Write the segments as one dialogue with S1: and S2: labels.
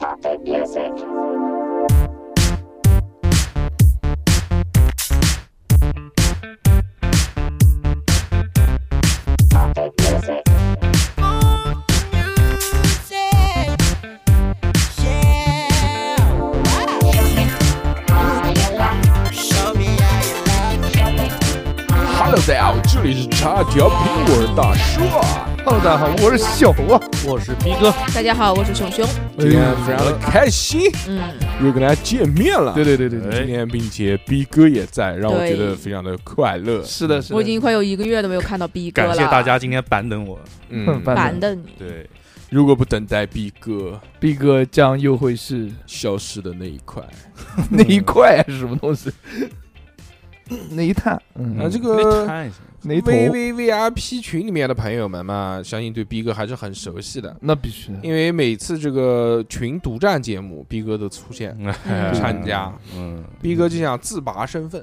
S1: Puppet Music. Puppet Music.
S2: Hello，大家好，这里是叉条苹果大叔啊，
S3: Hello，大家好，我是小吴啊。
S4: 我是逼哥，
S5: 大家好，我是熊熊。
S2: 今
S3: 哎
S2: 天非常的开心，
S5: 嗯，
S2: 又跟大家见面了。
S3: 对对对对对，
S2: 今天并且逼哥也在，让我觉
S5: 对
S2: 得非常的快乐。
S3: 是的，是的。
S5: 我已经快有一个月都没有看到逼哥了。
S4: 感谢大家今天板等我。
S2: 嗯，
S3: 反
S5: 板凳你，
S4: 对，
S2: 如果不等待逼哥
S3: 毕哥将又会是
S2: 消失的那一块，
S3: 那一块是什么东西？ 那一探，嗯，
S2: 啊那这
S4: 那
S2: 个
S4: 看一下，
S3: 那一头，
S2: V V V I P 群里面的朋友们嘛，相信对逼哥还是很熟悉的，
S3: 那必须的。
S2: 因为每次这个群独占节目，逼哥的出现，
S5: 嗯
S2: 参加，
S4: 嗯，
S2: 逼哥就想自拔身份，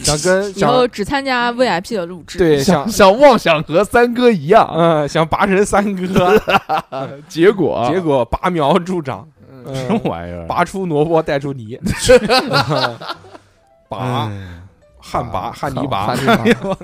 S2: 想跟
S5: 以后
S2: 想
S5: 只参加 VIP 的录制。，
S2: 对想
S3: 想想妄想和三哥一样，
S2: 嗯，想拔成三 哥，
S3: 结果啊
S2: 结果拔苗助长，
S4: 什
S2: 嗯
S4: 么玩意儿？
S2: 拔出萝卜带出泥，拔
S4: 嗯
S2: 旱魃旱泥拔，
S3: 汉尼拔，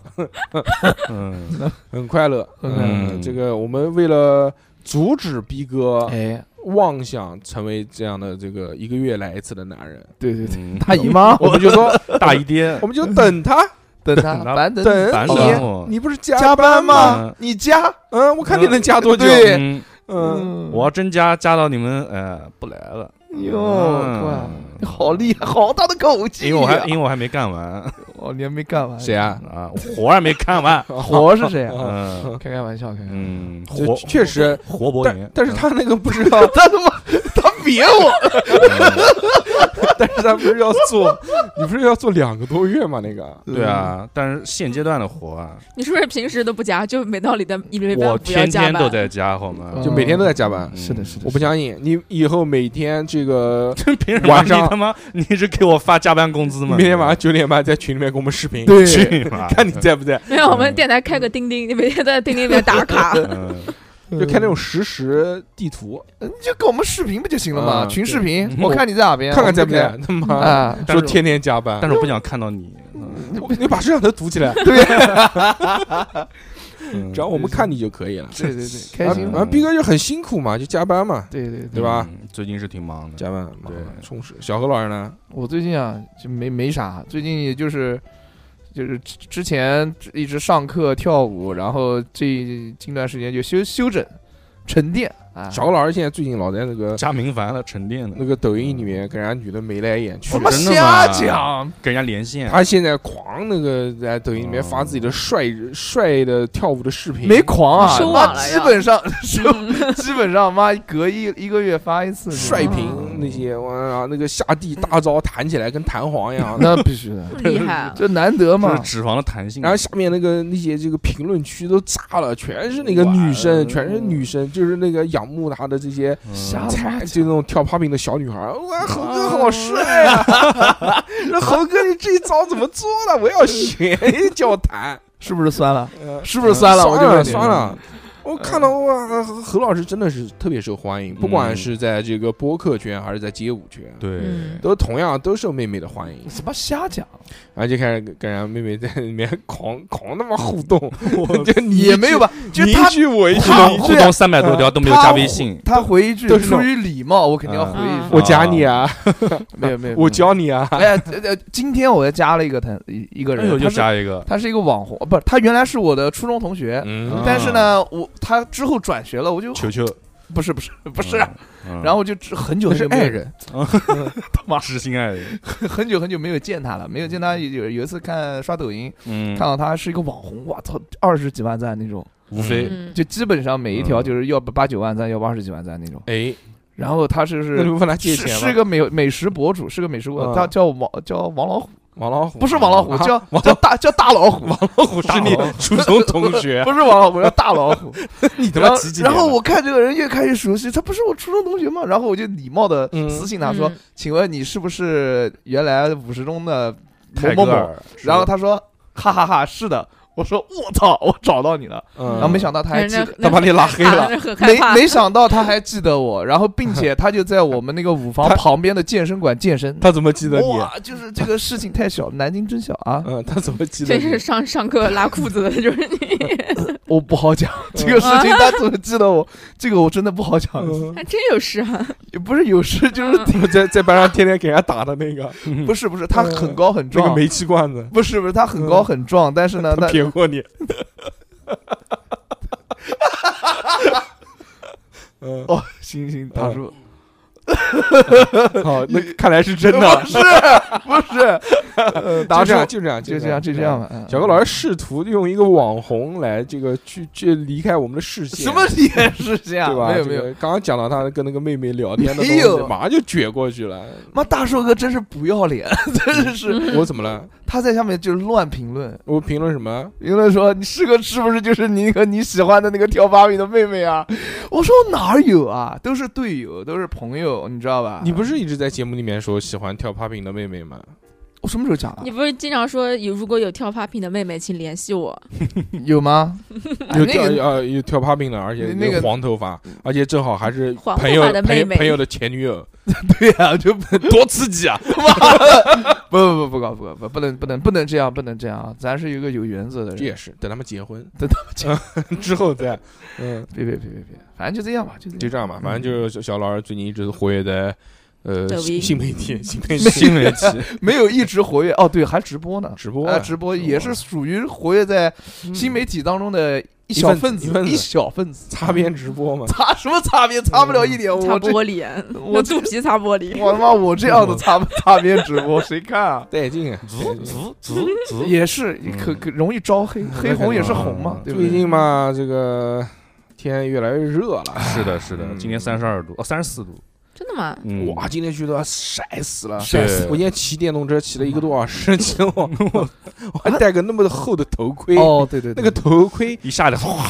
S4: 嗯，
S2: 很快乐。
S4: 嗯
S2: 嗯，这个我们为了阻止逼哥
S3: 哎，
S2: 妄想成为这样的这个一个月来一次的男人，
S3: 对对对，
S4: 嗯
S3: 大姨 妈，
S2: 我们就说，
S4: 大姨爹
S2: 我，们就等他
S3: 等他
S4: 等他
S3: 反等
S2: 等
S4: 烦死
S2: 你，
S4: 我。
S2: 你不是加
S3: 加班
S2: 吗？
S3: 吗
S4: 嗯？
S3: 嗯你加，
S2: 嗯，我看你能加多久。
S3: 对
S4: 嗯，
S2: 嗯，
S4: 我要真加加到你们，呃，不来了。
S3: 哟，
S4: 嗯
S2: 啊
S3: 乖，你好厉害，好大的口气啊！
S4: 因哎为我还因为我还没干完
S3: 哦，你还没干完，
S2: 谁？啊？
S4: 啊，我活儿还没干 完。
S2: 哦
S3: 活是谁啊？
S4: 嗯
S3: 开开玩笑，开开玩笑。
S4: 嗯，
S2: 这
S4: 活
S2: 确实，
S4: 活伯
S2: 但
S4: 爷，
S2: 但是他那个不知道，
S3: 他他妈，他别 我，
S4: 嗯
S2: 但是他不是要做， 你不是要做两个多月吗？那个，
S4: 对啊，但是现阶段的活啊，
S5: 你是不是平时都不加，就没道理的，你没办
S4: 我
S5: 法不要
S4: 天
S5: 加
S4: 天
S5: 班。
S4: 都在家，好吗？
S2: 就每天都在加班。
S4: 嗯
S3: 是的，是的，
S2: 我不相信你以后每天这个
S4: 凭什么
S2: 嗯晚
S4: 你
S2: 上
S4: 他妈你是给我发加班工资吗？
S2: 明天晚上九点半在群里面给我们视频，
S3: 对
S4: 去你妈！
S2: 看你在不在，
S5: 没有，我们电台开个钉钉，你每天都在钉钉里面打卡。
S4: 嗯，
S3: 嗯
S2: 就看那种实时地图，
S3: 你就给我们视频不就行了吗？
S2: 嗯
S3: 群视频，
S4: 对
S3: 我看你在哪边，
S2: 看看在
S3: 哎我
S2: 不
S3: 们就
S2: 在。他
S3: 可以
S2: 妈
S3: 啊？
S4: 但
S2: 说嗯
S4: 是
S2: 天天加班，
S4: 但是我不想看到你。
S2: 我你把摄像头堵起来，
S4: 嗯
S2: 只要我们看你就可以了。
S3: 对对对，
S2: 啊
S3: 开心
S2: 啊
S3: 吗？
S2: 逼哥就很辛苦嘛，就加班嘛，
S3: 对对对，
S2: 对吧？
S4: 嗯最近是挺忙的，
S2: 加班，忙
S4: 对
S2: 充实。小何老师呢？
S3: 我最近啊就没没啥，最近也就是就是之之前一直上课跳舞，然后这近段时间就休休整沉淀啊。
S2: 小何老师现在最近老在那个
S4: 加频繁了，沉淀了
S2: 那，个抖音里面跟人家女的眉来眼去
S3: 什
S4: 我
S2: 的，
S3: 么
S4: 们真的
S3: 瞎
S4: 吗
S3: 讲？
S4: 跟人家连线。
S2: 他现在狂那个在抖音里面发自己的帅帅的跳舞的视频，
S3: 没狂啊，
S5: 收
S3: 妈
S5: 网了
S3: 基
S5: 呀
S3: 本上 收
S5: 嗯
S3: 基本上妈隔一一个月发一次
S2: 帅
S3: 嗯
S2: 屏那些，我啊那个下地大招弹起来跟弹簧一样，
S3: 那必须的，
S5: 厉 害，啊
S3: 这难得
S4: 就
S3: 嘛
S4: 是。脂肪的弹性，
S2: 然后下面那个那些这个评论区都炸了，全是那个女生，
S4: 哇
S2: 全是女生，就是那个仰慕他的这些
S4: 嗯
S3: 瞎
S2: 才就那种跳 popping 的小女孩儿。哇，猴哥好帅啊！ 那猴哥你这一招怎么做的？我要学，叫我弹。
S3: 是不是酸了？
S2: 呃
S3: 是不是酸了？我就
S2: 酸了，
S3: 问你嗯
S2: 酸了。我看到哇，何老师真的是特别受欢迎，不管
S4: 嗯
S2: 是在这个播客圈还是在街舞圈，
S4: 对
S5: 嗯，
S2: 都同样都受妹妹的欢迎。
S3: 什么瞎讲？
S2: 然后就开始跟人家妹妹在里面狂狂他妈互动， 就你
S3: 也没有吧？就
S2: 你
S3: 他
S2: 一句我一句，
S3: 他
S4: 互动互动三百多条都没有加微信，
S3: 他回一句
S2: 都，是那
S3: 出
S2: 种
S3: 于礼貌，我肯定要回一
S5: 嗯
S3: 句。
S2: 我加你啊，
S3: 没有没有，
S2: 我教你啊，
S3: 哎呀，呃呃今天我又加了一个他一一个
S4: 哎呦
S3: 人，
S4: 又
S3: 他是
S4: 加一个，
S3: 他是一个网红，不是他原来是我的初中同学，
S2: 嗯
S3: 但是呢，我他之后转学了，我就
S4: 球球
S3: 不是不是不
S4: 不
S3: 是，啊然
S4: 然
S3: 后我就只很久
S2: 那
S3: 很
S2: 嗯是
S3: 久没
S2: 爱
S3: 有
S2: 人，
S4: 妈是心爱人，
S3: 很久很久没有见他了，没有见
S2: 嗯
S3: 他有有一次看刷抖音，
S4: 嗯
S3: 看，到他是一个网红，哇操，二十几万赞那种，
S4: 无非
S5: 嗯，
S3: 就基本上每一
S2: 嗯
S3: 条就是要不八九万赞，要不二十几万赞那种。
S2: 哎，
S3: 然后他是
S2: 那
S3: 是
S2: 你问他借
S3: 是
S2: 钱
S3: 是个美美食博主，是个美食博主，
S2: 嗯
S3: 他叫王叫王老虎，
S2: 王老虎，
S3: 不是王老虎，
S2: 啊
S3: 叫叫大叫大老虎，
S2: 王老虎是你初中同学，啊
S3: 不是王老虎，叫大老虎。
S2: 你他
S3: 然
S2: 妈
S3: 后
S2: 几几年
S3: 然
S2: 的
S3: 后我看这个人越看越熟悉，他不是我初中同学吗？然后我就礼貌的
S2: 嗯
S3: 私信他说
S5: 嗯：“
S3: 请问你是不是原来五十中的某
S4: 泰
S3: 某
S4: 戈
S3: 某
S4: 尔，？”
S3: 然后他说：“哈哈哈，是的，我说我操，我找到你了。
S2: 嗯，
S3: 然后啊没想到他还
S5: 人
S3: 记
S5: 家
S3: 得，
S5: 那
S4: 他把你拉黑
S5: 卡
S4: 了
S5: 在，那很害
S3: 没
S5: 怕，
S3: 没想到他还记得我，然后并且他就在我们那个舞房旁边的健身馆健身。
S4: 他怎么记得你？
S3: 哇，就是这个事情太小，南京真小啊！
S2: 嗯，他怎么记得
S5: 这
S2: 你？
S5: 是上上课拉裤子的，就是你，
S3: 我不好 讲这个事情，他怎么记得我？这个我真的不好讲，
S2: 嗯
S5: 还真有事啊！
S3: 也不是有事就是
S2: 在在班上天天给人家打的那个，
S4: 嗯
S3: 不是不是，他很高很
S2: 那个
S3: 壮，
S2: 煤气罐子，
S3: 不是不是，他很高很壮，但是呢，
S2: 他
S3: 嗯他
S2: 撇过 你。嗯，
S3: 哦，行行，大叔，
S2: 好，哦那看来是真的
S3: 不。是不是， 呃
S2: 就
S3: 大叔
S2: 这样，就这
S3: 就这
S2: 样，
S3: 样就这样。吧。嗯
S2: 小高老师试图用一个网红来这个去去离开我们的视线，
S3: 什么也是这样，
S2: 对吧？
S3: 没有
S2: 这
S3: 没有
S2: 个，，刚刚讲到他跟那个妹妹聊天的东
S3: 没有
S2: 西，马上就撅过去了。
S3: 妈大硕哥真是不要脸， 真是
S2: 我怎 么了？
S3: 他在下面就是乱评论，
S2: 我评论什么？
S3: 评论说你是个是不是就是你和你喜欢的那个跳芭比的妹妹啊？我说哪儿有啊，都是队友，都是朋友，你知道吧？
S2: 你不是一直在节目里面说喜欢跳 popping 的妹妹吗？
S3: 我什么时候讲了
S5: 你？不是经常说有如果有跳 popping 的妹妹，请联系我。
S3: 有吗？哎
S2: 有
S3: 那
S2: 跳
S3: 个
S2: 呃有跳 popping 的，而且
S3: 那个
S2: 黄头发，而且正好还是
S5: 黄头
S2: 朋友
S5: 发的
S2: 朋
S5: 妹
S2: 友
S5: 妹
S2: 朋友的前女友，
S3: 对啊，就不
S4: 多刺激啊！
S3: 不不不搞不搞不不能不能不能这样不能这样，咱是一个有原则的
S2: 这也
S3: 人。
S2: 是等他们结婚，
S3: 等他们结
S2: 婚 之后 再，嗯，
S3: 别别别别别，反正就这样吧，就这
S2: 就
S3: 样。
S2: 这样吧，反正
S3: 嗯
S2: 就是小小老二最近一直活跃在呃
S5: 抖
S2: 新
S5: 音
S2: 新媒体新 媒体
S4: 新为期，
S3: 没有一直活跃哦，对，还直播呢，
S2: 直播
S3: 啊，直播也是属于活跃在新媒体当中的一小分
S2: 一份子
S3: 一小分子。
S2: 擦边直播嘛，
S3: 擦什么擦边？擦不了一点，
S5: 擦
S3: 我这
S5: 玻璃，
S3: 我
S5: 用
S3: 这
S5: 肚皮擦玻璃。
S3: 我他妈我这样子擦擦边直播，谁看啊？
S2: 带劲啊！
S4: 足足 足足，
S3: 也是嗯
S2: 嗯
S3: 可可容易招黑，黑红也是红啊嘛，对不
S2: 最
S3: 对？
S2: 近嘛，这个天越来越热了，
S4: 是的，是的，今天三十二度，哦，三十四度，
S5: 真的吗？
S4: 嗯
S2: 哇，今天去都晒死了，
S4: 晒死了
S2: 我今天骑电动车骑了一个多小
S3: 嗯
S2: 时，骑我 我我还戴个那么厚的头盔，
S3: 哦，对对，
S2: 那
S3: 对
S2: 个头盔，
S4: 一下子哗，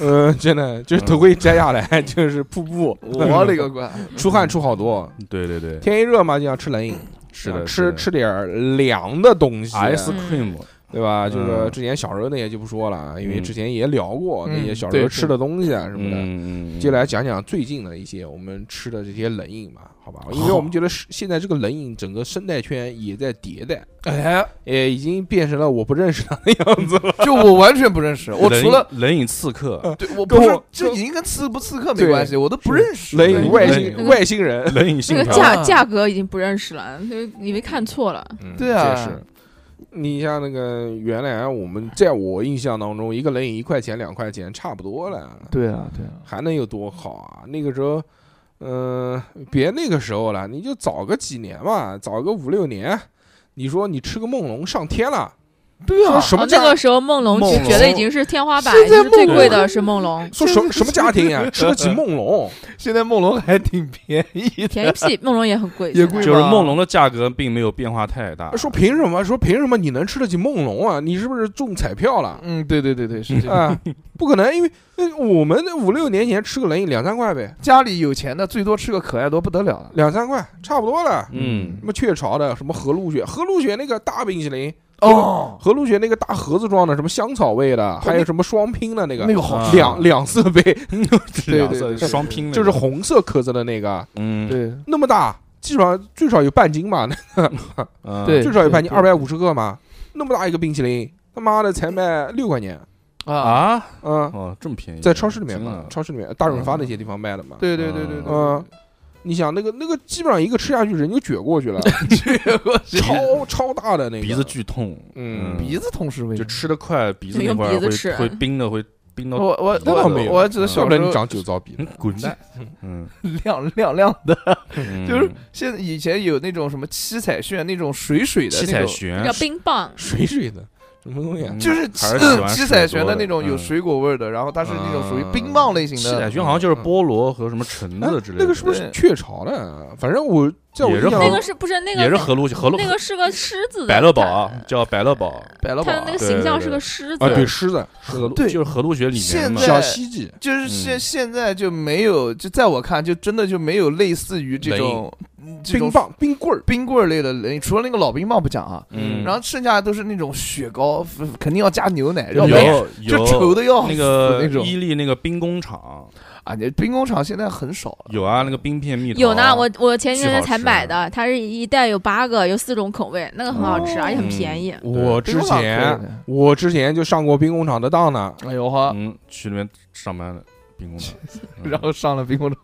S2: 呃，真的就是头盔摘下来就是瀑布，
S3: 嗯我勒个乖！
S2: 出汗出好多。
S4: 对对对，
S2: 天一热嘛，就想吃冷饮，
S4: 嗯是的，
S2: 吃吃点儿凉的东西，
S4: ice
S5: 嗯
S4: cream，
S2: 对吧？
S4: 嗯
S2: 就是之前小时候那些就不说了，因为
S4: 嗯
S2: 之前也聊过那些
S3: 嗯
S2: 小时
S3: 对对
S2: 候吃的东西啊什么的。
S4: 嗯嗯，
S2: 接下来讲讲最近的一些我们吃的这些冷饮吧，好吧？因为
S4: 好
S2: 我们觉得是现在这个冷饮整个生态圈也在迭代，
S3: 哎，
S2: 也已经变成了我不认识的那样子了。
S3: 就我完全不认 识，我
S4: 冷
S3: 除了
S4: 冷饮刺客，
S3: 对我
S2: 跟
S3: 不是
S2: 我，
S3: 这
S2: 跟
S3: 已经跟刺不刺客没
S2: 对
S3: 关系，我都不认识
S2: 冷
S4: 冷
S2: 饮
S4: 饮
S2: 外
S4: 冷
S2: 星
S5: 饮
S2: 外星人，
S4: 冷饮信
S5: 那个
S4: 条，
S5: 价价格已经不认识了，就以为看错了。
S2: 嗯
S3: 对啊
S2: 这是。你像那个原来啊我们在我印象当中，一个冷饮一块钱两块钱差不多了，
S3: 对啊，对啊，
S2: 还能有多好啊？那个时候，嗯、别那个时候了，你就早个几年嘛，早个五六年，你说你吃个梦龙上天了，
S3: 对
S2: 说
S3: 啊，
S2: 什么
S5: 哦
S2: 家、
S5: 那个时候梦龙
S4: 梦
S5: 就
S4: 龙
S5: 觉得已经是天花板，
S3: 现在
S5: 就是最
S3: 梦
S5: 贵
S4: 龙
S5: 的是 梦龙，
S2: 说什么什么家庭 啊，吃得起梦龙？
S3: 现在梦龙还挺便宜的，
S5: 便宜屁，梦龙也很贵。
S3: 也
S5: 现在
S3: 贵
S4: 就是梦龙的价格并没有变化太大，
S2: 说凭什么？说凭什么你能吃得起梦龙啊？你是不是中彩票了？
S3: 嗯，对对对对，是这样。
S2: 啊，不可能，因为那我们那五六年前吃个冷饮两三块呗，
S3: 家里有钱的，最多吃个可爱多不得了啊了。
S2: 两三块差不多了。
S4: 嗯
S2: 什，么雀巢的，什么和路雪，和路雪那个大冰淇淋，
S3: 哦，
S2: 和路雪那个大盒子装的，什么香草味
S4: 哦
S2: 的，还有什么双拼的那个，
S3: 那个好
S4: 啊
S3: 吃，
S2: 两两色杯，
S4: 这两
S3: 对对
S4: 色
S3: 对
S4: 啊双拼的
S2: 就是红色壳子的那个，
S4: 嗯
S3: 对
S2: 那么大，基本上最少有半斤吧，
S4: 嗯
S3: 对
S2: 最少有半斤，
S3: 对
S2: 二百五十克嘛，那么大一个冰淇淋，他妈的才卖六块钱，
S3: 啊，
S4: 啊
S2: 嗯，
S4: 哦这么便宜，
S2: 在超市里面
S4: 行
S2: 嘛
S4: 了，哦
S2: 超市里面大润发那些地方卖的嘛，
S3: 对对对对对，
S2: 嗯，你想那个那个基本上一个吃下去人就撅过 去了，
S3: 嗯
S2: 超超大的那个
S4: 鼻子剧痛，
S2: 嗯
S3: 鼻子同时喂
S4: 就吃的快，鼻子
S5: 就
S4: 那
S5: 用
S4: 块
S5: 鼻
S4: 儿
S5: 子
S4: 会
S5: 吃啊
S4: 会冰的，会冰
S3: 我
S2: 哦
S4: 到那
S3: 我
S4: 倒没
S3: 我
S4: 有
S3: 我只是
S2: 要
S3: 小
S2: 不
S3: 时
S2: 然你
S3: 候
S2: 长酒糟鼻
S4: 嗯滚蛋， 嗯，
S3: 亮亮亮的，
S4: 嗯
S3: 就是现在以前有那种什么七彩炫那种水水的
S4: 七
S3: 那
S4: 彩
S3: 种，
S4: 旋
S5: 叫，冰棒，
S2: 水水的什么东西啊？
S4: 嗯
S3: 就是七
S4: 还是喜欢
S3: 七
S4: 水
S3: 彩
S4: 多
S3: 旋的那种有
S4: 嗯
S3: 水果味儿的，然后它是那种属于
S2: 啊
S3: 冰棒类型
S4: 七彩
S3: 的，
S4: 旋好像就是菠萝和什么橙
S2: 哎
S4: 子之类的，
S2: 那个是不是
S3: 对
S2: 雀巢的？啊反正我在我
S4: 也是
S2: 印象
S4: 嗯
S5: 那
S2: 中
S5: 个是不是那个
S4: 也是河路河路
S5: 那个是个狮子的
S4: 百乐宝啊
S5: 它
S4: 叫百乐宝啊
S3: 百乐
S5: 它
S3: 宝
S5: 的那个
S4: 对
S5: 形象
S4: 对
S5: 是
S4: 对
S5: 个狮子。
S2: 啊，对，狮子
S4: 河路，
S3: 对
S4: 就是河路学里面
S3: 现
S4: 嘛
S3: 在，
S2: 小西季，
S3: 就是现
S4: 嗯
S3: 现在就没有，就在我看，就真的就没有类似于这种嗯这种
S2: 冰棒、冰棍儿，
S3: 冰棍儿类的冷饮，除了那个老冰棒不讲啊，
S4: 嗯
S3: 然后剩下都是那种雪糕，呃肯定要加牛奶，要
S4: 有
S3: 不然
S4: 有
S3: 就稠的要死
S4: 那个
S3: 那种
S4: 伊利那个兵工厂
S3: 啊！你兵工厂现在很少了，
S4: 有啊，那个冰片蜜桃
S5: 有呢，我我前几
S4: 巨好
S5: 天
S4: 吃啊
S5: 才买的，它是一袋有八个，有四种口味，那个很好吃，
S1: 哦
S5: 而且很便 宜。
S2: 我
S3: 对
S2: 之
S3: 冰棒
S2: 前
S3: 可以的
S2: 我之前就上过兵工厂的当呢，
S3: 哎呦哈，
S4: 嗯去那边上班的兵工厂，嗯
S3: 然后上了兵工厂，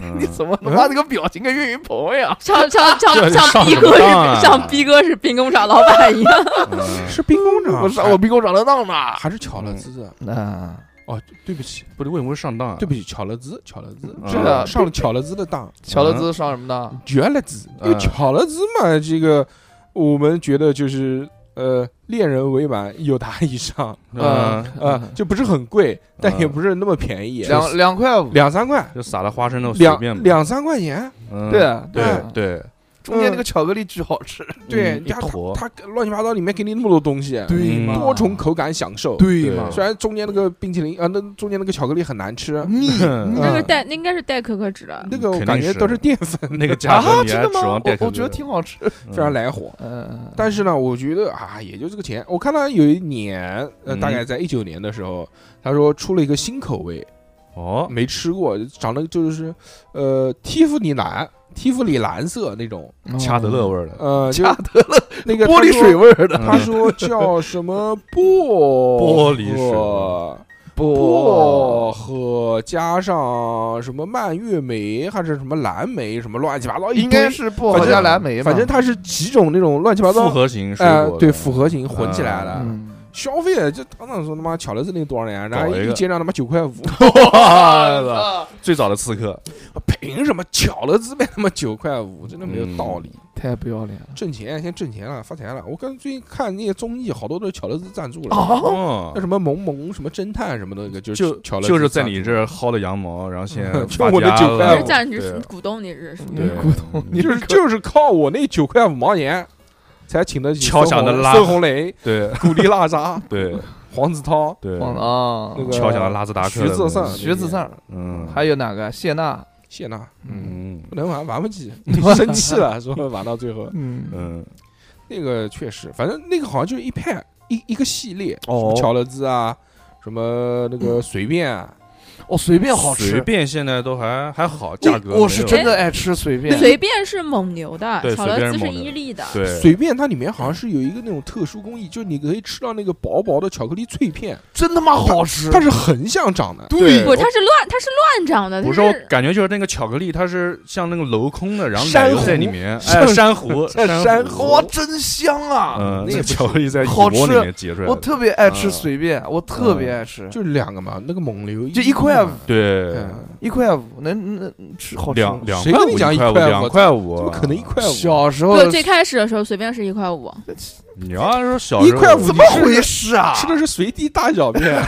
S4: 嗯
S3: 你怎么他妈这个表情跟岳云鹏呀？
S5: 像 像
S4: 这
S5: 像
S4: 上
S5: 像逼
S4: 什么
S5: 哥是
S4: 当啊
S5: 像逼哥是兵工厂老板一样，
S4: 嗯
S2: 是啊兵工厂，
S3: 我上我兵工厂的当呢。
S2: 还是巧乐兹啊？
S3: 那
S2: 哦，对不起，
S4: 不是为什么会上当啊？
S2: 对不起，巧乐兹，巧乐兹，
S4: 嗯
S2: 这
S3: 啊
S2: 个上了巧乐兹的当，
S3: 乔乐兹上什么当？
S2: 绝了兹，因为
S4: 嗯
S2: 巧乐兹嘛，这个我们觉得就是呃，恋人为满，有达以上，
S4: 嗯，
S2: 呃，
S3: 嗯
S2: 就不是很贵，但
S4: 嗯
S2: 也不是那么便宜，
S3: 两两块五，
S2: 两三块，
S4: 就撒了花生都随
S2: 两
S4: 便嘛，
S2: 两三块钱，
S4: 嗯
S3: 对啊对啊
S4: 对对，
S3: 中间那个巧克力巨好吃，
S2: 对，
S4: 嗯一
S2: 它
S4: 坨，
S2: 它它乱七八糟里面给你那么多东西，
S4: 对
S5: 嗯
S4: 嘛
S2: 多重口感享受，
S3: 嗯对
S4: 嘛
S2: 虽然中间那个冰淇淋啊，那中间那个巧克力很难 吃，
S3: 腻
S4: 嗯
S5: 那个
S3: 嗯
S5: 带那应该是带可可脂的，
S2: 那个我
S4: 肯定
S2: 感觉
S4: 是
S2: 都是淀粉，
S4: 那个 价格
S3: 啊，
S4: 你
S3: 真
S4: 还
S3: 的
S4: 指
S3: 吗
S4: 望？带
S3: 我
S4: 口
S3: 我觉得挺好吃，
S2: 非常来火。
S3: 嗯，
S2: 但是呢，我觉得啊，也就这个钱。我看到有一年，呃，
S4: 嗯
S2: 大概在一九年的时候，他说出了一个新口味，
S4: 哦，
S2: 没吃过，长得就是呃，蒂芙尼蓝，蒂芙尼蓝色那种，
S3: 嗯
S4: 掐德勒味儿的，
S2: 呃，就
S3: 掐德勒
S2: 那个
S3: 玻璃水
S2: 味。
S3: 味儿的
S2: 他说叫什 么薄
S4: 嗯玻璃水
S2: 荷薄荷加上什么蔓越莓还是什么蓝莓什么乱七八糟一堆，
S3: 应该是薄荷
S2: 反正
S3: 加蓝莓嘛，
S2: 反正它是几种那种乱七八
S4: 复
S2: 糟，
S4: 合型水
S2: 哎
S4: 果，
S2: 对，复合型混起来的。
S3: 嗯，
S2: 消费就当场说他妈巧乐兹那个多少钱，然后
S4: 搞一个
S2: 一结账他妈 九块五，
S3: 哎
S4: 哇，最早的刺客，
S2: 凭什么巧乐兹卖他妈九块五？真的没有道理。
S3: 太不要脸
S4: 嗯
S3: 了
S2: 挣钱先挣钱了，发财了。我刚最近看那些综艺，好多都是巧乐兹赞助了。
S3: 啊！
S4: 哦
S2: 那，什么萌萌什么侦探什么的那个，就是
S4: 就
S2: 巧乐
S4: 就是在 你这儿薅的羊毛，然后现在
S2: 嗯
S4: 发
S2: 就我的
S4: 家
S2: 9
S5: 你
S2: 块
S4: 了
S5: 是
S2: 五
S5: 占你是
S4: 对啊
S5: 股东，你是属
S4: 对嗯
S5: 于
S3: 你是股东你
S2: 就是是就是靠我那九块五毛钱才请得起
S4: 敲响的
S2: 孙红
S4: 拉
S2: 孙红雷、
S4: 对
S2: 古力娜扎、
S4: 对
S2: 黄子韬、
S4: 对，
S3: 忘了啊，
S2: 那个
S4: 敲响了拉兹达克
S2: 徐
S4: 的
S2: 子
S4: 门
S2: 胜、
S3: 徐子胜，
S4: 嗯，
S3: 还有哪个谢娜？
S2: 谢娜，
S4: 嗯
S2: 不能玩，玩不 起，生气了，说玩到最后
S3: 嗯，
S4: 嗯
S2: 那个确实，反正那个好像就是一派一一个系列，
S4: 哦
S2: 什么巧乐兹啊，什么那个随便啊，
S3: 哦，随便好吃，
S4: 嗯随便现在都还还好，价格
S3: 我我是
S4: 没有
S3: 真的爱吃随便，
S5: 随便是蒙牛的
S4: 对，
S5: 巧
S4: 随便是
S5: 乐兹是
S4: 蒙牛
S5: 伊利的，
S4: 对
S2: 随便它里面好像是有一个那种特殊工艺，就你可以吃到那个薄薄的巧克力脆片，
S3: 真他妈好吃。
S2: 它是横向长的，
S4: 对
S5: 不，它是乱，它是乱长的，它
S4: 我说
S5: 是
S4: 感觉就是那个巧克力，它是像那个镂空的，然后奶
S2: 珊
S4: 油
S2: 瑚
S4: 在里面，哎，
S2: 像
S4: 珊瑚，
S2: 像珊
S4: 瑚
S2: 瑚，
S3: 哇，真香啊！
S4: 嗯，
S2: 那也
S4: 那
S2: 不是
S4: 巧克力在蚁
S3: 好
S4: 窝里
S3: 吃
S4: 面结出来
S3: 我
S4: 的，
S3: 特别爱吃
S4: 嗯
S3: 随便，我特别爱吃，
S2: 就两个嘛，那个蒙牛
S3: 就一块
S2: 嘛
S3: 五，
S4: 对，
S2: 嗯
S3: 一块五能能吃好吃吗。
S4: 两两
S2: 谁
S4: 块
S2: 跟你
S4: 五，
S2: 讲
S4: 一
S2: 一
S4: 块五，
S2: 块五
S4: 两块五，啊
S2: 怎么可能一块五？啊
S3: 小时候
S4: 呃
S5: 对，最开始的时候随便是一块五，
S4: 你要是说小
S2: 一
S4: 时候
S2: 块五
S3: 怎么回事啊？
S2: 吃的是随地大小便，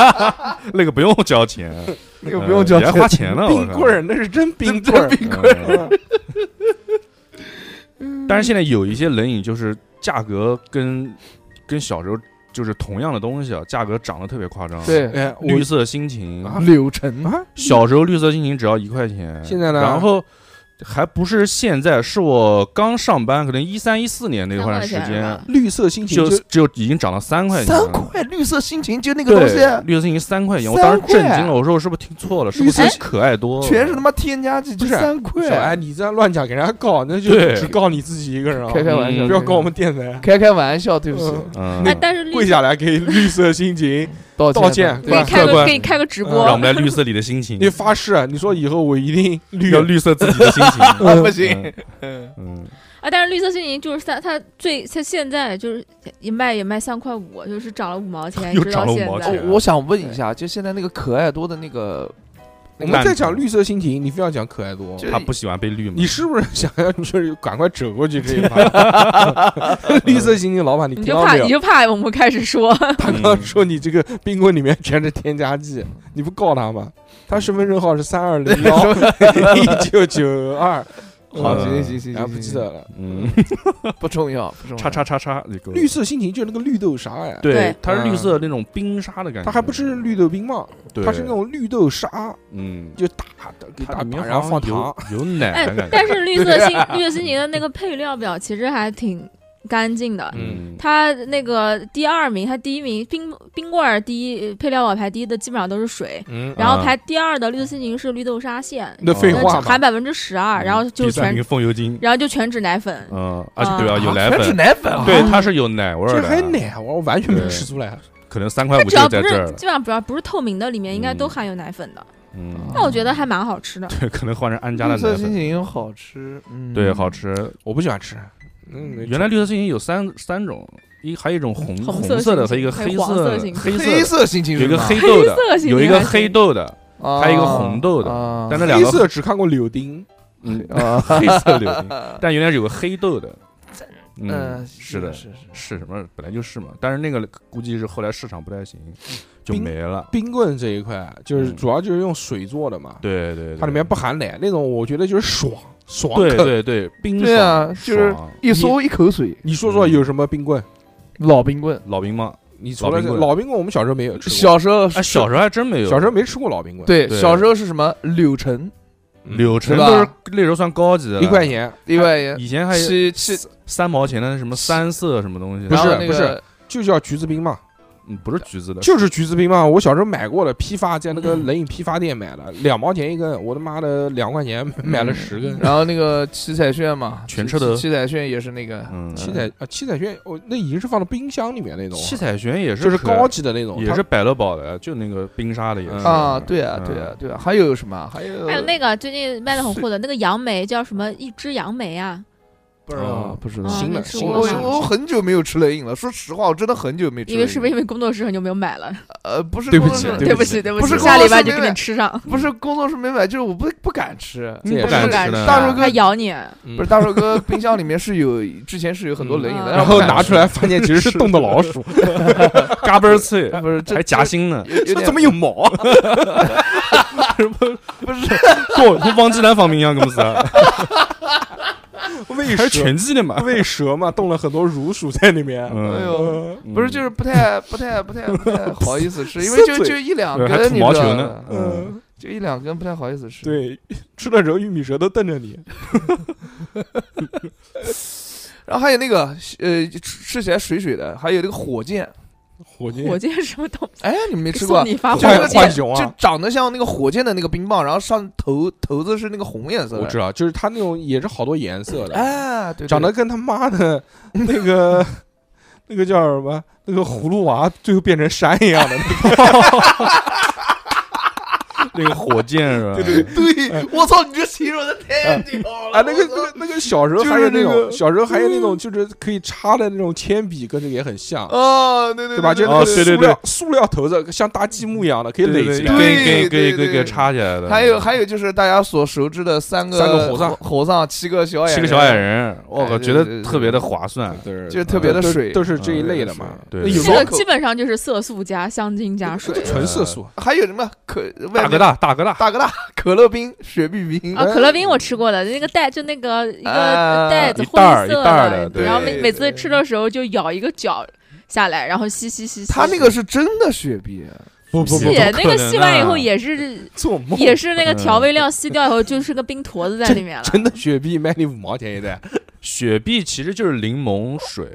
S4: 那个不用交钱，
S3: 那个不用交
S4: 嗯也
S3: 钱
S4: 花钱呢，
S2: 冰
S4: 我靠
S2: 棍儿那是真冰
S3: 真
S2: 棍儿，
S3: 冰
S4: 棍儿
S2: 嗯
S4: 但是现在有一些冷饮，就是价格跟跟小时候就是同样的东西啊，价格涨得特别夸张。，
S3: 对，
S2: 哎，
S4: 绿
S2: 我
S4: 色心情，
S2: 啊
S3: 柳橙
S2: 啊，
S4: 小时候绿色心情只要一块钱，
S2: 现在呢
S4: 然后还不是现在，是我刚上班，可能一三一四年那
S5: 三
S4: 段
S5: 块
S4: 时
S5: 钱是
S4: 间
S5: 吧，
S2: 绿色心情
S4: 就
S2: 就
S4: 就已经涨到三块钱了，
S3: 三块绿色心情就那个
S4: 对，
S3: 东西，啊
S4: 绿色心情三块钱，我
S3: 三
S4: 当时震
S3: 块
S4: 惊了，我说我是不是听错了？是不
S2: 绿
S4: 是
S2: 色
S4: 比可爱多了？
S3: 全是他妈添加剂，
S2: 不
S3: 就是三
S2: 小哎，
S3: 块。啊
S2: 你这样乱讲，给人家告，那就
S4: 啊对
S2: 只告你自己一个人啊！
S3: 开开玩笑，
S4: 嗯
S2: 不要告我们电台，
S3: 开开玩笑，对不起，
S2: 嗯
S4: 嗯，
S5: 哎，但是绿
S2: 跪
S5: 色
S2: 下来给绿色 心情，
S3: 道歉
S2: 道歉
S5: 可以
S2: 乖
S5: 开
S2: 乖
S5: 个
S2: 乖
S5: 可以开个直
S2: 嗯
S4: 让我
S5: 播，
S4: 们来绿色里的心 情，
S2: 你发誓，啊你说以后我一定绿
S4: 要。绿色自己的心情，
S3: 啊，不行，嗯
S4: 嗯，
S5: 啊，但是绿色心情就是它它最它现在就是一卖也卖三块五，就是涨了五毛钱，一
S4: 又
S5: 直到
S4: 涨了五
S5: 现
S4: 毛
S5: 在。
S4: 钱
S3: 哦我想问一下，就现在那个可爱多的那个，
S2: 我们在讲绿色心情，你非要讲可爱多
S3: 就，
S4: 他不喜欢被绿嘛，
S2: 你是不是想要就是赶快折过去这一盘？ 绿色心情老板，你
S5: 你
S2: 听
S5: 就
S2: 到
S5: 怕
S2: 没
S5: 你
S2: 有？
S5: 就怕我们开始说，
S2: 他刚刚说你这个冰棍里面全是添加剂， 你不告他吗？他身份证号是三二零幺一九九二，
S3: 好，
S4: 嗯
S3: 行行行行
S2: 然后
S3: 行，
S2: 不记
S3: 行
S2: 得了。
S4: 嗯，
S3: 不重要，不重要。
S4: 叉叉叉叉，你给我
S2: 绿色心情就是那个绿豆沙呀，
S5: 对
S4: 它是绿色那种冰沙的感觉，
S2: 它还不是绿豆冰棒，
S4: 对，
S2: 它是那种绿豆沙，
S4: 嗯，
S2: 就打的给
S4: 它
S2: 打
S4: 里面
S2: 打，
S4: 好
S2: 然后放
S4: 像
S2: 糖
S4: 有。有奶
S5: 哎
S4: 的感，觉，
S5: 但是绿色 心绿色心情的那个配料表其实还挺干净的。
S4: 嗯，
S5: 它那个第二名，它第一名冰冰棍儿第一，配料表排第一的基本上都是水，
S2: 嗯，
S5: 然后
S4: 啊
S5: 排第二的绿色心情是绿豆沙馅，
S2: 那废
S5: 那
S2: 话
S5: 含
S2: 嘛，
S5: 百分之十
S4: 嗯
S5: 二，然后就
S4: 第三
S5: 全
S4: 名风油精，
S5: 然后就全脂奶粉，
S4: 嗯，而且对啊，
S5: 啊
S4: 有奶
S3: 全是
S4: 粉，
S3: 奶粉啊，
S4: 对，它是有奶味
S2: 这
S4: 儿的，
S2: 还奶，我完全没
S4: 对
S2: 吃出来。
S4: 可能三块五
S5: 只
S4: 就
S5: 要不
S4: 在
S5: 是
S4: 这儿了，
S5: 基本上不要不是透明的，里面应该
S4: 嗯
S5: 都含有奶粉的。
S4: 嗯，
S5: 但我觉得还蛮好吃的。
S4: 对，可能换成安家的
S3: 绿色
S4: 奶
S3: 心
S4: 粉，
S3: 情好吃，嗯，
S4: 对，好。吃。
S2: 我不喜欢吃。嗯，没
S4: 原来绿色心情有三三种，一还有一种红
S5: 红色
S4: 色的
S5: 心
S4: 和一个
S5: 情
S4: 黑
S5: 还有黄色
S4: 色
S5: 心情
S4: 黑
S3: 黑
S4: 色
S3: 色心情
S4: 有
S3: 是
S4: 一个
S3: 吗
S4: 黑豆的，
S5: 色心
S4: 有一
S5: 情
S4: 个
S5: 还
S4: 黑
S5: 行
S4: 豆的，
S3: 啊
S4: 还有一个红豆的
S3: 啊
S4: 但那两
S2: 黑
S4: 个
S2: 色只看过柳丁，
S4: 嗯，
S3: 啊，
S4: 黑色柳 丁，但原来是有个黑豆的，嗯，
S3: 嗯，
S4: 是的，
S3: 是是，
S4: 是什么？本来就是嘛，但是那个估计是后来市场不太行，就
S2: 冰
S4: 没了。
S2: 冰棍这一块就是
S4: 嗯
S2: 主要就是用水做的嘛，
S4: 对对，对
S2: 它里面不含奶，那种我觉得就是爽爽
S4: 对
S2: 口。
S4: 对对，冰
S3: 对啊
S4: 爽
S3: 就是
S4: 爽
S3: 一搜一口水，
S2: 你说说
S4: 嗯
S2: 有什么冰棍？
S3: 老冰棍。
S4: 老冰棒。
S2: 你除了
S4: 老冰
S2: 这
S4: 棍
S2: 老冰棍，我们小时候没有吃过，
S3: 啊小时候
S4: 哎，
S3: 是，
S4: 小时候还真没有，
S2: 小时候没吃过老冰棍，嗯
S3: 对
S4: 对
S3: 小时候是什么柳橙
S4: 嗯柳橙
S3: 是吧
S4: 都是那时候算高级的了，
S2: 一块。钱
S3: 一块钱
S4: 以前还有
S3: 七七，
S4: 三毛钱的什么三色什么东西的，
S2: 不
S3: 然
S2: 是
S3: 后那
S2: 不
S3: 个嗯
S2: 是就叫橘子冰嘛，
S4: 嗯不是橘子的，
S2: 就是橘子冰嘛。我小时候买过的，批发在那个冷饮批发店买的，两毛钱一根，我他妈的两块钱
S4: 嗯
S2: 买了十根。
S3: 然后那个七彩炫嘛，
S4: 全
S3: 七
S4: 吃的
S3: 七彩炫也是那个，
S4: 嗯，
S2: 七彩啊，七彩轩，哦，那已经是放到冰箱里面那种了，啊
S4: 七彩旋也是
S2: 就是
S4: 可
S2: 高级的那种，
S4: 也
S2: 它
S4: 是百乐宝的，就那个冰沙的也是
S3: 啊，对啊，对啊，，对啊，还有什么？还有
S5: 还有那个最近卖的很火的那个杨梅叫什么？一枝杨梅啊，
S2: 不
S4: 知道
S3: 不知
S5: 道
S3: 道。
S5: 啊
S2: 行
S5: 没
S2: 了，
S5: 吃
S2: 行了，
S5: 过
S3: 我
S2: 行
S5: 呀
S2: 了
S3: 我很久没有吃冷饮了，说实话，我真的很久没吃。
S5: 因为是不是因？为工作室很久没有买了？
S3: 呃，不是
S2: 对不
S3: 工作
S2: 起
S3: 室
S5: 对
S2: 不
S5: 不
S2: 起
S5: 起，对不
S3: 不
S5: 起，
S3: 是
S5: 下
S3: 工
S5: 礼
S3: 作
S5: 拜
S3: 室
S5: 就
S3: 没
S5: 给你
S3: 买
S5: 吃上，
S3: 不是工作室没买，就是我不不敢吃。
S2: 这也
S4: 不
S2: 是
S4: 敢
S5: 不
S4: 吃
S5: 敢
S4: 呢，
S5: 吃
S3: 大肉哥
S5: 还咬你。
S2: 嗯
S3: 不是大寿哥冰箱里面是有，之前是有很多冷饮的，
S2: 然
S5: 嗯
S3: 但是我
S2: 后
S3: 不敢
S2: 拿出来发现其实是冻 的老鼠，
S4: 嘎嘣儿脆，
S3: 吃，不是这
S4: 还夹心呢，
S3: 有有
S2: 这
S3: 点
S2: 怎么有毛 啊？
S3: 不是
S4: 过你忘记来放冰箱公司了，
S2: 喂
S4: 还是
S2: 蛇，
S4: 全季的 嘛，
S2: 喂蛇嘛，冻了很多乳鼠在里面。
S3: 哎
S4: 嗯，
S3: 呦，
S2: 呃
S4: 嗯
S3: 不是就是不太不太不太不太好意思吃，因为
S2: 塞
S3: 就
S2: 嘴
S3: 就一两
S4: 对还
S3: 根，
S4: 吐
S3: 你
S4: 毛
S3: 知
S4: 球
S3: 道
S4: 呢
S3: 吗，？
S4: 嗯，
S2: 嗯，
S3: 就一两根不太好意思吃。
S2: 对，吃的时候玉米蛇都瞪着你。
S3: 然后还有那个呃吃吃起来水水的，还有那个火箭，
S2: 火箭
S5: 火箭是什么东西？
S3: 哎，你们没吃过
S5: 送？你发
S3: 就
S5: 火
S3: 是
S2: 浣浣
S5: 箭，
S2: 熊
S3: 就
S2: 啊，
S3: 长得像那个火箭的那个冰棒，然后上头头子是那个红颜色
S2: 我知
S3: 的，
S2: 道，就是它那种也是好多颜色的，
S3: 哎，对，对
S2: 长得跟他妈的那个那个叫什么那个葫芦娃，最后变成山一样的那个。
S4: 那个火箭是吧？
S2: 对
S3: 对，我操，你这形容的太屌 了
S2: 啊，那个那个那个小时候还有那
S3: 就是那
S2: 种
S3: 个
S2: 小时候还有那种就是可以插的那种铅笔，跟这个也很像。
S3: 啊，对对
S2: 对吧？就是那
S4: 哦对
S2: 个
S4: 对
S2: 塑料塑料头子，像搭积木一样的，可以垒起
S4: 一根
S2: 来。
S4: 一根一
S3: 对
S4: 根一根
S3: 对
S4: 一根插起来的，
S3: 还有还有就是大家所熟知的三个
S2: 三个和尚
S3: 和尚七个小矮
S4: 七个小矮，人，我靠，
S3: 哎
S4: 觉
S3: 对
S4: 得
S3: 对对
S4: 特别的划算，
S2: 对
S3: 就特别的
S2: 都
S3: 水
S2: 都是这一类的嘛。
S4: 对
S2: 那
S4: 对对
S2: 有
S5: 这
S2: 没
S5: 个
S2: 有
S5: 基本上就是色素加香精加水
S2: 这纯色素？
S3: 还有什么可外
S4: 大
S3: 面
S4: 哥大大哥大，
S3: 大哥大可乐冰、雪碧冰
S5: 啊。可乐冰我吃过的，那个袋就那个一个
S3: 啊
S5: 袋子
S4: 一
S5: 灰
S4: 袋儿
S5: 色
S4: 一袋儿的对
S5: 然后每
S3: 对
S5: 每次
S3: 对
S5: 吃的时候就咬一个角下来，然后吸吸吸吸。
S3: 他那个是真的雪碧，啊
S2: 不不
S5: 吸
S4: 不
S5: 那
S4: 可
S5: 个
S4: 能
S5: 吸完以
S4: 啊
S5: 后也是
S2: 做梦！
S5: 也是那个调味料吸掉以后，就是个冰坨子在里面 了。
S2: 真的雪碧卖你五毛钱一袋，
S4: 雪碧其实就是柠檬水，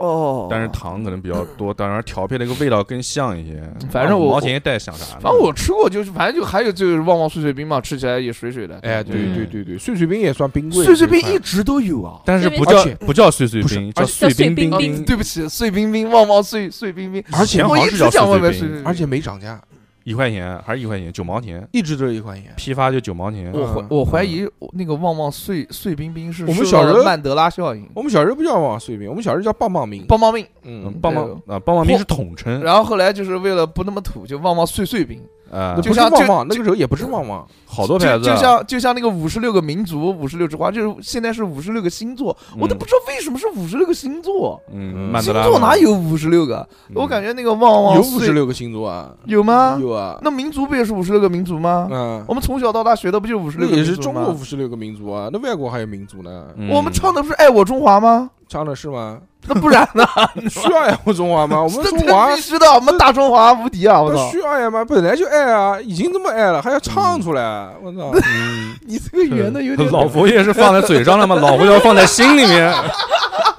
S3: 哦
S4: 但是糖可能比较多，当然调配那个味道更像一些。
S3: 反正我
S4: 五毛钱一袋，想啥呢？
S3: 反正我吃过，就是反正就还有就是旺旺碎碎冰嘛，吃起来也水水的。
S2: 哎，对
S5: 嗯
S2: 对对对，碎碎冰也算冰棍。
S3: 碎碎冰
S2: 这
S3: 一
S2: 一
S3: 直都有啊。
S4: 但是不
S2: 而
S4: 叫
S2: 且
S4: 不叫碎碎
S2: 不是
S4: 冰，叫
S2: 而
S5: 且叫
S4: 冰
S5: 碎冰
S3: 啊
S5: 冰，
S3: 对不起，碎冰冰、旺旺碎
S2: 嗯
S3: 碎冰冰，
S2: 块而且
S4: 钱好
S3: 我
S4: 像
S3: 一
S4: 是
S3: 直
S4: 叫
S3: 讲
S4: 碎
S3: 外
S4: 碎冰
S3: 面碎碎冰，
S2: 而且没涨价，
S4: 一块钱还是一块钱，九毛钱，
S2: 一直都是一块钱。
S4: 批发就九毛钱。啊
S3: 我
S2: 嗯
S3: 怀我怀疑我那个旺旺碎碎冰冰是
S2: 我们
S3: 受到
S2: 小
S3: 了
S2: 时候嗯
S3: 曼德拉效应，
S2: 我们小时候不叫旺旺碎冰，我们小时候叫棒棒冰。
S3: 棒棒冰。
S4: 嗯
S2: 嗯，
S3: 哦
S4: 棒棒啊，棒棒冰是统称，
S3: 然后后来就是为了不那么土，就旺旺碎碎冰。
S4: 呃
S2: 那，
S3: 就
S2: 不是
S3: 像
S2: 旺
S3: 就
S2: 旺，那个时候也不是旺旺，
S4: 好多牌
S3: 就
S4: 子啊
S2: 啊
S3: 就像就像那个五十六个民族，五十六枝花，就是现在是五十六个星座，我都
S4: 嗯
S3: 不知道为什么是五十六个星座。
S4: 嗯，
S2: 嗯
S4: 曼德
S3: 星
S4: 拉
S3: 座
S4: 嘛
S3: 哪？有五十六个？我感
S4: 觉
S3: 觉那个旺旺
S2: 有五十
S3: 岁
S2: 六个星座啊，
S3: 有吗？
S2: 有啊，
S3: 那民族不也是五十六个民族吗？
S2: 嗯
S3: 我，们从小到大学的不就五十
S2: 那
S3: 六个
S2: 也
S3: 民
S2: 是
S3: 族
S2: 中
S3: 吗？嗯
S2: 国五十六嗯个民族啊，那外国还有民族呢，
S4: 嗯
S3: 我们唱的不是爱我中华吗？
S2: 唱的是吗？
S3: 那不然呢？
S2: 需要爱护中华吗？我们中华
S3: 那必须的，我们大中华无敌啊！我
S2: 那
S3: 操
S2: 需，要爱吗？本来就爱啊，已经这么爱了，还要唱出来，啊我操！
S4: 嗯，
S3: 你这个 圆的有点
S4: 老佛爷是放在嘴上的吗？老佛爷要放在心里面，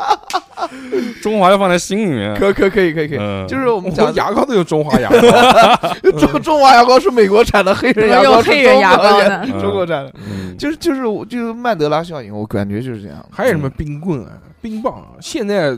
S4: 中华要放在心里面。
S3: 可可可以可以可以，
S4: 嗯，
S3: 就是我们
S2: 我
S3: 讲
S2: 牙膏都有中华牙膏，
S3: 中中华牙膏是美国产的，黑人
S5: 怎
S3: 牙
S5: 么有
S3: 膏是
S5: 黑人牙膏
S3: 中国
S5: 呢？
S3: 产中国产的，
S4: 嗯
S3: 就是就是我就是曼德拉效应，我感觉就是这样。
S2: 还有什
S5: 嗯
S2: 么冰棍啊、冰棒啊？现在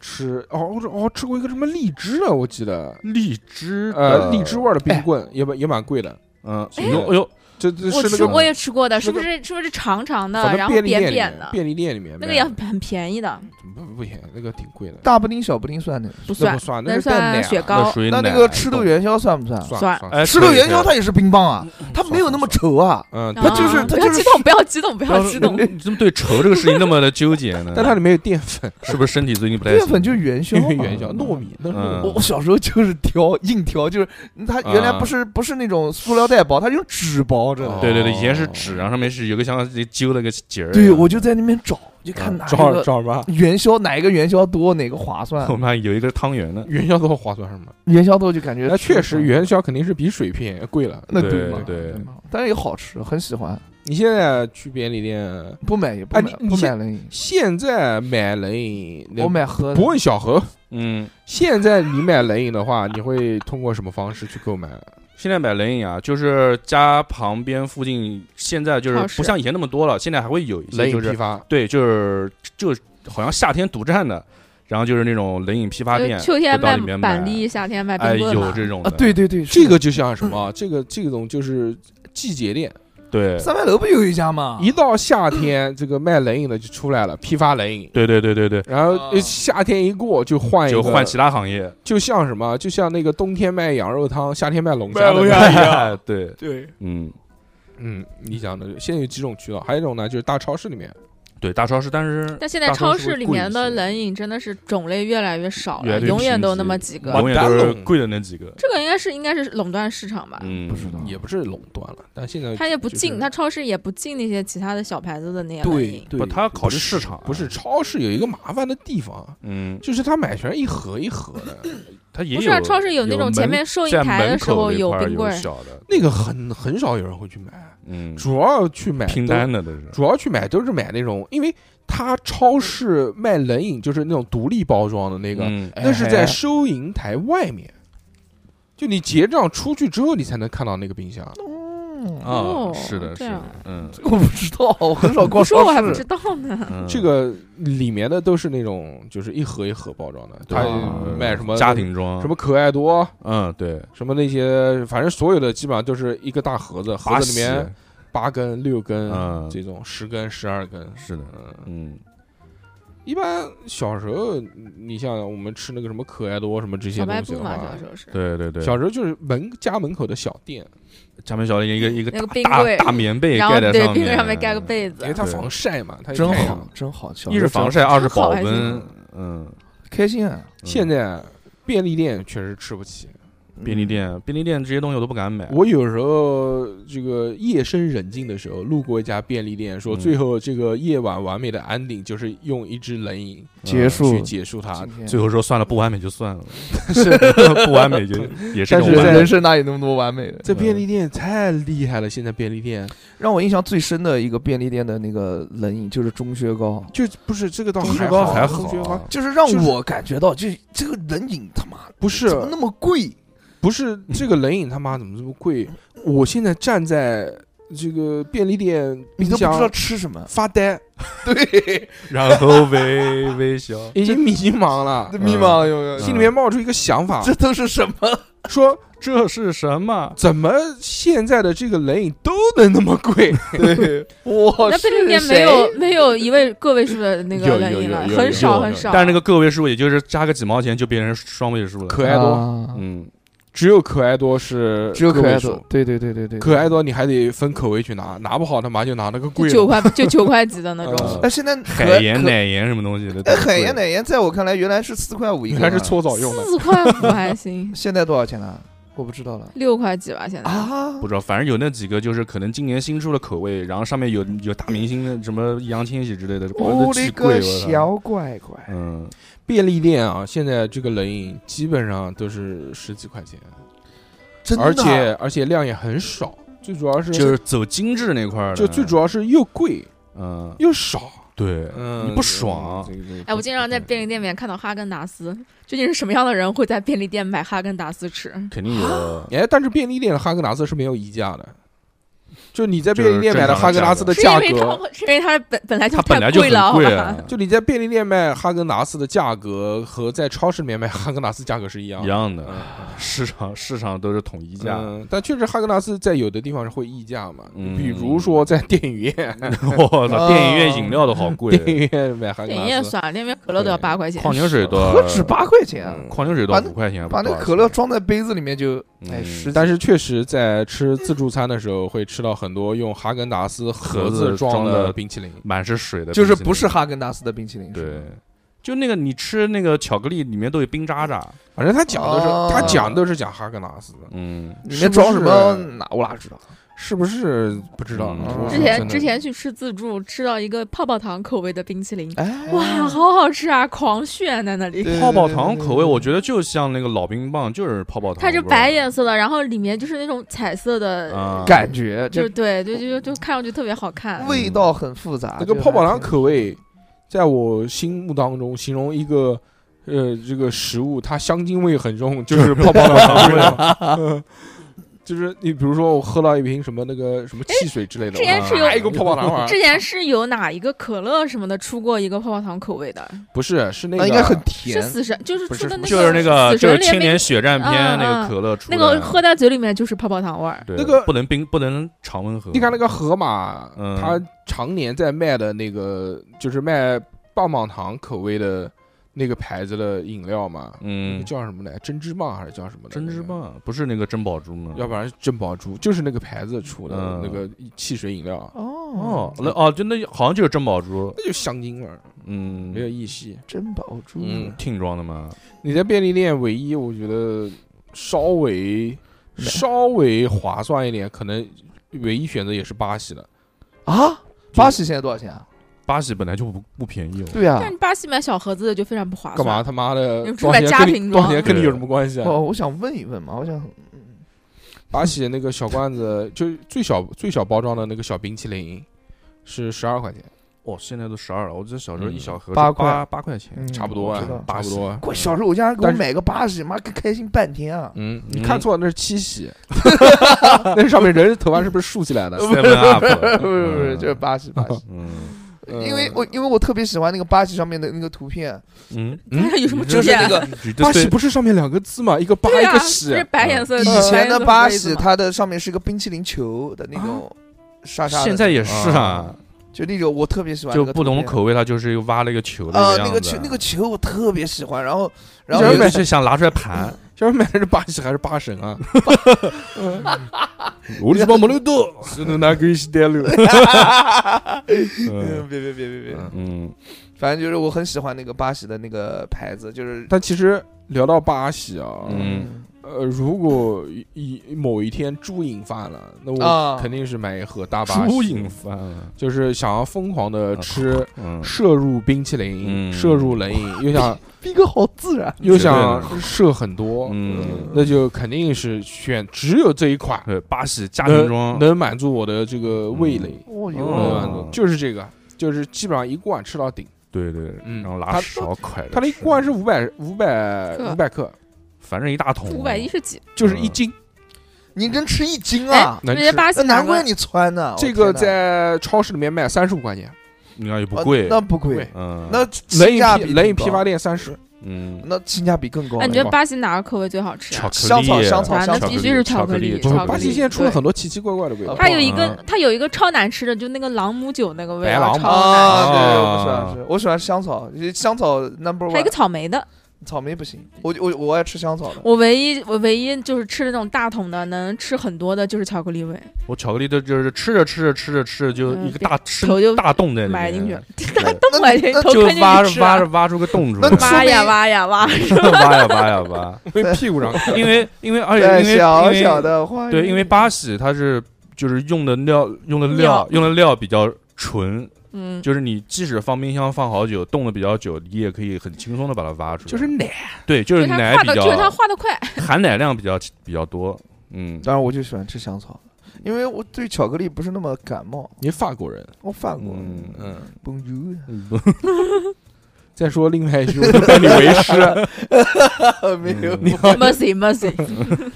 S2: 吃哦，我说哦，吃过一个什么荔枝啊的，我记得，
S4: 荔枝
S2: 呃，荔枝，味儿的冰棍也蛮也蛮贵的，
S4: 嗯，哎
S2: 哎
S4: 呦哎呦，
S2: 这这
S5: 哎我
S2: 是
S5: 吃
S2: 那
S5: 我
S2: 个
S5: 也吃过的，是
S2: 那
S5: 不
S2: 个
S5: 是是不是长长的，
S2: 反
S5: 然
S2: 正
S5: 后
S2: 便利店
S5: 扁
S2: 里
S5: 扁
S2: 面，
S5: 的，
S2: 便利店里面
S5: 那个也
S2: 卖
S5: 很很便宜的，
S2: 不不便宜，那个挺贵的，
S3: 大不丁小不丁算的，
S5: 不
S2: 那
S5: 算
S2: 不。算，
S5: 那
S2: 是带奶啊
S5: 算雪糕，
S4: 属于
S3: 那那
S4: 奶
S3: 个吃豆元宵算不算？
S2: 算
S5: 算
S2: 算，
S4: 哎，
S3: 吃
S4: 可以
S3: 豆元宵
S4: 可以
S3: 它也是冰棒啊，它没有那么稠啊。
S2: 嗯，
S5: 啊
S2: 对
S3: 它就是它
S5: 不要
S3: 就是
S5: 激动，不要激动，不要激动。
S4: 你怎么对稠这个事情那么的纠结 呢？
S2: 但它里面有淀 粉，
S4: 是不是身体最近不太
S3: 淀
S4: 行？
S3: 粉就是元宵
S2: 因
S3: 嘛，
S2: 为元宵、糯米，那是糯
S4: 嗯
S2: 米
S3: 我我小时候就是挑硬挑，就是它原来
S4: 啊
S3: 不是不是那种塑料袋包，它是用纸包着的。
S4: 对对对，
S2: 哦
S4: 以前是纸，然后上面是有个像揪了个结儿一样。
S3: 对，我就在那边找，就看
S5: 嗯
S3: 哪一
S2: 嗯找
S3: 个
S2: 找什么？
S3: 元宵哪一个元宵多，哪个划算
S4: 我。们还有一个汤圆呢。
S2: 元宵多划算是吗？
S3: 元宵多就感觉
S2: 那确实
S3: 吃
S2: 元宵肯定是比水片贵了。
S3: 那
S4: 对
S3: 嘛
S4: 对
S3: 嘛但是也好吃，很喜欢，
S2: 你现在去便利店，
S3: 不买也不
S2: 哎
S3: 买，
S2: 你你
S3: 不买
S2: 先
S3: 冷饮，
S2: 现在买冷饮，那
S3: 我买喝的
S2: 不。问小何。
S4: 嗯，
S2: 现在你买冷饮的话，你会通过什么方式去购买？
S4: 现在买冷饮啊，就是家旁边附近，现在就是
S5: 超市
S4: 不像以前那么多了，现在还会有一
S2: 冷
S4: 些
S2: 饮
S4: 就
S2: 批
S4: 是
S2: 发，
S4: 对，就是就好像夏天独占的，然后就是那种冷饮批发店，
S5: 就秋天
S4: 会到
S5: 卖
S4: 里面买
S5: 板，栗，夏天卖
S4: 哎，
S5: 冰棍
S4: 有
S5: 嘛。
S4: 这种
S3: 啊
S4: 的，，
S3: 对对对，是
S2: 这
S3: 的
S2: 个就像什么？这个这种就是季节店，
S4: 对
S3: 三牌楼不有一家吗？
S2: 一到夏天，这个卖冷饮的就出来了，批发冷饮。
S4: 对对对对对，
S2: 然后
S3: 啊
S2: 呃夏天一过就换一
S4: 就
S2: 个，
S4: 换其他行业，
S2: 就像什么，就像那个冬天卖羊肉汤，夏天卖龙虾
S3: 卖
S2: 的
S3: 龙虾
S2: 那种
S3: 一样
S4: 对，
S3: 对，
S4: 嗯，
S2: 嗯，你讲的现在有几种渠道，还有一种呢就是大超市里面，
S4: 对，大超市，但是
S5: 但现在
S4: 大
S5: 超
S4: 市
S5: 市
S4: 会
S5: 里
S4: 贵
S5: 面
S4: 一
S5: 的
S4: 些
S5: 冷饮真的是种类越来越少
S4: 越来
S5: 了，
S4: 越
S5: 永远
S4: 贫
S5: 都
S4: 瘠嗯
S5: 那么几个。
S4: 永远都是贵的那几个，
S5: 这个应该是应该是垄断市场吧？
S4: 嗯，
S3: 不知道
S2: 也不是垄断了，但现在
S5: 它也不
S2: 就是
S5: 进，它超市也不进那些其他的小牌子的那些冷
S2: 对
S5: 饮。
S2: 对，
S4: 不，他考虑
S2: 不
S4: 市
S2: 是
S4: 场啊，
S2: 不是超市有一个麻烦的地方，
S4: 嗯，
S2: 就是他买全是一盒一盒的，
S4: 他也有
S5: 不是啊，超市有那种前
S4: 门
S5: 面收银
S4: 在
S5: 台的
S4: 门
S5: 时
S4: 口
S5: 候
S4: 那块儿
S5: 冰棍儿，
S4: 小的，
S2: 那个很很少有人会去买，
S4: 嗯，
S2: 主要去买
S4: 拼
S2: 都
S4: 单的都是，
S2: 主要去买都是买那种，因为他超市卖冷饮就是那种独立包装的那个，
S4: 嗯
S2: 那是
S3: 哎
S2: 在收银台外面，就你结账出去之后，你才能看到那个冰箱。
S3: 嗯，
S4: 啊，
S5: 哦
S4: 是的，是
S5: 这
S4: 的
S5: 样，
S4: 嗯
S3: 我不知道，我很少逛
S5: 不说我
S3: 超
S5: 还不
S3: 市
S5: 知。道呢。
S4: 嗯，
S2: 这个里面的都是那种就是一盒一盒包装的，
S4: 对
S2: 它
S4: 吧
S2: 卖什么
S4: 家庭装
S2: 什么可爱多，
S4: 嗯，对，
S2: 什么那些，反正所有的基本上都是一个大盒子，盒
S4: 八
S2: 子里面八根、六根
S4: 嗯
S2: 这种，十根、十二根。
S4: 喜是的，
S2: 嗯，
S4: 嗯，
S2: 一般小时候，你像我们吃那个什么可爱多什么这些
S5: 小卖
S2: 东西
S5: 部
S2: 的
S5: 嘛，
S2: 话
S5: 小，时候是。
S4: 对对对，
S2: 小时候就是门家门口的小店，
S4: 家门小的一个一个大
S5: 那个冰
S4: 大
S5: 柜
S4: 大棉被
S5: 然后
S4: 盖在
S5: 对
S4: 上
S5: 冰
S4: 面，嗯哎
S5: 柜上面盖个，被子
S2: 因为，它
S4: 对
S2: 防晒嘛，它有
S3: 真
S2: 太阳
S3: 好，。真好，小
S4: 一
S3: 时
S4: 是
S3: 候
S4: 防
S3: 真
S4: 晒，二是
S5: 好
S4: 保
S5: 还
S4: 温
S5: 行，
S4: 嗯，
S3: 开心啊！
S2: 现
S4: 嗯
S2: 在便利店确实吃不起，
S4: 便利店便利店这些东西我都不敢买，
S2: 嗯我有时候这个夜深人静的时候，路过一家便利店，说
S4: 嗯
S2: 最后这个夜晚完美的安定就是用一支冷饮
S3: 嗯结束
S2: 去结束它
S3: 今。天
S4: 最后说算了，不完美就算 了，
S3: 是，
S4: 不完美就也是一
S2: 但
S4: 种
S2: 是
S4: 完
S2: 在
S4: 美
S3: 人。生哪有那么多完美的？
S2: 这便利店太厉害了，现在便利店
S3: 让我印象最深的一个便利店的那个冷饮就是钟薛高，
S2: 就不是这个倒
S4: 中
S2: 还
S4: 雪糕
S2: 好
S4: 还
S2: 中雪
S4: 好
S2: 糕，
S3: 啊就是让
S2: 就是
S3: 我感觉到，就是这个冷饮他妈
S2: 不是
S3: 怎么那么贵？
S2: 不是这个冷饮他妈怎么这么贵？我现在站在这个便利店
S3: 你
S2: 冰
S3: 都不知道
S2: 箱
S3: 吃什么？
S2: 发呆，
S4: 然后微微笑，
S2: 已经迷茫了，
S3: 迷茫了有没有？
S4: 嗯
S2: 心里面冒出一个想法，
S3: 这都是什么？
S2: 说
S4: 这是什么？
S2: 怎么现在的这个冷饮都能那么贵？
S3: 对，我
S5: 那
S3: 是
S5: 便利店没
S3: 谁
S5: 有没有一位个位数的那
S2: 有
S5: 个冷
S2: 有
S5: 饮
S2: 有
S5: 了，
S2: 有
S5: 很
S2: 有
S5: 少
S2: 有
S5: 很
S2: 有
S5: 少。
S4: 但是那个个位数也就是加个几毛钱就变成双位数了。
S2: 可爱多，
S3: 啊
S4: 嗯，
S2: 只有可爱多是
S3: 只有可
S2: 个
S3: 爱
S2: 位
S3: 多
S2: 数，，
S3: 对对对对对，
S2: 可爱多你还得分口味去拿，拿不好他妈就拿那个
S5: 就
S2: 贵
S5: 九
S2: 的。
S5: 块就九块几的那
S4: 嗯
S5: 种。
S2: 呃
S3: 但现在可
S4: 海盐、
S3: 可
S4: 奶盐什么东西的
S3: 哎，
S4: 都
S3: 海盐
S4: 贵
S3: 奶盐，在我看来原来是四块五一
S2: 应
S3: 个，，
S2: 该是，搓澡用的，
S5: 四块五还行
S3: 现在多少钱了？我不知道了
S5: 六块几吧现在。
S3: 啊
S4: 不知道，反正有那几个就是可能今年新出了口味，然后上面有有大明星的，什么易烊千玺之类的，
S3: 我
S4: 的
S3: 的
S4: 巨贵，
S3: 个
S4: 我操！
S3: 小乖乖，
S4: 嗯，
S2: 便利店啊，现在这个冷饮基本上都是十几块钱，
S3: 真啊
S2: 而且而且量也很少，最主要是
S4: 就是走精致那块儿的，
S2: 就最主要是又贵
S4: 嗯，
S2: 又少，
S4: 对，
S2: 嗯，
S4: 你不爽啊
S2: 这个。这个
S5: 哎，我经常在便利店里面看到哈根达斯，究竟是什么样的人会在便利店买哈根达斯吃？
S4: 肯定
S5: 啊
S4: 有。
S2: 哎，但是便利店的哈根达斯是没有溢价的，就你在
S4: 就是
S2: 便利店买的哈根达斯的
S5: 是因
S2: 价
S5: 为
S2: 格，
S5: 它是因为它本本来就
S4: 它本来
S5: 太
S4: 就很
S5: 了，好
S4: 贵
S5: 吧？
S4: 啊，
S2: 就你在便利店卖哈根达斯的价格和在超市里面买哈根达斯价格是一样
S4: 一
S2: 的。
S4: 样的，
S2: 嗯
S4: 市场市场都是统一价。
S2: 嗯，但确实哈根达斯在有的地方是会溢价嘛，
S4: 嗯
S2: 比如说在电影院，
S4: 我操，
S3: 哦
S4: 电影院饮料都好贵，
S2: 电影院买哈根
S5: 电影院
S2: 达斯，
S5: 算了，电影院可乐都要
S2: 对
S5: 八块 钱。
S4: 矿泉水多少？
S3: 何止八块钱啊？
S2: 嗯
S4: 矿泉水多
S3: 把
S4: 少
S3: 那
S4: 五块钱，
S3: 把
S4: 不
S3: 那个
S4: 多少
S3: 可乐
S4: 钱
S3: 装在杯子里面就，哎，
S4: 嗯
S3: 十
S2: 但是确实在吃自助餐的时候会吃到很多用哈根达斯盒子装
S4: 盒子装的
S2: 冰淇淋，
S4: 满是水的冰淇
S3: 就
S4: 淋，
S3: 是不是哈根达斯的冰淇淋，是
S4: 对
S3: 吧，
S4: 就那个你吃那个巧克力里面都有冰渣渣，
S2: 反正他讲都是
S3: 哦
S2: 他讲都是讲哈根达斯的，
S4: 嗯，
S3: 里
S2: 是
S3: 面
S2: 不
S3: 装什么
S2: 是
S3: 哪我哪知道？
S2: 是不是不知道？
S4: 嗯
S2: 是不是
S5: 之前
S2: 真的
S5: 之前去吃自助，吃到一个泡泡糖口味的冰淇淋，
S3: 哎，
S5: 哇，好好吃啊！狂炫在那里，
S3: 对
S4: 泡泡糖口味，我觉得就像那个老冰棒，就是泡泡糖味
S5: 它
S4: 儿，
S5: 是白颜色的，然后里面就是那种彩色的，
S4: 啊，
S3: 感觉这
S5: 就是对对就就就看上去特别好看。
S3: 嗯味道很复杂。
S2: 那
S3: 就
S2: 个泡泡
S3: 还
S2: 糖
S3: 挺
S2: 口味，在我心目当中形容一个呃这个食物，它香精味很重，就是泡泡糖味嘛。嗯 就是你比如说我喝到一瓶什么那个什么汽水之类的，
S5: 哎之前
S2: 哇
S5: 是有
S2: 拿一个泡泡糖玩啊儿，
S5: 之前是有哪一个可乐什么的出过一个泡泡糖口味的，
S2: 不是是那
S3: 那
S2: 个
S3: 应该很
S5: 是
S3: 甜。
S5: 死神，就是
S2: 不
S5: 出的
S2: 是
S5: 那个，
S4: 就是那个
S5: 死
S4: 就是
S5: 神
S4: 《青
S5: 联
S4: 年啊
S5: 名，
S4: 血战篇
S5: 嗯》
S4: 那
S5: 嗯
S4: 个可乐出
S5: 那
S4: 的，
S5: 个喝在嘴里面就是泡泡糖味儿。
S4: 对
S2: 那个
S4: 不能冰不能常温喝，
S2: 你看那个河马，
S4: 嗯
S2: 它常年在卖的那个就是卖棒棒糖口味的那个牌子的饮料
S3: 啊
S2: 嘛，那个
S4: 嗯，
S2: 叫什么来？针织棒还是叫什么来着？
S4: 针织棒不是那个珍宝珠吗？
S2: 要不然是珍宝珠，就是那个牌子出的
S4: 嗯
S2: 那个汽水饮料，啊
S4: 哦
S3: 哦，
S4: 那哦，就那好像就是珍宝珠，
S2: 那就香精味儿，
S4: 嗯，
S2: 没有意息。
S3: 珍宝珠，
S2: 嗯
S4: 听装的吗？
S2: 你在便利店唯一我觉得稍微稍微划算一点，可能唯一选择也是巴西的。
S3: 啊，巴西现在多少钱啊？
S4: 巴西本来就不不便宜哦，
S3: 对啊
S5: 但，是巴西买小盒子的就非常不划
S2: 干
S5: 算。
S2: 嘛他妈的
S5: 你们是
S2: 多少
S5: 买
S2: 钱
S5: 家
S2: 跟你
S5: 庭
S2: 多少
S5: 装
S2: 钱跟你有什么关系啊？
S3: 哦，我想问一问嘛，我想
S2: 巴西那个小罐子，就最小最小包装的那个小冰淇淋，是十二块钱，
S4: 哦，现在都十二了，我记得小时候
S2: 嗯
S4: 一小盒
S3: 八
S4: 是
S3: 块
S4: 八块钱，
S3: 嗯
S2: 差不多
S3: 我知道
S2: 啊，差不多啊。
S3: 我小时候我家给我
S2: 但是
S3: 买个巴西，妈开开心半天啊！
S2: 嗯，你
S4: 嗯
S2: 看错了，那是七 喜，那上面人头发是不是竖起来的？
S4: Seven Up，
S3: 不是不是，
S4: 嗯
S3: 就是巴西巴西，
S4: 嗯
S2: 嗯
S3: 因为我因为我特别喜欢那个巴西上面的那个图片，
S4: 嗯，
S2: 嗯
S5: 有什么
S3: 就是
S5: 出现
S3: 那个
S2: 巴西
S4: 对
S2: 不是上面两个字嘛，一个巴
S5: 对
S2: 一
S5: 啊，
S2: 个
S5: 不
S2: 喜嗯
S5: 是，白颜色的
S3: 以前的巴西，
S5: 它
S3: 它的上面是一个冰淇淋球的那种沙沙的，
S4: 现在也是啊，
S3: 就那种我特别喜欢那
S4: 就
S3: 个
S4: 不
S3: 图
S4: 懂
S3: 片，
S4: 口味，它就是一个挖了一个球的
S3: 啊，
S4: 样
S3: 那
S4: 子
S3: 个球那个球我特别喜欢，然 后
S4: 然
S3: 然后
S4: 后
S3: 有
S4: 有
S3: 一
S4: 的
S3: 次
S4: 是想拿出来盘，
S2: 小时候买的是巴西还是巴神啊？我是巴马六多， 是能拿给西带路。
S3: 嗯别别别别别，
S4: 嗯，
S3: 反正就是我很喜欢那个巴西的那个牌子，就是
S2: 但其实聊到巴西啊，
S4: 嗯
S2: 呃，如果一一某一天猪瘾犯了，那我
S3: 啊
S2: 肯定是买一盒大巴西。
S4: 猪瘾犯了，
S2: 就是想要疯狂的吃，
S4: 嗯，
S2: 摄入冰淇淋，
S4: 嗯
S2: 摄入冷饮，又想
S3: 逼哥好自然，
S2: 又
S4: 绝
S2: 想摄很多，
S4: 嗯
S2: 那就肯定是选只有这一款
S4: 对，巴西家庭
S2: 能
S4: 装，
S2: 能满足我的这个味蕾，
S3: 哦
S4: 嗯
S2: 能
S3: 哟，
S2: 满足就是这个，就是基本上一罐吃到顶。
S4: 对对，
S2: 嗯
S4: 然后
S2: 它
S4: 拿勺㧟着吃，
S2: 它那一罐是五百五百
S5: 克
S2: 五百克，
S4: 反正一大桶，
S5: 五百一十几。
S2: 就是一斤。
S3: 你跟吃一斤
S5: 哎
S3: 啊，，
S2: 能
S5: 人
S2: 吃
S5: 家巴
S3: 那
S5: 西
S3: 难怪
S5: 你
S3: 你穿呢，
S2: 这个
S3: 我嗯哦天哪
S2: 在超市里面卖三十五块钱，
S4: 应该也不
S3: 哦
S4: 贵，
S3: 那不贵
S2: 贵，
S4: 嗯，
S3: 那
S2: 冷
S3: 性
S2: 饮
S3: 价
S2: 批
S3: 比
S2: 冷饮
S3: 更
S2: 批
S3: 高
S2: 发店三十。
S4: 嗯，
S3: 那性价比更高
S5: 哎，
S3: 了。
S5: 你觉得巴西哪个口味最好吃
S4: 巧
S5: 啊？
S4: 克力，
S3: 香草香草
S5: 啊，那必须是巧克力，
S4: 巧
S5: 巧克力。
S2: 巴西现在出了很多奇奇怪怪的味道
S3: 对。
S5: 它有一个
S4: 嗯，
S5: 它有一个超难吃的，就那个朗姆酒那个味
S2: 白
S5: 道，
S2: 朗姆
S5: 超难吃。
S3: 啊，对，
S4: 啊
S3: 我不喜欢吃，我喜欢香草，香草 number
S5: 还有一
S3: one。
S5: 个草莓的，
S3: 草莓不行，我我我爱吃香草 的。
S5: 我唯一我唯一就是吃的那种大桶的，能吃很多的就是巧克力味，
S4: 我巧克力都就是吃着吃着吃着吃着就
S5: 嗯
S4: 一个大
S5: 头就
S4: 深大洞在里面，
S5: 埋进去了，
S4: 对
S5: 大洞埋进去，
S3: 那
S5: 头
S4: 啊就
S5: 伸进
S4: 挖
S5: 去
S4: 着
S5: 吃
S4: 挖
S5: 啊
S4: 着，挖出个洞出
S3: 那
S4: 来，
S3: 那
S5: 挖呀挖呀挖，
S4: 挖呀挖呀挖，
S2: 为屁股上看，
S4: 因为因为而
S3: 在
S4: 且因为
S3: 小
S4: 因为
S3: 小的嗯花园，
S4: 对，因为巴西它是就是用的料用的料
S5: 料
S4: 用的料比较纯，
S5: 嗯，
S4: 就是你即使放冰箱放好久，冻的比较久，你也可以很轻松的把它挖出来。
S3: 奶，
S4: 对，就
S5: 就是是它
S4: 奶
S5: 化
S4: 比
S5: 的，就是它
S4: 较
S5: 化的 快，
S4: 含奶量比较比较多。嗯，
S3: 当然我就喜欢吃香草，因为我对巧克力不是那么感冒。
S2: 你法国人，
S3: 我犯过，
S4: 嗯
S2: 嗯，
S3: Bonjour
S2: 再说另外一句，我就拜你为师。
S3: 没有，
S4: 嗯
S5: mercy mercy，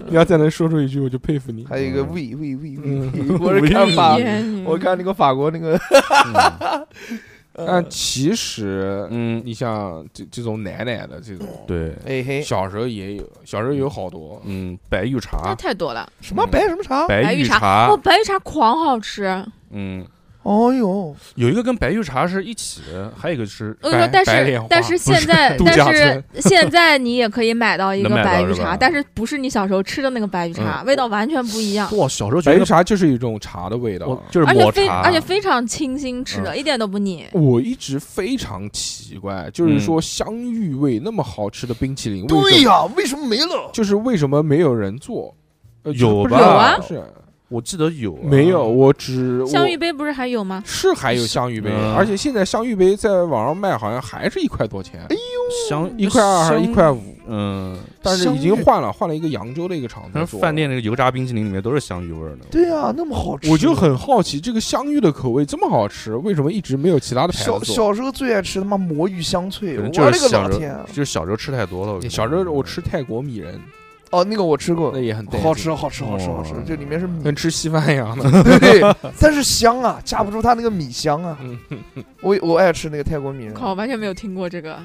S2: 你要再能说出一句，我就佩服你。
S3: 还有一
S4: 嗯
S3: 个喂喂喂喂，
S2: 嗯
S3: 我是看
S4: 啊
S3: 法，
S5: 嗯
S3: 我看那个法国那个，
S2: 但其实，
S4: 嗯，
S2: 你像这这种奶奶的这种，
S4: 对，
S3: 哎嘿，
S2: 小时候也有，小时候有好多。
S4: 嗯，白玉
S5: 那
S4: 茶，
S5: 太多了。
S3: 什么白什么茶，
S4: 白
S5: 白玉
S4: 茶
S5: 哇，，白玉茶狂好吃！
S4: 嗯，
S3: 哦呦，
S4: 有一个跟白玉茶是一起的，还有一个是
S5: 我跟你说，
S2: 白
S5: 但
S2: 白莲
S5: 是
S2: 花
S5: 但是现 在，
S2: 度假
S5: 但是 现在你也可以买到一个
S4: 能买到
S5: 白玉
S4: 是吧嗯
S5: 茶，但是不是你小时候吃的那个白玉茶，味道完全不一样，
S4: 哇，小时候觉
S2: 白玉
S4: 得
S2: 茶就是一种茶的味道啊
S4: 我。就是
S5: 而且
S4: 抹
S5: 非
S4: 茶，嗯
S5: 而且非常清新，吃的一点都不腻。
S2: 我一直非常奇怪，就是说香芋味那么好吃的冰淇淋，为什
S3: 对
S2: 么
S3: 呀，为什么没了？
S2: 就是为什么没有人做？呃就是
S4: 有
S2: 不知
S4: 吧
S2: 道
S5: 有啊
S2: 是
S4: 我记得有啊
S2: 没有，我只
S5: 香芋
S2: 我
S5: 杯不是还有吗？
S2: 是还有香芋杯，
S4: 嗯
S2: 而且现在香芋杯在网上卖好像还是一块多钱，
S4: 香
S2: 一块二还是一块，五，
S4: 香嗯，
S2: 但是已经
S3: 香芋
S2: 换了，换了一个扬州的一个厂
S4: 但是
S2: 子做。
S4: 饭店那个油炸冰淇淋里面都是香芋味儿的。
S3: 对呀，那么好吃，
S2: 我就很好奇，这个香芋的口味这么好吃，为什么一直没有其他的牌
S3: 小
S2: 子做？
S3: 小时候最爱吃他妈魔芋香脆，
S4: 嗯
S3: 我
S4: 就是
S3: 那个
S4: 小
S3: 老
S4: 时候
S3: 天啊，
S4: 就是小时候吃太多了，我觉得
S2: 小时候我吃泰国米人，
S3: 哦，那个我吃过
S2: 那，也很带劲
S3: 好，吃好吃好吃好吃
S4: 哦，
S3: 这里面是米，
S2: 跟吃稀饭一样的。
S3: 对，但是香啊，架不住它那个米香啊
S2: 嗯。
S3: 我我爱吃那个泰国
S4: 嗯
S3: 米人，
S5: 靠，完全没有听过这个，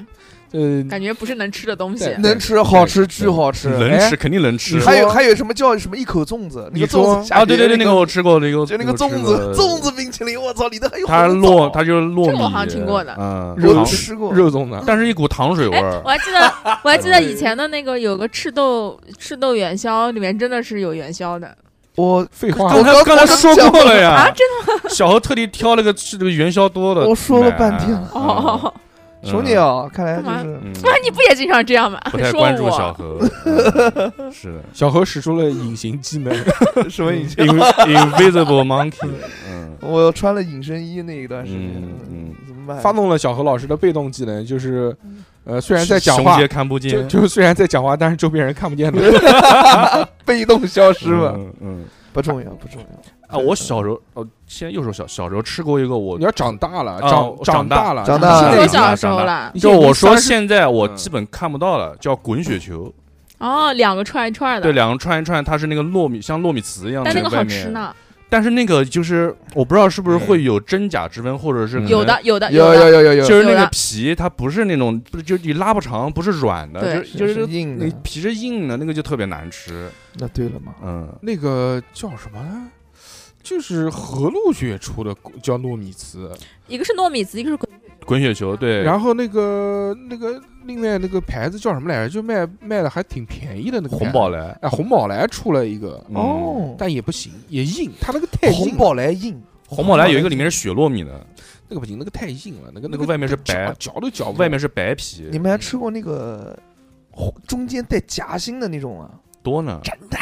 S2: 呃，
S5: 感觉不是能吃的东西。
S2: 对
S3: 能吃好吃巨好吃，
S4: 能吃肯定能吃
S2: 你说
S3: 还有还有什么叫什么一口粽子？那
S2: 你
S3: 个
S2: 说
S3: 粽子
S4: 啊！对对对，那
S3: 那
S4: 个我吃过，那个
S3: 就那个
S4: 我吃
S3: 粽
S4: 过
S3: 子粽，子冰淇淋，我操，里头还有
S4: 它是
S3: 红
S4: 糯，
S3: 枣
S4: 它就是糯米，
S5: 这个我好像听过的
S4: 嗯，
S2: 肉
S3: 我
S4: 糖
S3: 吃过，
S2: 肉粽的，
S4: 但是一股糖水味
S5: 哎，
S4: 儿
S5: 我。还记得，我还记得以前的那个有个赤豆赤豆元宵，里面真的是有元宵的
S3: 我
S2: 废
S5: 哎
S2: 话
S4: 刚，
S3: 我
S4: 才
S3: 刚
S4: 刚才说过了
S5: 啊，
S4: 呀，
S5: 真的
S4: 小何特地挑了个吃这个元宵多的买。
S3: 我说了半天了
S5: 哦。
S4: 嗯
S3: 兄弟，啊，看来就
S5: 干
S3: 是
S4: 嗯
S5: 哇，你不也经常这样吗？
S4: 不太
S5: 说
S4: 关注小
S5: 我，
S4: 何，嗯是 的
S2: 小何使出了隐形技能，
S3: 什么以前
S4: ，In- Invisible Monkey，嗯，
S3: 我穿了紧身衣那一段时间
S4: 嗯，嗯，
S3: 怎么办？
S2: 发动了小何老师的被动技能，就是，呃，虽然在讲
S4: 熊
S2: 话
S4: 街，看不
S2: 就
S4: 见，
S2: 就虽然在讲话，但是周边人看不见的。
S3: 被动消失吧，
S4: 嗯嗯。
S3: 不重要不重
S4: 啊，
S3: 要。
S4: 我小时候，哦，现在又说小小时候吃过一个我
S2: 你要长大了，
S4: 啊
S2: 长
S4: 我
S2: 长
S4: 长大
S2: 了，
S3: 长
S5: 不
S3: 大
S5: 是
S3: 了
S5: 我
S4: 啊
S5: 小时候了。
S2: 你
S4: 就我说
S2: 现
S4: 现在我
S2: 嗯
S4: 基本看不到了，叫滚雪球，
S5: 哦，两个串一串的，
S4: 对，两个串一串，它是那个糯米像糯米糍一样的
S5: 但那
S4: 在
S5: 个
S4: 外
S5: 好吃
S4: 面，
S5: 呢，
S4: 但是那个就是我不知道是不是会有真假之分，或者是可
S5: 有
S4: 能
S5: 的有的
S3: 有
S5: 的，
S3: 有有有
S4: 就是那
S5: 有
S4: 个
S5: 的
S4: 皮它不是那种，不是就是你拉不长，不是软的，
S5: 对
S4: 就是就是这个
S3: 硬
S4: 那个皮是硬的，那个就特别难吃，
S3: 那对了嘛？
S4: 嗯，
S2: 那个叫什么呢？就是何路雪出的叫糯米糍，
S5: 一个是糯米糍，一个是滚
S4: 滚雪球对，
S2: 然后那个那个另外那个牌子叫什么来着？就卖卖的还挺便宜的那个
S4: 红宝
S2: 来，
S4: 来，
S2: 哎，红宝来出了一个，
S4: 嗯，
S3: 哦，
S2: 但也不行，也硬，它那个太硬了，
S3: 红宝来硬，
S4: 红宝来有一个里面是雪糯米的，
S2: 那个不行，那个太硬了，那个
S4: 那
S2: 那
S4: 个外面是白
S2: 嚼嚼都嚼不
S4: 哦外面
S2: 是
S4: 是白皮，
S3: 你们还吃过那个红中间带夹心的那种啊？
S4: 多呢，真的，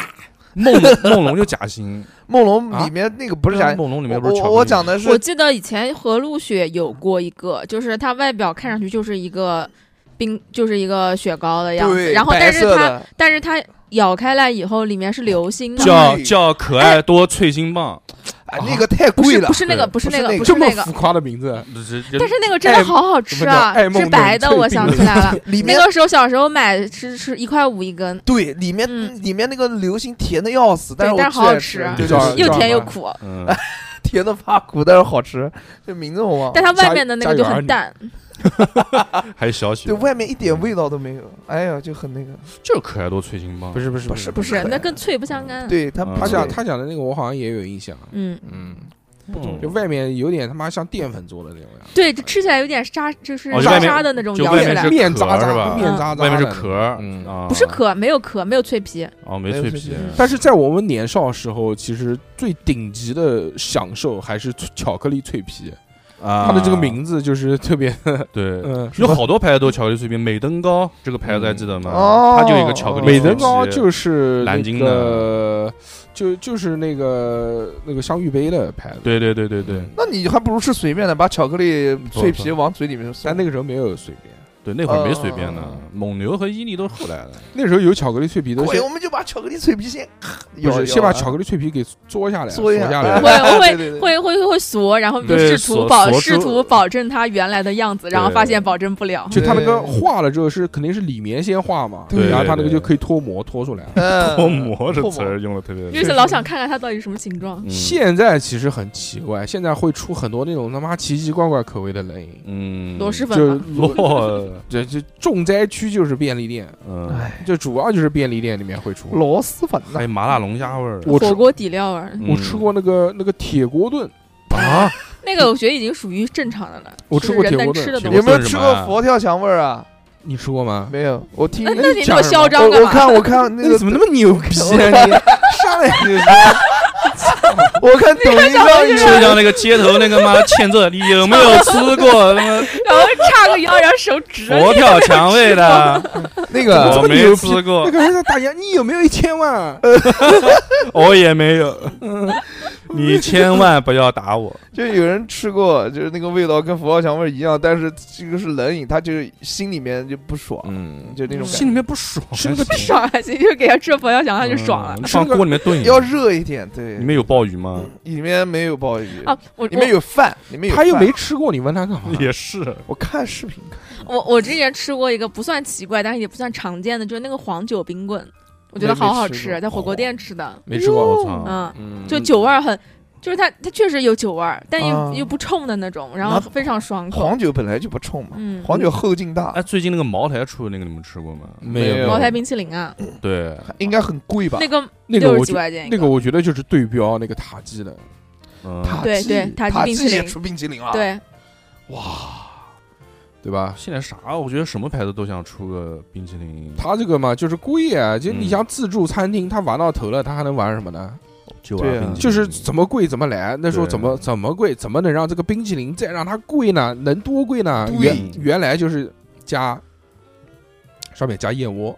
S4: 梦梦龙就 夹心。
S3: 梦龙
S2: 啊
S3: 里面那个不是夹，
S4: 梦龙里面不
S3: 我
S4: 是巧克
S3: 我
S4: 力
S3: 我讲的
S5: 我
S3: 是
S5: 记得以前和路雪有过一个，就是它外表看上去就是一个冰，就是一个雪糕的样子，
S3: 对，
S5: 然后
S3: 白
S5: 但是
S3: 色
S5: 它
S3: 的，啊
S5: 但是它咬开来以后里面是流心的，
S4: 叫
S3: 对
S4: 叫可爱多脆心棒，
S3: 哎，那个太
S5: 不
S3: 贵
S5: 是
S3: 了
S5: 不，是那个
S4: 对
S5: 不是那个
S3: 不
S5: 不
S2: 这
S5: 是
S2: 么
S5: 那个
S2: 浮，夸的名字，啊
S5: 但
S4: 但
S5: 是那个真的好好吃啊
S2: 爱，梦
S5: 是白的，
S2: 冷萃
S5: 我想起来了，
S3: 里面
S5: 那个时候小时候买是是一块五一根，
S3: 对里面
S5: 嗯
S3: 里面那个流心甜的要死，是
S5: 对
S3: 我
S5: 但是
S3: 最爱
S5: 好啊好
S3: 对
S2: 吃
S3: 对
S2: 又
S5: 又
S3: 对
S2: 叫
S5: 甜又
S2: 什么
S5: 苦，
S4: 嗯，
S3: 甜的发苦，但是好吃，这名字我忘
S5: 但
S3: 了，
S5: 它外面的那个就很淡，
S4: 还有小雪
S3: 对，外面一点味道都没有，哎呀，就很那个，
S4: 就是可爱多脆心棒，
S2: 不
S4: 是
S2: 是不是
S3: 不是
S5: 不
S3: 不
S5: 是
S3: 是
S5: 那跟脆不相干。
S3: 对他
S4: 嗯
S2: 他
S4: 不是
S2: 讲他讲的那个我好像也有印象，啊
S5: 嗯，
S2: 嗯，不重，就外面有点他妈像淀粉做的那种样，
S5: 对，这吃起来有点沙，就是
S4: 哦就
S5: 沙
S4: 外面
S5: 沙的那种，
S4: 就
S5: 咬
S4: 外
S5: 起
S4: 面
S5: 来
S4: 是
S2: 面
S4: 壳
S2: 渣
S4: 是
S2: 渣，
S4: 吧
S2: 面渣渣，
S4: 外面是壳，
S2: 嗯
S4: 啊，
S5: 不是壳，没有壳，没有脆皮，
S4: 哦，没
S3: 没有
S4: 脆
S3: 脆
S4: 皮
S3: 皮，
S2: 但是在我们年少时候，其实最顶级的享受还是巧克力脆皮，
S4: 啊
S2: 它的这个名字就是特 别，
S4: 对，
S2: 嗯，
S4: 有好多牌子都有巧克力脆皮，美登糕这个牌子还记得吗？
S3: 哦
S4: 它就有一个巧克力脆
S2: 美
S4: 皮
S2: 登糕就是
S4: 南京的
S2: 的，就就是那个那个香芋杯的牌子，嗯
S4: 对对对对对
S3: 那你还不如吃随便的，把巧克力脆皮往嘴里面塞
S2: 但。那个时候没有随便，
S4: 对，那会儿没随便的
S3: 哦，
S4: 蒙牛和伊利都是后来的。
S2: 那时候有巧克力脆皮的，
S3: 对，
S2: 先
S3: 我们就把巧克力脆皮先
S2: 不
S3: 啊
S2: 是先把巧克
S3: 力
S2: 力脆皮给搓啊
S4: 啊
S2: 下来，
S3: 搓
S2: 搓
S3: 一下
S2: 下来
S3: 哎，
S5: 会
S3: 对对对
S5: 会会会会缩，然后就
S4: 对
S5: 试
S4: 锁
S5: 图保
S4: 锁
S5: 试
S4: 住
S5: 图保证它原来的样子，然后
S4: 对
S5: 发现保证不了。
S2: 就它那个
S3: 对
S2: 化了之后是肯定是里面先化嘛，
S4: 对
S2: 然后它那
S4: 对
S2: 个
S4: 对
S2: 就可以脱模脱出来。
S3: 嗯
S4: 脱模这词
S3: 儿。
S4: 儿用的特别
S5: 就是老想看看它到底什么形状。
S4: 嗯
S2: 现在其实很奇怪，现在会出很多那种他妈奇奇怪怪口味的冷饮，
S4: 嗯
S5: 螺蛳粉
S2: 就
S5: 嘛，
S4: 螺
S2: 这这重灾区就是便利店，
S4: 嗯，
S3: 哎，
S2: 就主要就是便利店里面会出。
S3: 螺蛳粉
S4: 还
S3: 呐，
S4: 有麻辣龙虾味儿。嗯
S2: 我吃
S5: 火锅底料味儿，
S2: 我吃过那个那个铁锅炖，
S4: 啊，
S5: 那个我觉得已经属于正常的了。
S2: 我
S5: 是
S2: 吃过
S5: 人
S2: 铁
S5: 能
S2: 锅炖
S5: 吃的
S4: 铁
S5: 东
S4: 锅
S5: 西
S3: 有
S4: 炖。
S3: 没有吃过佛跳墙味儿啊？
S2: 你吃过吗？
S3: 没有，我听
S5: 那
S3: 我
S5: 那你那
S2: 讲
S5: 么
S2: 什么
S5: 嚣张干
S3: 我
S5: 嘛？
S3: 看我看那
S2: 那你
S3: 个
S2: 怎么那么牛逼啊 你？上来就
S3: 我看抖音上一
S4: 哎就
S3: 个
S4: 像那个街头那个妈欠揍，你有没有吃过他妈
S5: 然后叉个腰，然后手指。
S4: 佛跳墙味 的？
S3: 那
S4: 我
S3: 个
S2: 这么
S4: 没
S2: 牛逼
S4: 吃过
S2: 那，个人在打烊，你有没有一千万？
S4: 我也没 有。你千万不要打我。
S3: 就有人吃过，就是那个味道跟佛跳墙味儿一样，但是这个是冷饮，他就是心里面就不爽，
S4: 嗯，
S3: 就那种
S4: 心里
S3: 感
S4: 面不爽，
S2: 吃那个
S4: 还行
S5: 爽还行，就是给他吃佛跳墙，他就爽了
S4: 嗯。放锅里面炖一
S3: 觉，
S4: 下
S3: 要热一点，对，
S4: 里面有鲍鱼吗？
S3: 里面没有鲍鱼，
S5: 啊，我
S3: 里面有饭，里面有
S2: 他又
S3: 饭
S2: 没吃过，你问他干嘛？
S4: 是，
S3: 我看视频看，
S5: 我我我之前吃过一个不算奇怪，但是也不算常见的，就是那个黄酒冰棍，我觉得
S3: 没
S5: 好好
S3: 没吃
S5: 吃，
S3: 过哦
S5: 在火锅店吃的。
S2: 没吃过，
S4: 我操！
S5: 嗯，
S2: 嗯
S5: 就酒味儿很，就是它它确实有酒味儿，但又、
S3: 啊
S5: 又不冲的那种，然后
S3: 那
S5: 非常爽口。
S3: 黄酒本来就不冲嘛，
S5: 嗯，
S3: 黄酒后劲大
S4: 哎，，最近那个茅台出的那个，你们吃过吗？
S2: 没有
S3: 没有
S5: 茅台冰淇淋啊，
S4: 对，
S3: 应该很贵吧？
S5: 那个
S2: 那个我
S5: 六十几
S2: 觉
S5: 块钱一
S2: 那个我觉得就是对标那个塔基的，
S4: 嗯，
S3: 塔
S5: 对对塔
S3: 塔
S5: 基冰淇
S3: 也
S5: 淋
S3: 出冰淇淋了，，
S5: 对，
S2: 对吧？
S4: 现在啥？我觉得什么牌子都想出个冰淇淋，
S2: 他这个嘛，就是贵啊！就你
S4: 嗯
S2: 像自助餐厅，他玩到头了，他还能玩什么呢？
S4: 就
S3: 对啊
S2: 就是怎么贵怎么来。那时候
S4: 嗯对
S2: 怎么怎么贵，怎么能让这个冰淇淋再让它贵呢？能多贵呢？
S4: 对
S2: 原原来就是加上面加燕窝，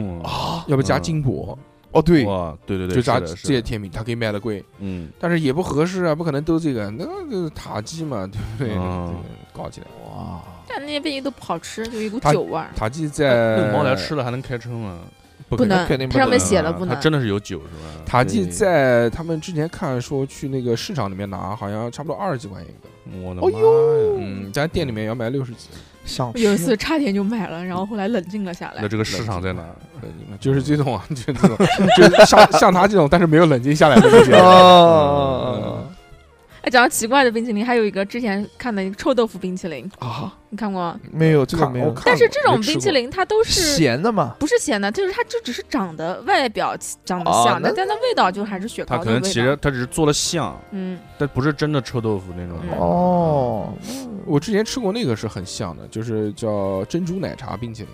S2: 要不加金箔，
S3: 啊哦对，
S4: 嗯哇，对对对，
S2: 就加
S4: 是的
S2: 这
S4: 是的
S2: 些甜品，它可以卖的贵，
S4: 嗯，
S2: 但是也不合适啊，不可能都这个，那个塔基嘛，对不对？
S4: 嗯
S2: 这个搞起来，
S3: 哇，
S5: 但那些冰淇淋都不好吃，就一股
S2: 它
S5: 酒味儿，
S2: 塔基
S4: 哎那
S2: 在
S4: 个茅台吃了还能开车吗？
S2: 不
S5: 不
S2: 可
S5: 能，
S3: 肯定不
S5: 它上面
S3: 能
S5: 写了
S4: 啊
S5: 不
S4: 它
S5: 能。
S4: 真的是有酒是吧？
S2: 塔基
S4: 对，
S2: 在他们之前看说去那个市场里面拿，好像差不多二十几块钱一个。
S4: 我的
S3: 哦
S4: 妈呀！
S2: 嗯，但店里面要买六十几，
S3: 想
S5: 有一
S3: 吃
S5: 次差点就买了，然后后来冷静了下来
S4: 那。这个市场在哪？
S2: 就是这种啊， 就是这种，就是像像他这种，但是没有冷静下来的这
S5: 啊
S2: 种。
S3: 啊
S5: 哎，讲到奇怪的冰淇淋，还有一个之前看的一个臭豆腐冰淇淋，
S3: 啊，
S5: 你看过吗？
S3: 没有这个
S2: 看
S3: 没
S2: 我
S3: 有，
S2: 看
S5: 但是
S2: 过
S5: 这种
S2: 没吃
S5: 冰淇
S2: 过
S5: 淋它都是。
S3: 咸的嘛，
S5: 不是咸的，就是它就只是长得外表长得
S3: 哦
S5: 像的，
S3: 那
S5: 但它味道就还是雪
S4: 它
S5: 糕
S4: 可
S5: 的味
S4: 能
S5: 道。
S4: 其实它只是做了像，
S5: 嗯，
S4: 但不是真的臭豆腐那种。
S5: 嗯
S3: 哦，
S2: 我之前吃过那个是很像的，就是叫珍珠奶茶冰淇淋，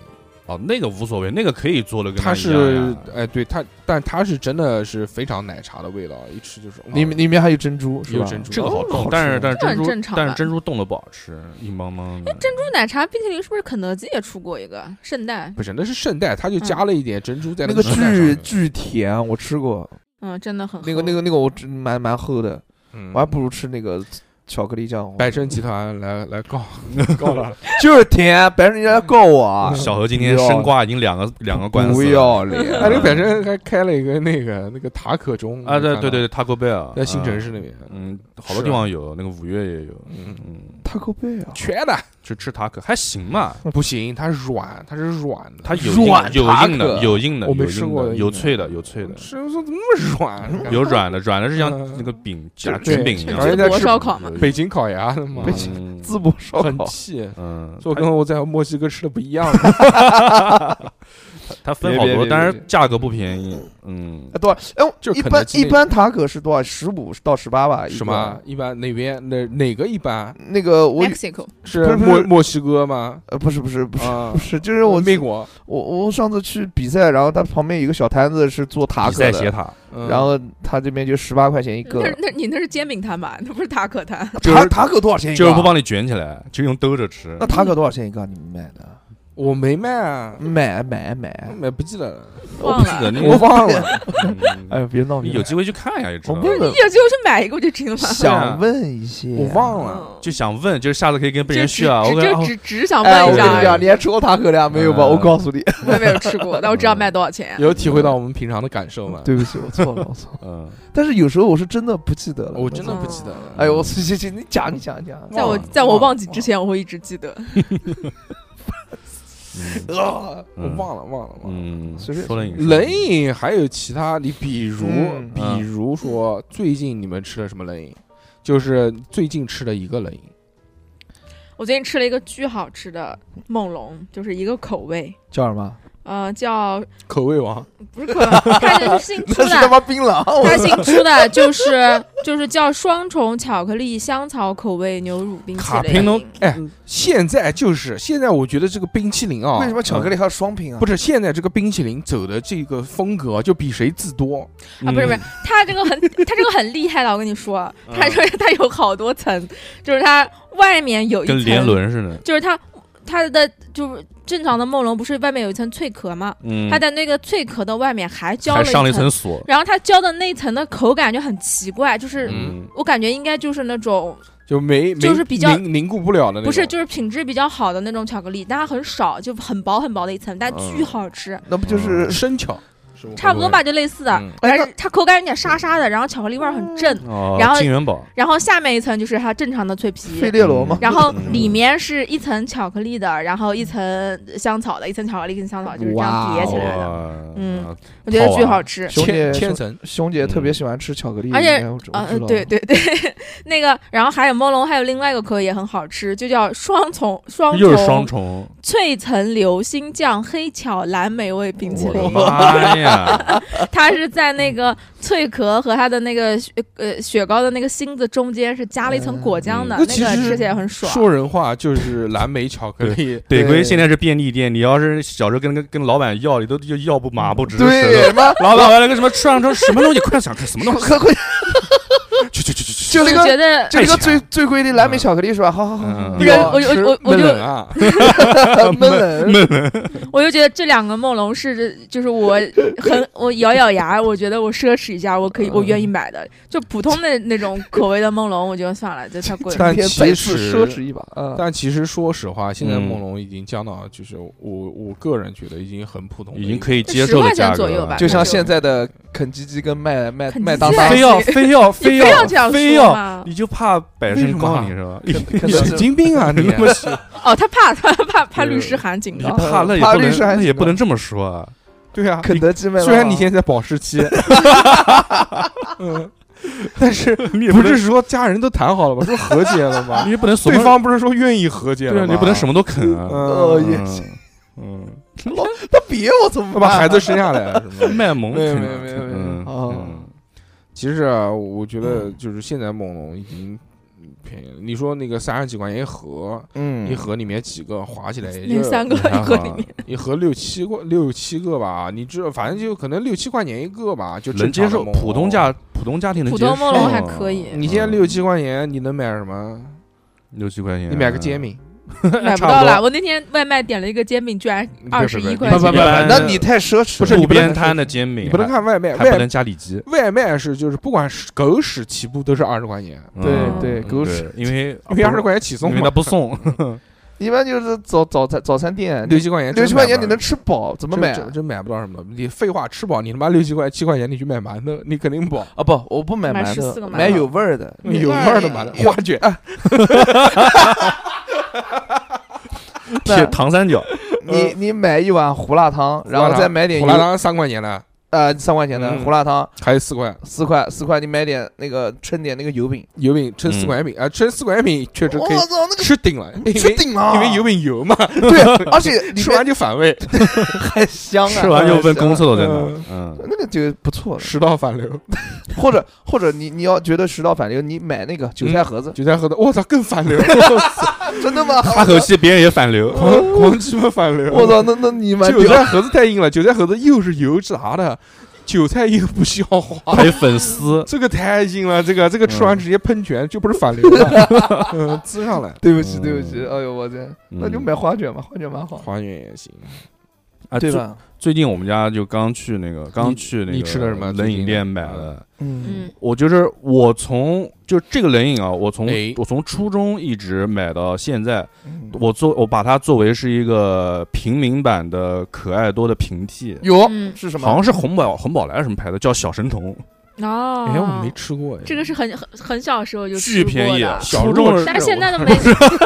S4: 哦，那个无所谓，那个可以做的跟
S2: 它
S4: 它一样
S2: 是
S4: 呀
S2: 哎对它，但它是真的是非常奶茶的味道，一吃就是哦
S4: 嗯
S3: 里面里面还有珍珠，是
S2: 有
S3: 吧
S2: 珍珠
S4: 这个好
S3: 哦
S4: 冻，但是但是
S5: 这很
S4: 珍珠
S5: 正常
S4: 但是
S5: 吧哎
S4: 珍珠冻的不好吃，硬邦邦的。
S5: 珍珠奶茶冰淇淋是不是肯德基也出过一个圣诞？
S2: 不是那是圣代，它就加了一点珍珠在
S3: 那个
S2: 个圣代上
S3: 巨
S2: 面
S3: 巨甜，我吃过
S5: 嗯，真的很
S3: 那个那
S5: 齁
S3: 个那个我真蛮蛮厚的，
S2: 嗯
S3: 我还不如吃那个巧克力酱，
S2: 百盛集团来来告告了，
S3: 就是甜，白人家告我啊，
S4: 小何今天
S3: 不要
S4: 生瓜已经两个两个官司
S3: 不
S4: 了
S3: 要脸，
S2: 哎，那个百盛还开了一个那个那个塔可中
S4: 啊！对
S2: 你看到
S4: 对对，对，Taco Bell 啊
S2: 在新城市那边，
S4: 嗯，好多地方有，那个五月也有，
S2: 嗯，
S4: 嗯，
S3: 塔可贝 啊，
S2: 缺的
S4: 去吃塔可还行嘛，
S2: 不行，它是软，它是软的，
S4: 它有硬
S3: 软
S4: 有硬
S3: 塔可
S4: 的，有硬的，
S2: 我没
S4: 有硬
S2: 吃过
S4: 的
S2: 硬
S4: 有
S2: 的
S4: 脆的，有脆的，
S2: 是说怎么那么软？啊
S4: 有软的，软的是像
S2: 嗯
S4: 那个饼夹
S2: 对
S4: 卷饼一样
S2: 然后
S4: 的，
S2: 在吃
S5: 烧烤嘛
S2: 北京烤鸭的嘛，
S3: 北京
S4: 京
S3: 淄博烧
S2: 很
S3: 烤，
S2: 气。
S4: 嗯，
S2: 说
S4: 它
S2: 跟我在墨西哥吃的不一样，
S4: 它分
S3: 别
S4: 好
S3: 别
S4: 多，
S3: 别
S4: 但
S3: 别
S4: 是价格不便宜。嗯
S3: 啊，多少？哎，
S2: 就
S3: 一
S2: 肯德
S3: 般
S2: 基
S3: 一
S2: 那
S3: 般塔可是多少？十五到十八吧？一
S2: 什
S3: 个
S2: 么？一般哪边哪哪个一般
S3: 那个我
S5: Mexico
S2: 是
S3: 不是不
S2: 墨
S3: 是
S2: 墨西哥吗？
S3: 呃不是不是不是
S2: 啊
S3: 不，是，就是我
S2: 美国，
S3: 我我上次去比赛，然后他旁边有个小摊子是做塔
S4: 比
S3: 可
S4: 赛斜
S3: 的，
S4: 塔，
S2: 嗯
S3: 然后他这边就十八块钱一个
S5: 那。是那你那是煎饼摊吧？那不是塔可摊。
S4: 就是
S3: 塔塔可多少钱一
S4: 就是不
S3: 个啊？
S4: 帮你卷起来，就用兜着吃
S3: 那。塔可多少钱一个啊？你们买的？
S2: 我没卖啊，
S3: 买买买！
S2: 买不记得了，
S5: 忘
S4: 记得
S5: 了，
S4: 那
S2: 我
S4: 个，
S2: 忘了。
S4: 嗯
S3: 哎，别闹！
S4: 你
S3: 别
S4: 有
S3: 闹
S4: 机会去看呀，就知道
S3: 我
S4: 了。
S3: 问 问，
S5: 有时候去买一个我就知道了。
S3: 想问一些，
S2: 我忘了，
S5: 嗯
S4: 就想问，就是下次可以跟被
S5: 就
S4: 人
S5: 只
S4: 炫啊。我
S5: 只
S4: 感
S5: 就
S4: 觉
S5: 只只想
S3: 哎，我
S5: 问一
S3: 跟你
S5: 下，
S3: 讲，你还吃过塔可量没有吧？
S4: 嗯
S3: 我告诉你，
S5: 我也没有吃过，但我知道卖多少钱。
S2: 有体会到我们平常的感受吗？
S3: 对不起，我错了，我错了。
S4: 嗯，
S3: 但是有时候我是真的不记得了，
S2: 我真的不记得
S5: 嗯
S2: 了。
S3: 哎呦，我行行行，你讲你讲你讲，
S5: 在我
S2: 忘了
S5: 在我
S2: 忘了
S5: 忘记之前，我会一直记得。
S4: 嗯
S3: 啊，
S2: 我忘了忘了忘了。
S4: 嗯，
S3: 随便
S4: 说了饮食
S2: 冷饮还有其他，你比如
S3: 嗯
S2: 比如说最近你们吃了什么冷饮？就是最近吃的一个冷饮，
S5: 我最近吃了一个巨好吃的梦龙，就是一个口味，
S3: 叫什么？
S5: 呃，叫
S2: 口味王。
S5: 不是口 味，它就是新出
S3: 那是他
S5: 的，
S3: 妈槟榔！我
S5: 它新出的就是就是叫双重巧克力香草口味牛乳冰淇
S4: 卡
S5: 淋。
S4: 平农
S2: 现在就是现在，我觉得这个冰淇淋啊，
S3: 为什么巧克力还要双拼啊？
S2: 不是现在这个冰淇淋走的这个风格，就比谁字多。
S5: 啊，不是不
S4: 嗯
S5: 是，它这个很，它这个很厉害的，我跟你说，它就是它有好多层，就是它外面有一
S4: 跟连
S5: 层，
S4: 轮似的。
S5: 就是它它的就是正常的梦龙不是外面有一层脆壳吗？
S4: 嗯，
S5: 它在那个脆壳的外面还浇
S4: 还
S5: 了
S4: 上了一层锁。
S5: 然后它浇的那一层的口感就很奇怪，就是
S4: 嗯，
S5: 我感觉应该就是那种
S2: 就没没
S5: 就是比较
S2: 凝凝固不了的那种。
S5: 不是就是品质比较好的那种巧克力，但它很少，就很薄很薄的一层，但巨好吃，
S3: 那不就是
S2: 生巧，是吗
S5: 差不多吧，就类似的。
S2: 嗯
S5: 但是它口感有点沙沙的，然后巧克力味儿很正，
S4: 哦
S5: 然后
S4: 金元宝，
S5: 然后下面一层就是它正常的脆
S3: 费
S5: 皮。
S3: 列罗吗？
S5: 然后
S4: 嗯
S5: 里面是一层巧克力的，然后一层香草的，一层巧克力跟香草就是这样叠起来的，
S4: 哇哦
S5: 嗯，我觉得巨好吃。
S3: 兄弟
S2: 千，千层
S3: 熊姐特别喜欢吃巧克力，
S5: 而且
S3: 应该我知
S5: 啊、
S3: 我知道
S5: 对 对对，那个，然后还有梦龙，还有另外一个口味也很好吃，就叫双重双
S4: 又
S5: 重
S4: 是双 重，
S5: 脆层流心酱黑巧蓝莓味冰淇
S4: 我的
S5: 淋，
S4: 妈呀！
S5: 它是在那个脆壳和它的那个雪呃雪糕的那个芯子中间是加了一层果浆的，
S2: 嗯那
S5: 那
S2: 其
S5: 个
S2: 实
S5: 吃起来很爽。
S2: 说人话就是蓝莓巧克力，
S4: 得
S3: 对
S4: 亏现在是便利店，你要是小时候跟跟跟老板要，你都就要不麻不直舌
S3: 对
S4: 头。
S3: 妈，
S4: 老板来了个什么串成什么东西，快想看什么东西，
S3: 快快
S4: 去去去去去！
S3: 就那
S5: 就
S3: 个
S5: 觉得
S3: 就那个 最最贵的蓝莓巧克力是吧？好好好好，
S4: 嗯
S5: 不是
S3: 好
S5: 啊我我我我
S2: 闷冷
S5: 就
S2: 啊，
S3: 好 闷冷闷
S5: 我就觉得这两个梦龙是就是我很我咬咬牙，我觉得我奢侈一下，我可以我愿意买的。就普通的那种口味的梦龙，我觉得算了，就太贵 了。
S2: 但
S3: 天
S2: 其
S3: 再次
S2: 实
S3: 奢侈一把啊！
S2: 但其实说实话，现在
S4: 嗯
S2: 梦龙已经降到就是我我个人觉得已经很普通的一
S4: 已
S2: 个，
S4: 经可以
S5: 就
S4: 接
S5: 10
S4: 受
S5: 块
S4: 的
S5: 钱
S4: 价格
S5: 左右
S4: 了
S5: 吧，
S3: 就像现在的肯基基跟麦麦
S5: 肯基基啊
S3: 麦当
S5: 在
S3: 当
S4: 非，要非要非
S5: 你非
S4: 要
S5: 这样
S4: 非
S5: 说
S4: 要，
S5: 吗？
S4: 你就怕百
S2: 为什
S4: 胜
S2: 么
S4: 告
S2: 啊
S4: 你是吧？
S3: 肯肯
S2: 你
S3: 德基
S2: 神经病啊你！
S5: 哦，他怕他怕怕律师函警
S4: 你
S5: 告。
S4: 怕那也
S3: 怕
S4: 不
S3: 律师还
S4: 能那也
S3: 行
S4: 不能这么说 啊。
S2: 对啊，
S3: 肯德基麦当当，
S2: 虽然你现在保释 期，嗯，但是
S4: 你也
S2: 不
S4: 能
S2: 是说家人都谈好了吗？说和解了吗
S4: 你？也不能怂
S2: 对
S4: 恿
S2: 方不是说愿意和解
S4: 对
S2: 了
S4: 啊，
S2: 吗？
S4: 你不能什么都啃啊。
S2: 嗯，
S3: 也
S4: 嗯
S3: 行
S4: 嗯，
S3: 他别我怎么
S2: 要把
S3: 办？
S2: 孩子生下来啊了是吗？
S4: 卖萌
S3: 没有
S4: 啃
S3: 没有没有没有
S4: 嗯
S3: 哦
S4: 嗯
S2: 其实啊，我觉得就是现在猛龙已经便宜了。你说那个三十几块钱一盒，
S3: 嗯
S2: 一盒里面几个，划起来也啊
S5: 那
S2: 就
S5: 三个
S4: 也还
S5: 一盒
S4: 好
S5: 里面，
S2: 一盒六七个，六七个吧。你知道，反正就可能六七块钱一个吧，就
S4: 能
S2: 正常
S4: 接
S2: 的
S4: 受，
S2: 猛龙
S4: 普通。嗯家普通家庭能
S5: 普
S4: 接受。
S5: 通梦龙还可以
S2: 你现在六七块钱，你能买什么？
S4: 六七块钱，
S2: 你买个煎，饼，
S5: 买不
S4: 差不
S5: 到
S4: 多
S5: 了。我那天外卖点了一个煎饼，居然
S2: 别
S5: 二十
S2: 别
S5: 一
S2: 别
S5: 块
S2: 不
S5: 钱。
S2: 不不
S3: 那你太奢侈了，
S2: 不是你
S4: 路
S2: 不能
S4: 边摊的煎饼，啊
S2: 你不能看外卖，
S4: 还，还不
S2: 外
S4: 能加里脊。
S2: 外卖是就是不管是狗屎起步都是二十块钱，
S3: 对
S4: 嗯
S3: 对，狗屎！
S4: 对因为
S2: 因为二十，块钱起送
S4: 因为
S2: 嘛
S4: 他，不送，
S3: 一般就是早早餐早餐店
S2: 六七块钱真
S3: 六
S2: 买不到，
S3: 七块钱你能吃饱，怎
S2: 怎
S3: 么买啊
S2: 真？真买不到什么。你废话，吃饱你他妈六七块七块钱，你去买馒头，你肯定饱。
S3: 啊不，我不买
S5: 买
S3: 馒
S5: 14个
S3: 头，
S5: 馒
S3: 买
S5: 头
S3: 有味儿的。
S5: 没
S2: 有味
S5: 味儿
S2: 儿的
S5: 呀
S2: 馒头，花卷，
S3: 那
S4: 铁糖三角，
S3: 你你买一碗胡辣汤，然后再买点
S2: 嗯胡
S3: 油
S2: 辣汤三块钱呢，
S3: 呃三块钱的
S2: 嗯
S3: 胡辣汤
S2: 还有四块
S3: 四块四块，你买点那个称点那个油饼，
S2: 油饼，称四
S4: 嗯
S2: 块油饼啊，称四块油饼确实
S3: 我
S2: 可以
S3: 操那个
S2: 吃顶了，因为
S3: 吃顶啊了，
S2: 因为油饼油嘛，
S3: 对，而且里
S2: 吃
S3: 面
S2: 完就 反胃，
S3: 还香啊，
S4: 吃完又问公厕
S3: 司，
S4: 所在哪，嗯，
S3: 那个就不错了。
S2: 食道反流，
S3: 或者或者你你要觉得食道反流，你买那个韭菜盒子，
S2: 韭菜盒的，我操，更 反流，
S3: 真的吗？
S4: 哈口气别人也反流，
S2: 狂狂鸡巴反流，
S3: 我操，那那你买
S2: 韭菜盒子太硬了，韭菜盒子又是油炸的，韭菜又不消化，
S4: 还有粉 丝，
S2: 这个太硬了，这个
S4: 嗯
S2: 这个吃完直接喷泉，就不是反 流了，嗯，滋上来。
S3: 对不起对不起，
S4: 嗯
S3: 哎呦我天，那就
S4: 嗯
S3: 买花卷吧，花卷蛮好，
S2: 还原也行，
S4: 啊，
S3: 对
S4: 最
S3: 吧？
S4: 最近我们家就刚去那个，刚
S2: 你
S4: 去那个
S2: 你吃的什么
S4: 冷
S2: 最
S4: 饮
S2: 近
S4: 店买
S2: 嗯
S4: 的。
S5: 嗯，
S4: 我就是我从就这个冷饮啊，我从
S2: 哎
S4: 我从初中一直买到现在，
S3: 嗯
S4: 我做我把它作为是一个平民版的可爱多的平替，
S3: 有
S5: 嗯
S3: 是什
S4: 好
S3: 么？
S4: 像是红宝红宝来什么牌子，叫小神童，
S5: 哦，
S2: 哎，我没吃过哎，
S5: 这个是很很很小时候就
S4: 巨
S5: 吃过
S4: 便宜啊
S5: 的，
S2: 小
S4: 初
S2: 时
S4: 中
S2: 候
S5: 但是现在都没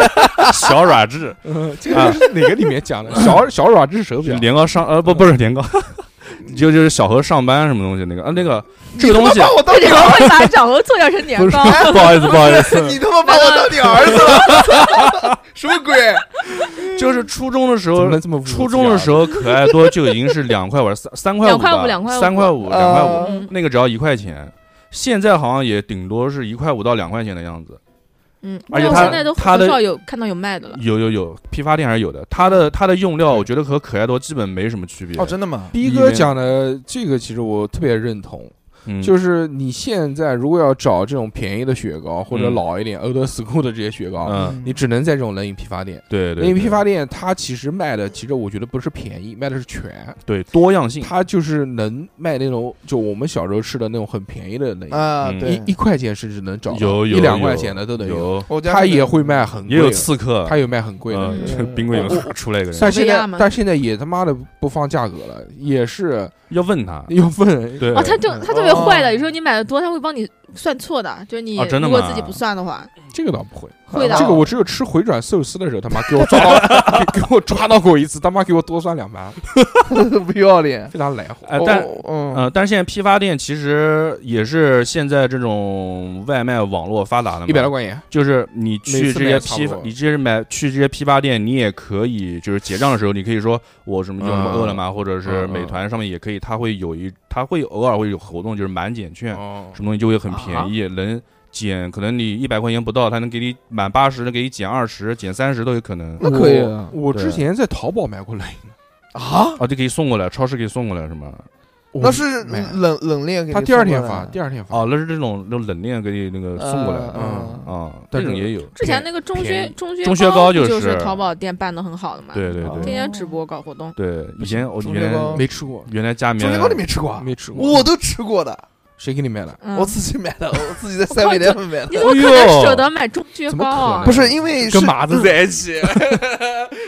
S4: 小软质
S2: 呃这个是哪个里面讲的？小小软质手表，
S4: 年糕上呃不不是年糕， 就就是小何上班什么东西那个啊那个这个东西啊
S3: 你
S2: 啊
S3: 他妈把我当
S5: 为什
S3: 鸟
S5: 么会把小猴做掉成年 糕？
S4: 不好意思不好意
S2: 啊
S4: 思，
S3: 你他妈把我当你儿子了， 什么鬼？
S4: 就是初中的时
S2: 怎
S4: 候
S2: 么能这么侮辱
S4: 初中的时候，可爱多就已经是两块五、三三块
S5: 两块
S4: 吧
S5: 五两块五
S4: 三块五、两块五，
S5: 嗯
S4: 那个只要一块钱。现在好像也顶多是一块五到两块钱的样子。
S5: 嗯，
S4: 而且
S5: 那我
S4: 它
S5: 现在都
S4: 它
S5: 很
S4: 的
S5: 少有看到有卖的嗯了。
S4: 有有有，批发店还是有的。它的它的用料，我觉得和可爱多基本没什么区别。
S3: 哦，真的吗？
S2: 逼哥讲的这个，其实我特别认同。
S4: 嗯
S2: 就是你现在如果要找这种便宜的雪糕，或者
S4: 嗯
S2: 老一点欧德斯库的这些雪糕，
S4: 嗯，
S2: 你只能在这种冷饮批发店。
S4: 对对，
S2: 冷饮批
S4: 对
S2: 发店它其实卖的，其实我觉得不是便宜，卖的是全，
S4: 对多样性，
S2: 它就是能卖那种就我们小时候吃的那种很便宜的冷饮，
S3: 啊，
S4: 嗯
S3: 对
S2: 一一，块钱甚至能找到
S4: 有有
S2: 一两块
S4: 有
S2: 钱的都能有。
S4: 有
S3: 我家
S2: 它
S3: 是
S2: 也会卖啊很
S4: 也
S2: 贵
S4: 有
S2: 的，
S4: 刺客，
S2: 它有卖很贵的。
S4: 嗯，
S3: 对
S4: 这冰柜里
S2: 我
S4: 面出来一个人，
S2: 但现
S5: 维亚
S2: 在
S5: 嘛
S2: 但现在也他妈的不放价格了，也是
S4: 要问他。
S2: 要问
S4: 对
S5: 哦，他就他特
S3: 哦
S5: 别坏的，有时候你买的多，他会帮你算错的，就是你
S4: 哦真的
S5: 如果
S4: 吗
S5: 自己不算的话，
S2: 这个倒不会。
S5: 会的。啊
S2: 这
S3: 哦
S2: 个我只有吃回转寿司的时候，他妈给我抓到， 给给我抓到过一次，他妈给我多算两盘，
S3: 不要脸。
S2: 非常来 火。
S4: 哎，但
S3: 哦嗯
S4: 呃，但是现在批发店其实也是现在这种外卖网络发达的嘛，
S2: 一百来块钱，
S4: 就是你去
S2: 每次
S4: 这
S2: 买
S4: 些
S2: 差
S4: 批
S2: 不
S4: 发，
S2: 多
S4: 你这些买去这些批发店，你也可以就是结账的时候，你可以说我什么用什么
S2: 嗯
S4: 饿了么，或者是
S2: 嗯
S4: 美
S2: 嗯
S4: 团上面也可以，它会有一，它会偶尔会有活动，就是满减
S3: 嗯
S4: 券，
S2: 哦
S4: 什么东西就会很
S3: 啊
S4: 便宜，能减可能你一百块钱不到，它能给你满八十，能给你减二十，减三十都有可能。
S3: 那可以啊
S2: 我
S4: 对
S2: 之前在淘宝买过冷饮，
S3: 啊，
S4: 啊，就给你送过来，超市给你送过来是吗？
S2: 我
S3: 那是
S2: 买了
S3: 冷冷链给你送过来的，啊
S2: 他第二天发，第二天发。
S4: 哦，那是这种那种冷链给你那个送过来的
S3: 嗯
S4: 啊，这
S2: 但是
S4: 种也有。
S5: 之前那个中
S2: 便
S5: 靴
S2: 宜
S5: 中靴
S4: 中靴
S5: 高
S4: 高
S5: 不
S4: 就是是
S5: 淘宝店办的很好的嘛，
S4: 对对
S5: 天
S4: 对
S5: 天直播搞活动，
S4: 对，以前我
S3: 中
S4: 原
S3: 学
S4: 来
S3: 高
S2: 没吃过，
S4: 原来家里
S3: 中
S4: 面
S3: 间糕你没吃过啊？
S2: 没吃过。
S3: 我都吃过的，
S2: 谁给你买的？
S5: 嗯
S3: 我自己买的，我自己在三味店买
S5: 你
S2: 嗯
S3: 的。
S5: 怎么可
S4: 哎
S5: 能
S4: 呦
S5: 舍得买中靴
S2: 怎
S5: 高
S2: 么
S5: 啊
S2: 可能？
S3: 不是因为是嗯
S2: 马子在一起，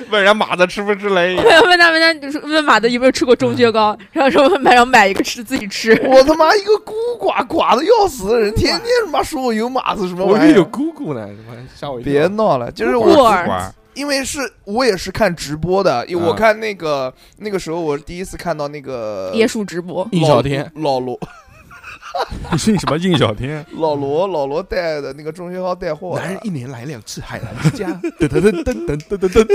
S2: 问人家马子吃不吃冷饮？
S5: 问他问他你说问马子有没有吃过中靴糕，然后说问买要买一个吃自己吃，
S3: 我他妈一个孤寡寡的要死的人，天天他妈说我有马子什么
S2: 我
S3: 玩
S2: 以为
S3: 意
S2: 有
S3: 儿。
S2: 姑姑呢，他妈吓我一跳。
S3: 别闹了，就是
S5: 孤
S3: 我，
S5: 儿
S4: 玩儿，
S3: 因为是我也是看直播的，因为
S2: 啊
S3: 我看那个那个时候我第一次看到那个
S5: 椰树直播，
S2: 印小天，
S3: 老罗
S4: 印什么印小天？
S3: 老罗 老罗带的那个中学号带货，
S2: 男人一年来两次海 澜之家，
S4: 噔噔噔噔噔噔噔。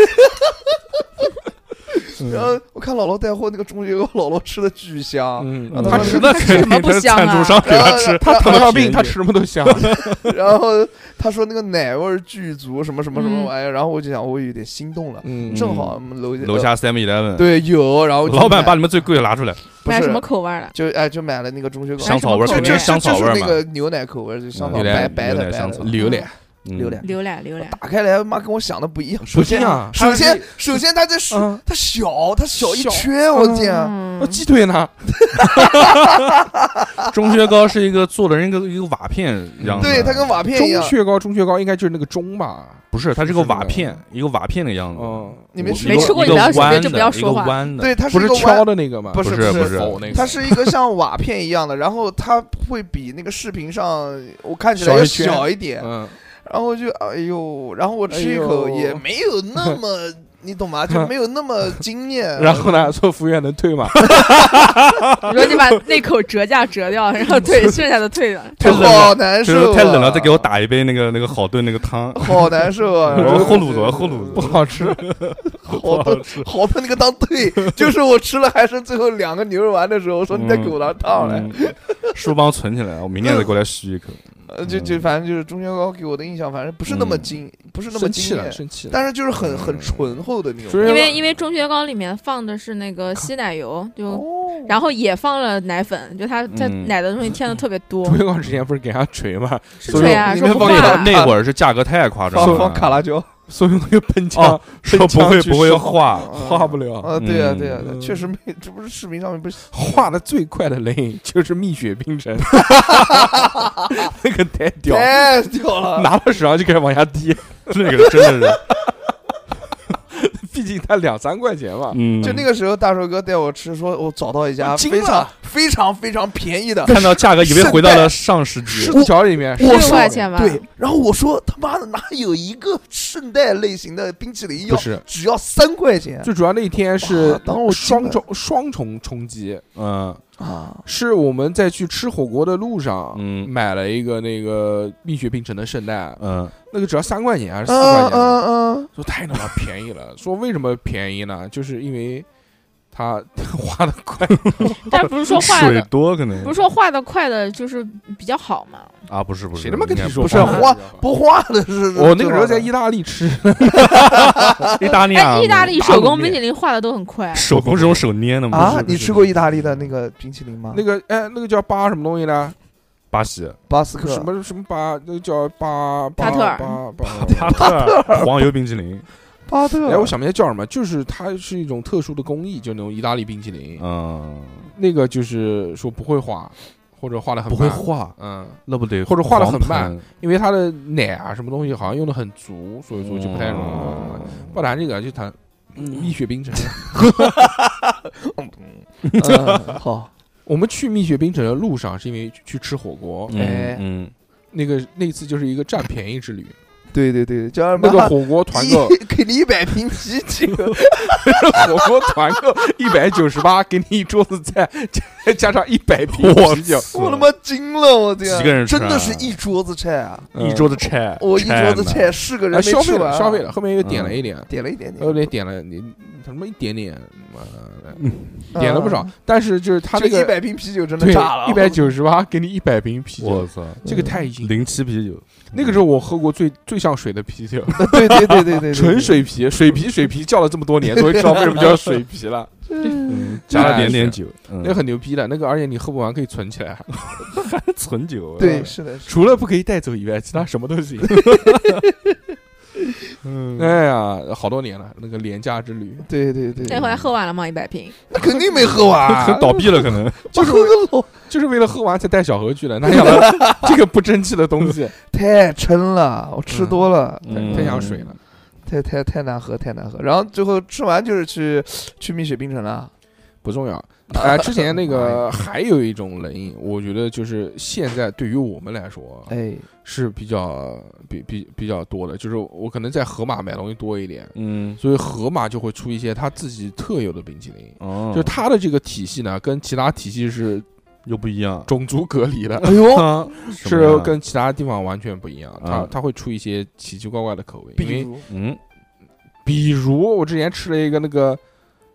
S3: 然后我看老罗带货那个中学号，老罗吃的巨香，
S2: 嗯
S3: 然，后
S2: 他
S3: 们
S2: 吃
S4: 那
S5: 什
S4: 肯
S5: 么
S4: 定
S5: 不
S4: 是
S5: 香
S4: 赞
S5: 啊
S4: 助商给他吃，
S3: 他
S2: 糖尿病，
S4: 便宜
S2: 呃他吃什么都香。
S3: 然后他说那个奶味儿巨足，什么什么什么
S5: 嗯
S3: 玩意儿，然后我就想我有点心动了，
S2: 嗯
S3: 正好我们楼下呃
S4: 楼下 Seven Eleven，，
S3: 对有，然后就
S4: 老板
S3: 买
S4: 把你们最贵的拿出来，
S3: 不
S5: 买
S3: 是
S5: 什么口味儿的？
S3: 就哎就买了那个中秋糕，
S4: 香草味儿，
S5: 口
S4: 肯
S5: 味
S4: 定
S5: 啊
S4: 是香草味
S3: 就
S4: 儿
S3: 是
S4: 嘛嗯
S3: 那，个牛奶口味儿，就香草
S2: 牛
S3: 白
S2: 奶
S3: 白的
S4: 牛奶
S3: 白
S4: 香
S3: 的
S4: 草。
S2: 榴莲，
S4: 嗯
S3: 榴莲
S5: 榴莲榴莲，
S3: 打开来，妈跟我想的不一样。首
S2: 不一
S3: 先，
S2: 样。
S3: 首
S2: 它
S3: 先
S2: 是，
S3: 首先它这是
S2: 嗯，
S3: 它小，它小一
S2: 小
S3: 圈，我天啊！
S5: 嗯
S2: 那哦鸡腿呢？
S4: 中薛高是一个做的人一个一个瓦片样子的，
S3: 对，它跟瓦片一
S2: 中
S3: 样。
S2: 雪糕，中雪糕应该就是那个中吧？
S4: 不是，它是个瓦片
S2: 是，
S4: 一个瓦片的样子。
S2: 嗯，
S3: 你没
S4: 我
S3: 吃
S4: 一
S3: 过
S4: 个
S5: 没吃过
S4: 一
S5: 你
S4: 个弯的，
S5: 不要随便就不要
S4: 一个
S5: 说话
S4: 弯的，
S3: 对，它
S2: 不
S3: 一
S2: 是
S3: 个
S2: 敲
S3: 弯，
S2: 的那个吗？
S3: 不
S4: 是
S3: 不
S4: 不
S3: 是，
S2: 否那个，
S3: 它是一个像瓦片一样的，然后它会比那个视频上我看起来
S2: 小
S3: 要
S2: 一圈
S3: 小一点，
S2: 嗯，
S3: 然后就哎呦，然后我吃一口
S2: 哎呦
S3: 也没有那么你懂吗？就没有那么惊艳。
S2: 然后呢，说服务员能退吗？
S5: 你说你把那口折价折掉，然后退剩下的退了，
S4: 太冷了
S3: 好难
S4: 就是
S3: 受啊，
S4: 太冷了，再给我打一杯那个那个好炖那个汤，
S3: 好难受啊！
S4: 我要后卤子，我要后卤
S3: 不
S4: 子，
S3: 好吃， 好的好的那个汤对， 就是我吃了还剩最后两个牛肉丸的时候，我说你再给我拿汤来，
S4: 嗯，书帮存起来，我明天再过来续一口。
S3: 呃就
S2: 嗯
S3: 就反正就是中秋糕给我的印象，反正不是那么惊，不是那么
S2: 生气
S3: 惊
S2: 了，嗯
S3: 艳，
S2: 生气了。
S3: 但是就是很很醇厚的那种
S2: 所以
S3: 感
S5: 因
S3: 觉。
S5: 为因为中学糕里面放的是那个稀奶油，就
S3: 哦，
S5: 然后也放了奶粉，就它在
S4: 嗯
S5: 奶的东西添的特别多
S2: 朱，元璋之前不是给他锤吗？
S5: 是
S2: 所以
S5: 这样
S3: 里
S5: 说
S3: 面
S5: 不
S3: 放
S5: 化
S3: 点
S5: 啊。
S4: 那会儿是价格太夸张
S3: 放
S4: 了，
S2: 嗯
S3: 放卡拉椒，
S2: 所以那个喷枪嗯
S4: 哦说不会不会画，
S2: 画不了，
S3: 啊，对啊
S4: 嗯
S3: 对啊，对啊
S2: 嗯
S3: 确实没，这不是视频上面不是
S2: 画的最快的雷就是蜜雪冰城，那个太屌了，
S3: 太哎屌了，
S2: 拿到手上就开始往下滴，
S4: 那个真的是，
S2: 毕竟才两三块钱嘛。
S4: 嗯，
S3: 就那个时候，大寿哥带我吃，说我找到一家
S2: 我惊
S3: 非常
S2: 了
S3: 非常非常便宜的，
S4: 看到价格以为回到了上世纪
S2: 狮，子桥里面，
S5: 我
S3: 我说
S5: 16啊块钱吧
S3: 对，然后我说他妈的哪有一个圣代类型的冰淇淋要
S2: 不是
S3: 只要三块钱
S2: 最主要那一天
S3: 哇
S2: 是
S3: 当我惊
S2: 双
S3: 了
S2: 重双重冲击，
S4: 嗯
S3: 啊？
S2: 是我们在去吃火锅的路上。
S4: 嗯
S2: 买了一个那个蜜雪冰城的圣诞，
S4: 嗯，
S2: 那个只要三块钱还是四块
S3: 嗯
S2: 钱，
S3: 嗯嗯，
S2: 说太他妈便宜了。说为什么便宜呢？就是因为它花的快，
S5: 但不是说画
S4: 哦水
S5: 的，
S4: 多可能
S5: 不是说画的快的，就是比较好嘛。
S4: 啊，不是不是，
S2: 谁他妈跟
S4: 应
S2: 你
S4: 该
S2: 说
S4: 不
S3: 是
S4: 是
S2: 话
S3: 花不花的是
S2: 我那个时候在
S3: 意
S2: 意大利吃，
S4: 意大利啊，
S5: 哎，意大利
S2: 打
S5: 手
S2: 卤
S5: 工啊冰
S2: 面
S5: 淇淋画的都很快，
S4: 手不是用手捏的吗？
S3: 啊，你吃过意大利的那个冰淇淋吗？
S2: 那
S3: 个
S2: 个哎，那个叫巴什么东西呢？
S4: 巴西
S3: 巴斯克
S2: 什么什么巴，那个叫巴巴
S5: 帕特尔
S2: 巴巴。
S4: 巴特黄油冰淇淋，
S3: 巴特，
S2: 哎，我想不起来叫什么，就是它是一种特殊的工艺，就那种意大利冰淇淋，
S4: 嗯，
S2: 那个就是说不会化，或者化的很
S4: 不会
S2: 慢，
S4: 化，
S2: 嗯，
S4: 那不得
S2: 或者化得很
S4: 狂
S2: 慢
S4: 喷，
S2: 因为它的奶啊什么东西好像用的很足，所以说就不太容易。
S4: 易
S2: 不谈这个，就谈蜜雪冰城。
S3: 嗯好，
S2: 我们去蜜雪冰城的路上是因为去去吃火锅，
S3: 哎
S4: 嗯，
S2: 那个那次就是一个占便宜之 旅，
S3: 对对对，叫什么
S2: 那个火锅团购
S3: 一，给你一百瓶啤酒，
S2: 火锅团购一百九十八，给你一桌子菜，加加上一百瓶
S4: 嗯我
S2: 啤酒，
S3: 我他妈惊了，我天，
S4: 几个人吃
S3: 真
S4: 啊嗯
S3: 的是一桌子菜啊！
S4: 一桌子菜，
S3: 我一桌子
S4: 呢
S3: 菜，是个人
S2: 啊
S3: 没
S2: 消
S3: 吃
S2: 费了
S3: 完，
S2: 消费了，，后面又点了一点，
S3: 点了一点点
S2: 后，面呃点了你他妈一点点，妈的点了不少，但是就是他这
S3: 嗯一
S2: 个
S3: 百瓶啤酒真的
S2: 对
S3: 炸了，
S2: 一百九十八给你一百瓶啤
S4: 我
S2: 酒，
S4: 操，
S2: 这个太硬。
S4: 零七啤酒，
S2: 那个时候我喝过最最像水的啤酒，
S3: 对对对对对，
S2: 纯水啤，水啤水啤叫了这么多年，终于知道为什么叫水啤了。
S4: 嗯加了点点酒，嗯
S2: 那个很牛逼的，那个而且你喝不完可以存起来，
S4: 存酒，啊
S3: 对，是的，
S2: 除了不可以带走以外，其他什么都行。
S4: 嗯，
S2: 哎呀，好多年了，那个廉价之旅，
S3: 对对对，
S5: 那回来喝完了吗？一百瓶，
S3: 那肯定没喝 完，
S4: 倒闭了可能，
S3: 就是个
S2: 就是为了喝完才带小何去的，哪想到 这个不争气的东西，
S3: 太撑了，我吃多了，
S4: 嗯
S2: 太想水了。
S3: 太太太难喝，太难喝。然后最后吃完就是去去蜜雪冰城了，
S2: 不 重要。哎，之前那个还有一种冷饮，我觉得就是现在对于我们来说
S3: 哎，
S2: 是比较比比比较多的，就是我可能在盒马买东西多一点，
S4: 嗯，
S2: 所以盒马就会出一些它自己特有的冰淇淋。
S4: 哦，
S2: 就它的这个体系呢，跟其他体系是
S4: 又不一样，
S2: 种族隔离 的，
S3: 哎呦，
S4: 啊什么
S2: 是
S4: 呀
S2: 跟其他地方完全不一样。它
S4: 啊
S2: 它会出一些奇奇怪怪的口味，因
S3: 比
S2: 为
S3: 如
S4: 嗯
S2: 比如我之前吃了一个那个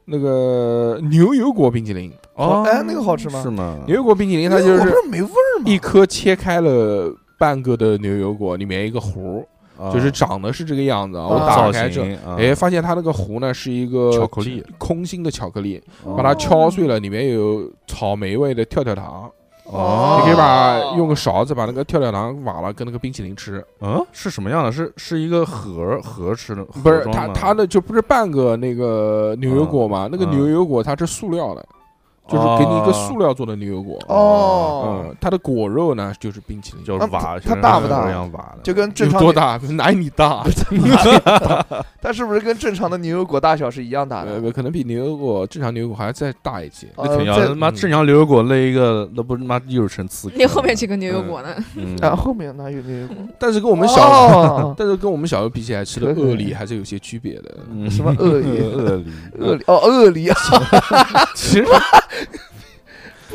S2: 那个牛油果冰淇淋，
S4: 哦
S3: 哎那个好吃吗
S4: 是吗？
S2: 牛油果冰淇淋它就
S3: 我不
S2: 是
S3: 是没味儿吗？
S2: 一颗切开了半个的牛油果，里面一个核，
S4: 啊
S2: 就是长得是这个样子啊。我
S3: 啊
S2: 打
S4: 造
S2: 开之后，
S4: 型，啊
S2: 哎，发现它那个核呢是一个
S4: 巧克力
S2: 空心的巧克力，
S4: 哦
S2: 把它敲碎了，里面有草莓味的跳跳糖，
S4: 哦，
S2: 你可以把
S3: 哦
S2: 用个勺子把那个跳跳糖挖了，跟那个冰淇淋吃。
S4: 嗯是什么样的？是是一个盒儿盒儿吃的，
S2: 不
S4: 盒
S2: 是
S4: 装
S2: 它
S4: 吗
S2: 它的就不是半个那个牛油果嘛？那个
S4: 嗯
S2: 牛油果它是塑料的，就是给
S4: 哦
S2: 你一个塑料做的牛油果。
S3: 哦，
S2: 嗯，它的果肉呢就是冰淇淋，
S4: 就是瓦，
S3: 它它大不大
S4: 一样瓦的，
S3: 就 跟 正
S2: 嗯有
S3: 常
S2: 多大？哪有你大？
S3: 它是不是跟正常的牛油果大小是一样大的？
S2: 呃，可能比牛油果正常牛油果还要再大一些。
S4: 那挺
S3: 呃
S4: 要
S3: 在
S4: 他
S2: 嗯
S4: 妈正常牛油果勒一个，那不他妈又是成刺客了。
S5: 那后面几个牛油果呢？
S4: 嗯，
S3: 啊，后面哪有牛油果？
S2: 但是跟我们小，
S3: 小
S2: 但是跟我们小时候比起来，吃的
S3: 可以
S2: 鳄梨还是有些区别的。
S4: 嗯
S3: 什么鳄鱼
S4: 鳄梨，
S3: 鳄梨哦，鳄 梨啊，
S2: 其实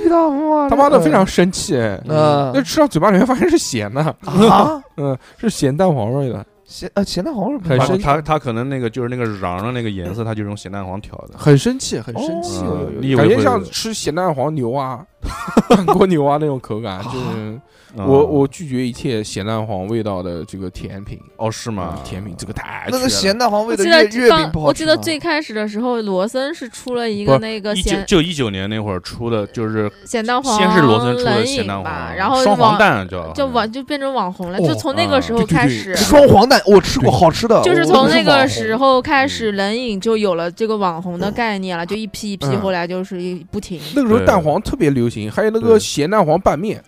S3: 你大妈
S2: 他妈的非常生气，哎，
S3: 嗯
S2: 那吃到嘴巴里面发现是咸的，
S3: 啊，
S2: 嗯，是咸蛋黄味的，
S3: 咸啊咸蛋黄是不
S2: 很
S4: 他
S3: 是
S2: 生气
S4: 他他可能那个就是那个瓤的那个颜色，他就是用咸蛋黄调的。
S2: 很生气，很生气，
S3: 哦
S2: 有有有
S4: 你以为
S2: 感觉
S4: 呃会
S2: 像吃咸蛋黄牛啊、 韩国牛啊那种口感，就是
S4: 啊
S2: 我我拒绝一切咸蛋黄味道的这个甜品嗯
S4: 哦是
S3: 啊
S4: 吗？
S2: 甜品这个太
S3: 那个
S2: 缺了
S3: 咸蛋黄味
S5: 我
S3: 的
S5: 记
S3: 月
S5: 得
S3: 月饼
S5: 刚，
S3: 不好
S5: 我记得
S3: 吃吗
S5: 最开始的时候，罗森是出了一个
S2: 不
S5: 那个
S4: 一九
S5: 咸
S4: 就一九年那会儿出的，就是
S5: 咸蛋黄
S4: 先是罗森出的
S5: 冷
S4: 咸
S5: 饮
S4: 蛋
S5: 吧
S4: 黄，
S5: 然后
S4: 双黄
S5: 网
S4: 蛋嗯叫
S5: 就网就变成网红了，
S2: 哦
S5: 就从那
S4: 啊
S5: 个时候
S2: 对对
S5: 开
S2: 对
S5: 始。
S3: 双黄蛋，我吃过，
S2: 对
S3: 好吃的。
S5: 就是
S3: 我
S5: 从
S3: 我
S5: 那
S3: 网
S5: 个
S3: 红
S5: 时候开始，冷饮就有了这个网红的概念了，就一批一批，
S2: 嗯
S5: 后来就是一不停。
S2: 那个时候
S4: 对
S2: 蛋黄特别流行，还有那个
S4: 对
S2: 咸蛋黄拌面，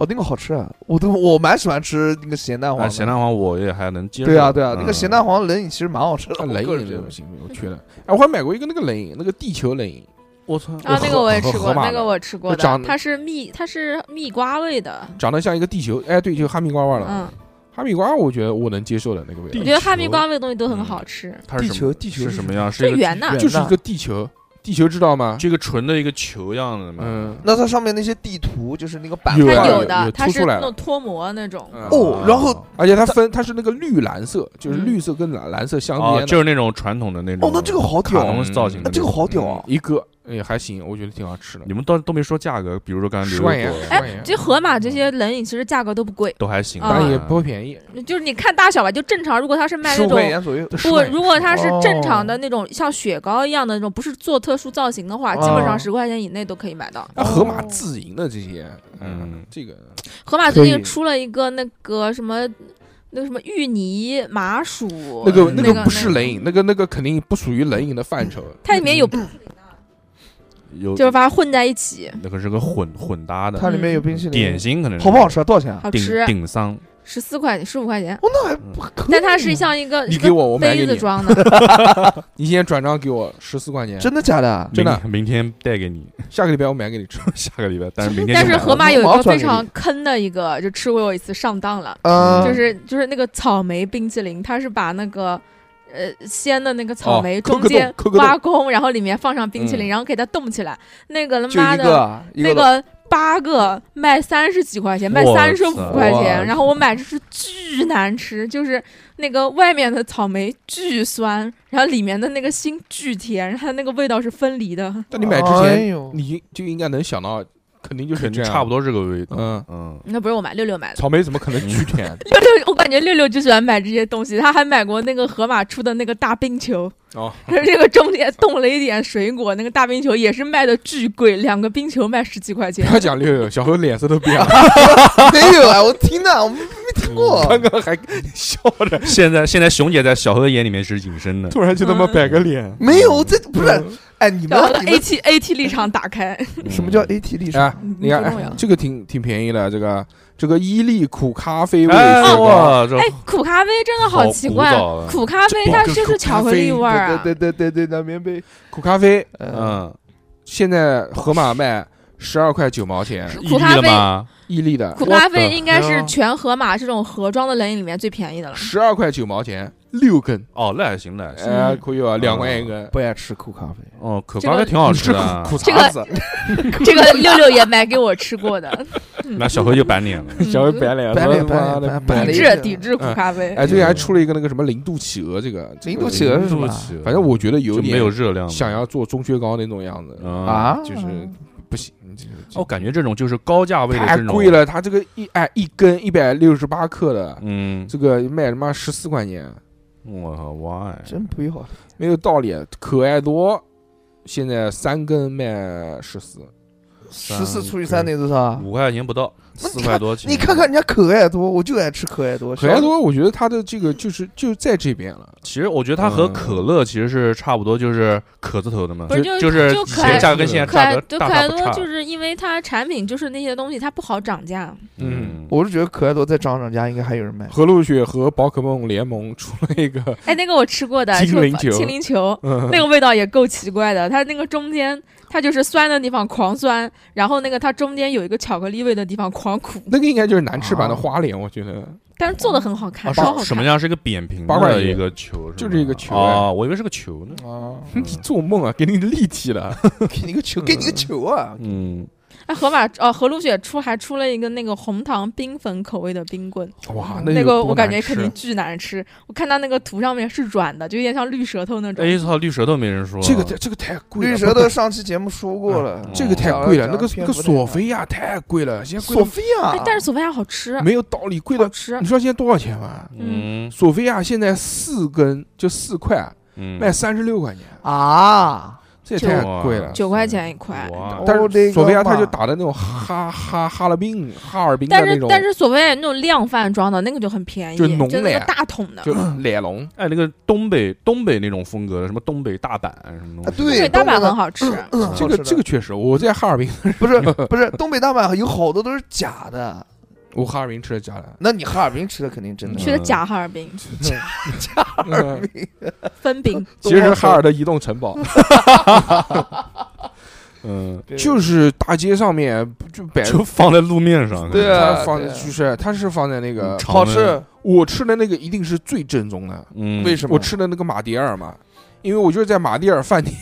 S3: 哦，那个好吃啊，我都我蛮喜欢吃那个咸蛋
S4: 啊
S3: 黄的。
S4: 咸蛋黄我也还能接受。
S3: 对啊对啊，那个
S4: 嗯
S3: 咸蛋黄冷饮其实蛮好吃的。我
S2: 啊冷
S3: 个人
S2: 饮
S3: 觉
S2: 这
S3: 得
S2: 种行为我缺了。哎，我还买过一个那个冷饮，那个地球冷饮，
S4: 我操，
S5: 啊，那个我也吃
S2: 河
S5: 过，
S2: 马
S5: 那
S2: 的
S5: 个我吃过的
S2: 长，
S5: 它是蜜，它是蜜瓜味的，
S2: 长得像一个地球，哎，对，就是哈密瓜味儿了。
S5: 嗯，
S2: 哈密瓜我觉得我能接受的那个味
S5: 我
S2: 道，
S5: 觉得哈密
S4: 球
S5: 瓜味的东西都
S4: 嗯
S5: 很好吃，
S4: 它是
S3: 地
S4: 什
S3: 球
S4: 么
S3: 地球
S4: 是
S3: 是
S4: 什么样？是
S5: 是
S4: 一个
S5: 圆的
S3: 圆，
S2: 就是一个地球，地球知道吗？
S4: 这个纯的一个球样的嘛。
S2: 嗯，
S3: 那它上面那些地图就是那个版
S2: 有
S3: 画
S2: 啊
S5: 它
S2: 有
S5: 有的
S2: 有，
S5: 它
S2: 凸
S5: 是
S2: 出来
S5: 那
S2: 了
S5: 种脱模那种，
S3: 哦然后
S2: 嗯而且它分，它是那个绿蓝色，
S5: 嗯
S2: 就是绿色跟蓝蓝色相
S3: 哦
S4: 啊，
S2: 间
S4: 就
S2: 的，
S4: 是那种传统的那种。
S3: 哦，那这个好
S4: 卡
S3: 屌
S4: 通
S3: 啊，
S4: 造型的
S3: 那这个
S4: 那种
S3: 好屌啊！
S2: 嗯一个也还行，我觉得挺好吃的
S4: 你，们都都没说价格，比如说刚才
S2: 十
S4: 牛
S2: 万元
S3: 哎
S4: 油，果
S2: 10万元
S5: 这河马这些冷饮其实价格都不贵，
S4: 都还行吧，
S5: 啊
S2: 但也不便
S3: 哦
S2: 宜，
S5: 就是你看大小吧，就正常。如果它是卖
S3: 十
S5: 那
S3: 五
S5: 种
S3: 块钱左右，
S2: 十
S5: 不
S2: 万，元
S5: 如果它是正常
S3: 哦
S5: 的那种像雪糕一样的那种，不是做特殊造型的话，
S3: 哦
S5: 基本上十块钱以内都可以买到。
S2: 那河马自营的这些，
S4: 嗯
S2: 嗯，这个
S5: 河马最
S3: 可以
S5: 近出了一个那个什么，那个什么芋泥麻薯，
S2: 那个
S5: 那
S2: 个不是
S5: 那
S2: 冷饮，那个那个肯定不属于冷饮的范畴。
S5: 它里面有
S4: 有
S5: 就是把它混在一起，
S4: 那个是个混混搭的
S3: 它里面有冰淇淋，
S4: 点心，可能是
S3: 好不好？吃啊？多少钱啊？
S5: 好
S4: 顶
S5: 吃，
S4: 顶桑，
S5: 十四块十五块钱，
S3: 哦，那还
S4: 嗯
S3: 可以
S5: 但它是像一个
S2: 你
S5: 一
S2: 给
S5: 个
S2: 我，我买给
S5: 杯子
S2: 你。
S5: 装的，
S2: 你先转账给我十四块钱，
S3: 真的啊假的？
S2: 真的
S4: 明明天带给你，
S2: 下个礼拜我买给你吃。
S4: 下个礼拜，但是明天
S5: 但
S4: 就是买了
S5: 河马有一
S3: 我要
S5: 个
S3: 转
S5: 非
S3: 给
S5: 常坑的一个，就吃过我一次上当了。
S3: 嗯，
S5: 就是就是那个草莓冰淇淋，它是把那个呃鲜的那个草莓
S2: 哦抠
S5: 中
S2: 个洞
S5: 间
S2: 抠个洞
S5: 挖空，然后里面放上冰淇淋，
S2: 嗯
S5: 然后给它冻起来。那个他
S3: 就
S5: 妈
S3: 一
S5: 的
S3: 个啊一
S5: 那
S3: 个
S5: 个八个卖三十几块钱，卖
S4: 哇
S5: 三十五
S4: 塞
S5: 块
S3: 哇
S5: 钱，然后我买的是巨难吃，就是那个外面的草莓巨酸，然后里面的那个心巨甜，它那个味道是分离的。
S2: 但你买之
S3: 哎
S2: 前，
S3: 呦
S2: 你就应该能想到，肯定就是
S4: 肯
S2: 这
S4: 定
S2: 样，
S4: 差不。多这个味道，
S2: 嗯，
S4: 嗯，
S5: 那不是我买六六买的，
S2: 草莓怎么可能巨甜？
S5: 六六我感觉 六六就喜欢买这些东西，他还买过那个河马出的那个大冰球。
S2: 哦，
S5: 就是这个中间冻了一点水果，那个大冰球也是卖的巨贵，两个冰球卖十几块
S2: 不
S5: 钱。
S2: 要讲六六，小何脸色都变了。
S3: 没有啊？我听的，我没听过。
S2: 刚刚还笑 着，
S4: 现在现在熊姐在小何的眼里面是隐身的，
S2: 突然就他妈摆个脸。
S3: 没有，这不是
S2: 嗯
S3: 哎，你们
S5: 然后
S3: 你
S5: A
S3: 们
S5: T A T 立场打开，
S3: 什么叫 AT 历史？
S2: 哎，
S5: 啊
S2: 你 看，
S5: 不重要
S2: 哎这个挺挺便宜的，这个这个伊利苦咖啡味
S4: 哎
S2: 雪糕，
S4: 哇，这
S5: 哎，苦咖啡真的
S4: 好
S5: 奇怪
S4: 古早啊，
S5: 苦咖啡
S2: 这
S5: 它
S2: 不
S5: 就是是巧克力味儿啊。
S3: 对对对对对，南棉被，
S2: 苦咖啡
S3: 嗯，
S4: 嗯，
S2: 现在河马卖十二块九毛钱，
S5: 苦
S4: 伊利
S5: 咖
S4: 的
S5: 啡
S4: 吗？
S2: 伊利的
S5: 苦咖啡
S4: What the
S5: 应该是
S4: hell？
S5: 全盒马这种盒装的冷饮里面最便宜的了。
S2: 十二块九毛钱六根，
S4: 哦，那还行，那还行，
S2: 哎，
S5: 嗯
S2: 可以吧？两块钱一根，
S3: 不爱吃苦咖啡。
S4: 哦，苦
S5: 这
S4: 咖啡
S5: 个
S4: 挺好
S2: 你
S4: 吃
S2: 是
S4: 的
S2: 苦
S4: 啊，
S2: 苦
S5: 这
S2: 茶子，
S5: 这个六六也买给我吃过的，
S4: 那小何又板脸了，
S2: 小何白脸，
S3: 白脸
S2: 他
S3: 白
S2: 妈
S3: 脸
S2: 的
S3: 白
S5: 抵
S3: 脸
S5: 制抵制苦咖啡。
S2: 哎，最近还出了一个那个什么零度企鹅，这个这
S3: 零
S2: 个
S3: 度企鹅是什
S4: 对
S3: 么
S4: 不起
S2: 反正我觉得有
S4: 就
S2: 点
S4: 没有热量了
S2: 想要做钟薛高那种样子，嗯
S4: 嗯
S3: 啊
S2: 就是不行，就是
S4: 我感觉这种就是高价位的啊
S2: 太
S4: 这种
S2: 贵，了。它这个一哎一根一百六十八克的，
S4: 嗯，
S2: 这个卖他妈十四块钱，
S4: 我靠，why？
S3: 真不要脸
S2: 啊没有道理。可爱多现在三根卖十四，
S4: 三
S3: 十四除以三得多少啊？
S4: 五块钱不到，
S3: 那
S4: 四
S3: 你
S4: 块
S3: 看
S4: 多钱。
S3: 你看看，人家可爱多，我就爱吃可爱多。
S2: 可爱多，我觉得它的这个就是就在这边了。
S4: 其实我觉得它和
S2: 嗯
S4: 可乐其实是差不多，就是可字头的嘛，
S5: 不是就
S4: 就是
S5: 就
S4: 以
S5: 可爱
S4: 前价格跟现在
S5: 可
S4: 价
S5: 爱
S4: 格
S5: 就可
S4: 大
S5: 爱
S4: 差不
S5: 多
S4: 差。
S5: 就是因为它产品就是那些东西它不好涨价，
S2: 嗯
S4: 嗯，
S3: 我是觉得可爱多再涨涨价，应该还有人买。
S2: 和路雪和宝可梦联盟出了 一个，
S5: 哎，那个我吃过的
S2: 精
S5: 是
S2: 灵
S5: 吧
S2: 球，
S5: 精灵球
S2: 嗯
S5: 那个味道也够奇怪的。它那个中间，它就是酸的地方狂酸，然后那个它中间有一个巧克力味的地方狂苦，
S2: 那个应该就是难吃版的
S3: 啊
S2: 花脸，我觉得
S4: 嗯
S5: 但是做的很好看，
S4: 啊
S5: 超好看。
S4: 是什么样？是一个扁平
S2: 八块
S4: 的
S2: 钱
S4: 一个球，
S2: 就是
S4: 吗
S2: 这个球
S4: 啊，我以为是个球呢。
S3: 啊，
S2: 你做梦啊，给你立体 了。
S3: 给你个球，给你个球啊！
S4: 嗯，
S5: 哎，河马哦，和路雪出还出了一个那个红糖冰粉口味的冰棍，
S4: 嗯
S2: 哇，
S5: 那
S2: 个
S5: 个我感觉
S2: 啊
S5: 肯定巨难吃。我看它那个图上面是软的，就有点像绿舌头那种。
S4: 哎操，绿舌头没人说，啊
S2: 这个这个太贵啊了，
S3: 绿舌头上期节目说过 了，哦
S4: 嗯
S2: 这个太贵了，那个那个索菲亚太贵了，现在贵
S3: 索
S2: 了
S3: 菲啊亚
S5: 哎，，但
S2: 啊
S5: 是索菲亚好吃，
S2: 没有道理，贵
S5: 好
S2: 的，
S5: 吃
S2: 你。知道现在多少钱吗？
S4: 嗯
S2: 索菲亚现在四根就四块，
S4: 嗯，
S2: 卖三十六块钱，
S3: 啊，
S2: 这也太贵了。
S5: 九块钱一块，
S4: 哇
S2: 但
S3: 我的
S2: 是
S3: 哦个
S2: 索菲亚啊它就
S3: 妈
S2: 打的那种哈哈哈尔滨哈尔滨的
S5: 但
S2: 那
S5: 是
S2: 种，
S5: 但是索菲亚那种量贩装的那个就很便宜，
S2: 就
S5: 就
S2: 浓的
S5: 那个
S2: 呀
S5: 大桶的。
S2: 就奶龙，
S4: 哎，那个东北东北那种风格的，什么东北大阪什么东
S3: 啊
S4: 西，
S3: 对
S5: 大阪
S3: 东北的
S5: 很好吃，
S3: 嗯
S2: 这
S3: 好吃
S2: 个
S3: 的
S2: 这个确实，我在哈尔滨，
S3: 不是 不是东北大阪有好多都是假的，
S2: 我哈尔滨吃的假 的，
S3: 那你哈尔滨吃的肯定真
S4: 嗯
S3: 的
S5: 去的假哈尔滨
S2: 嗯
S5: 分饼，
S2: 其实是哈尔的移动城堡，
S4: 嗯，
S2: 就是大街上面就摆
S4: 就放在路面上，
S3: 对啊
S2: 它放在就是它是放在那个
S4: 嗯
S3: 好吃，
S2: 我吃的那个一定是最正宗的。
S4: 嗯，
S3: 为什么？
S2: 我吃的那个马迭尔嘛，因为我就是在马迭 尔饭店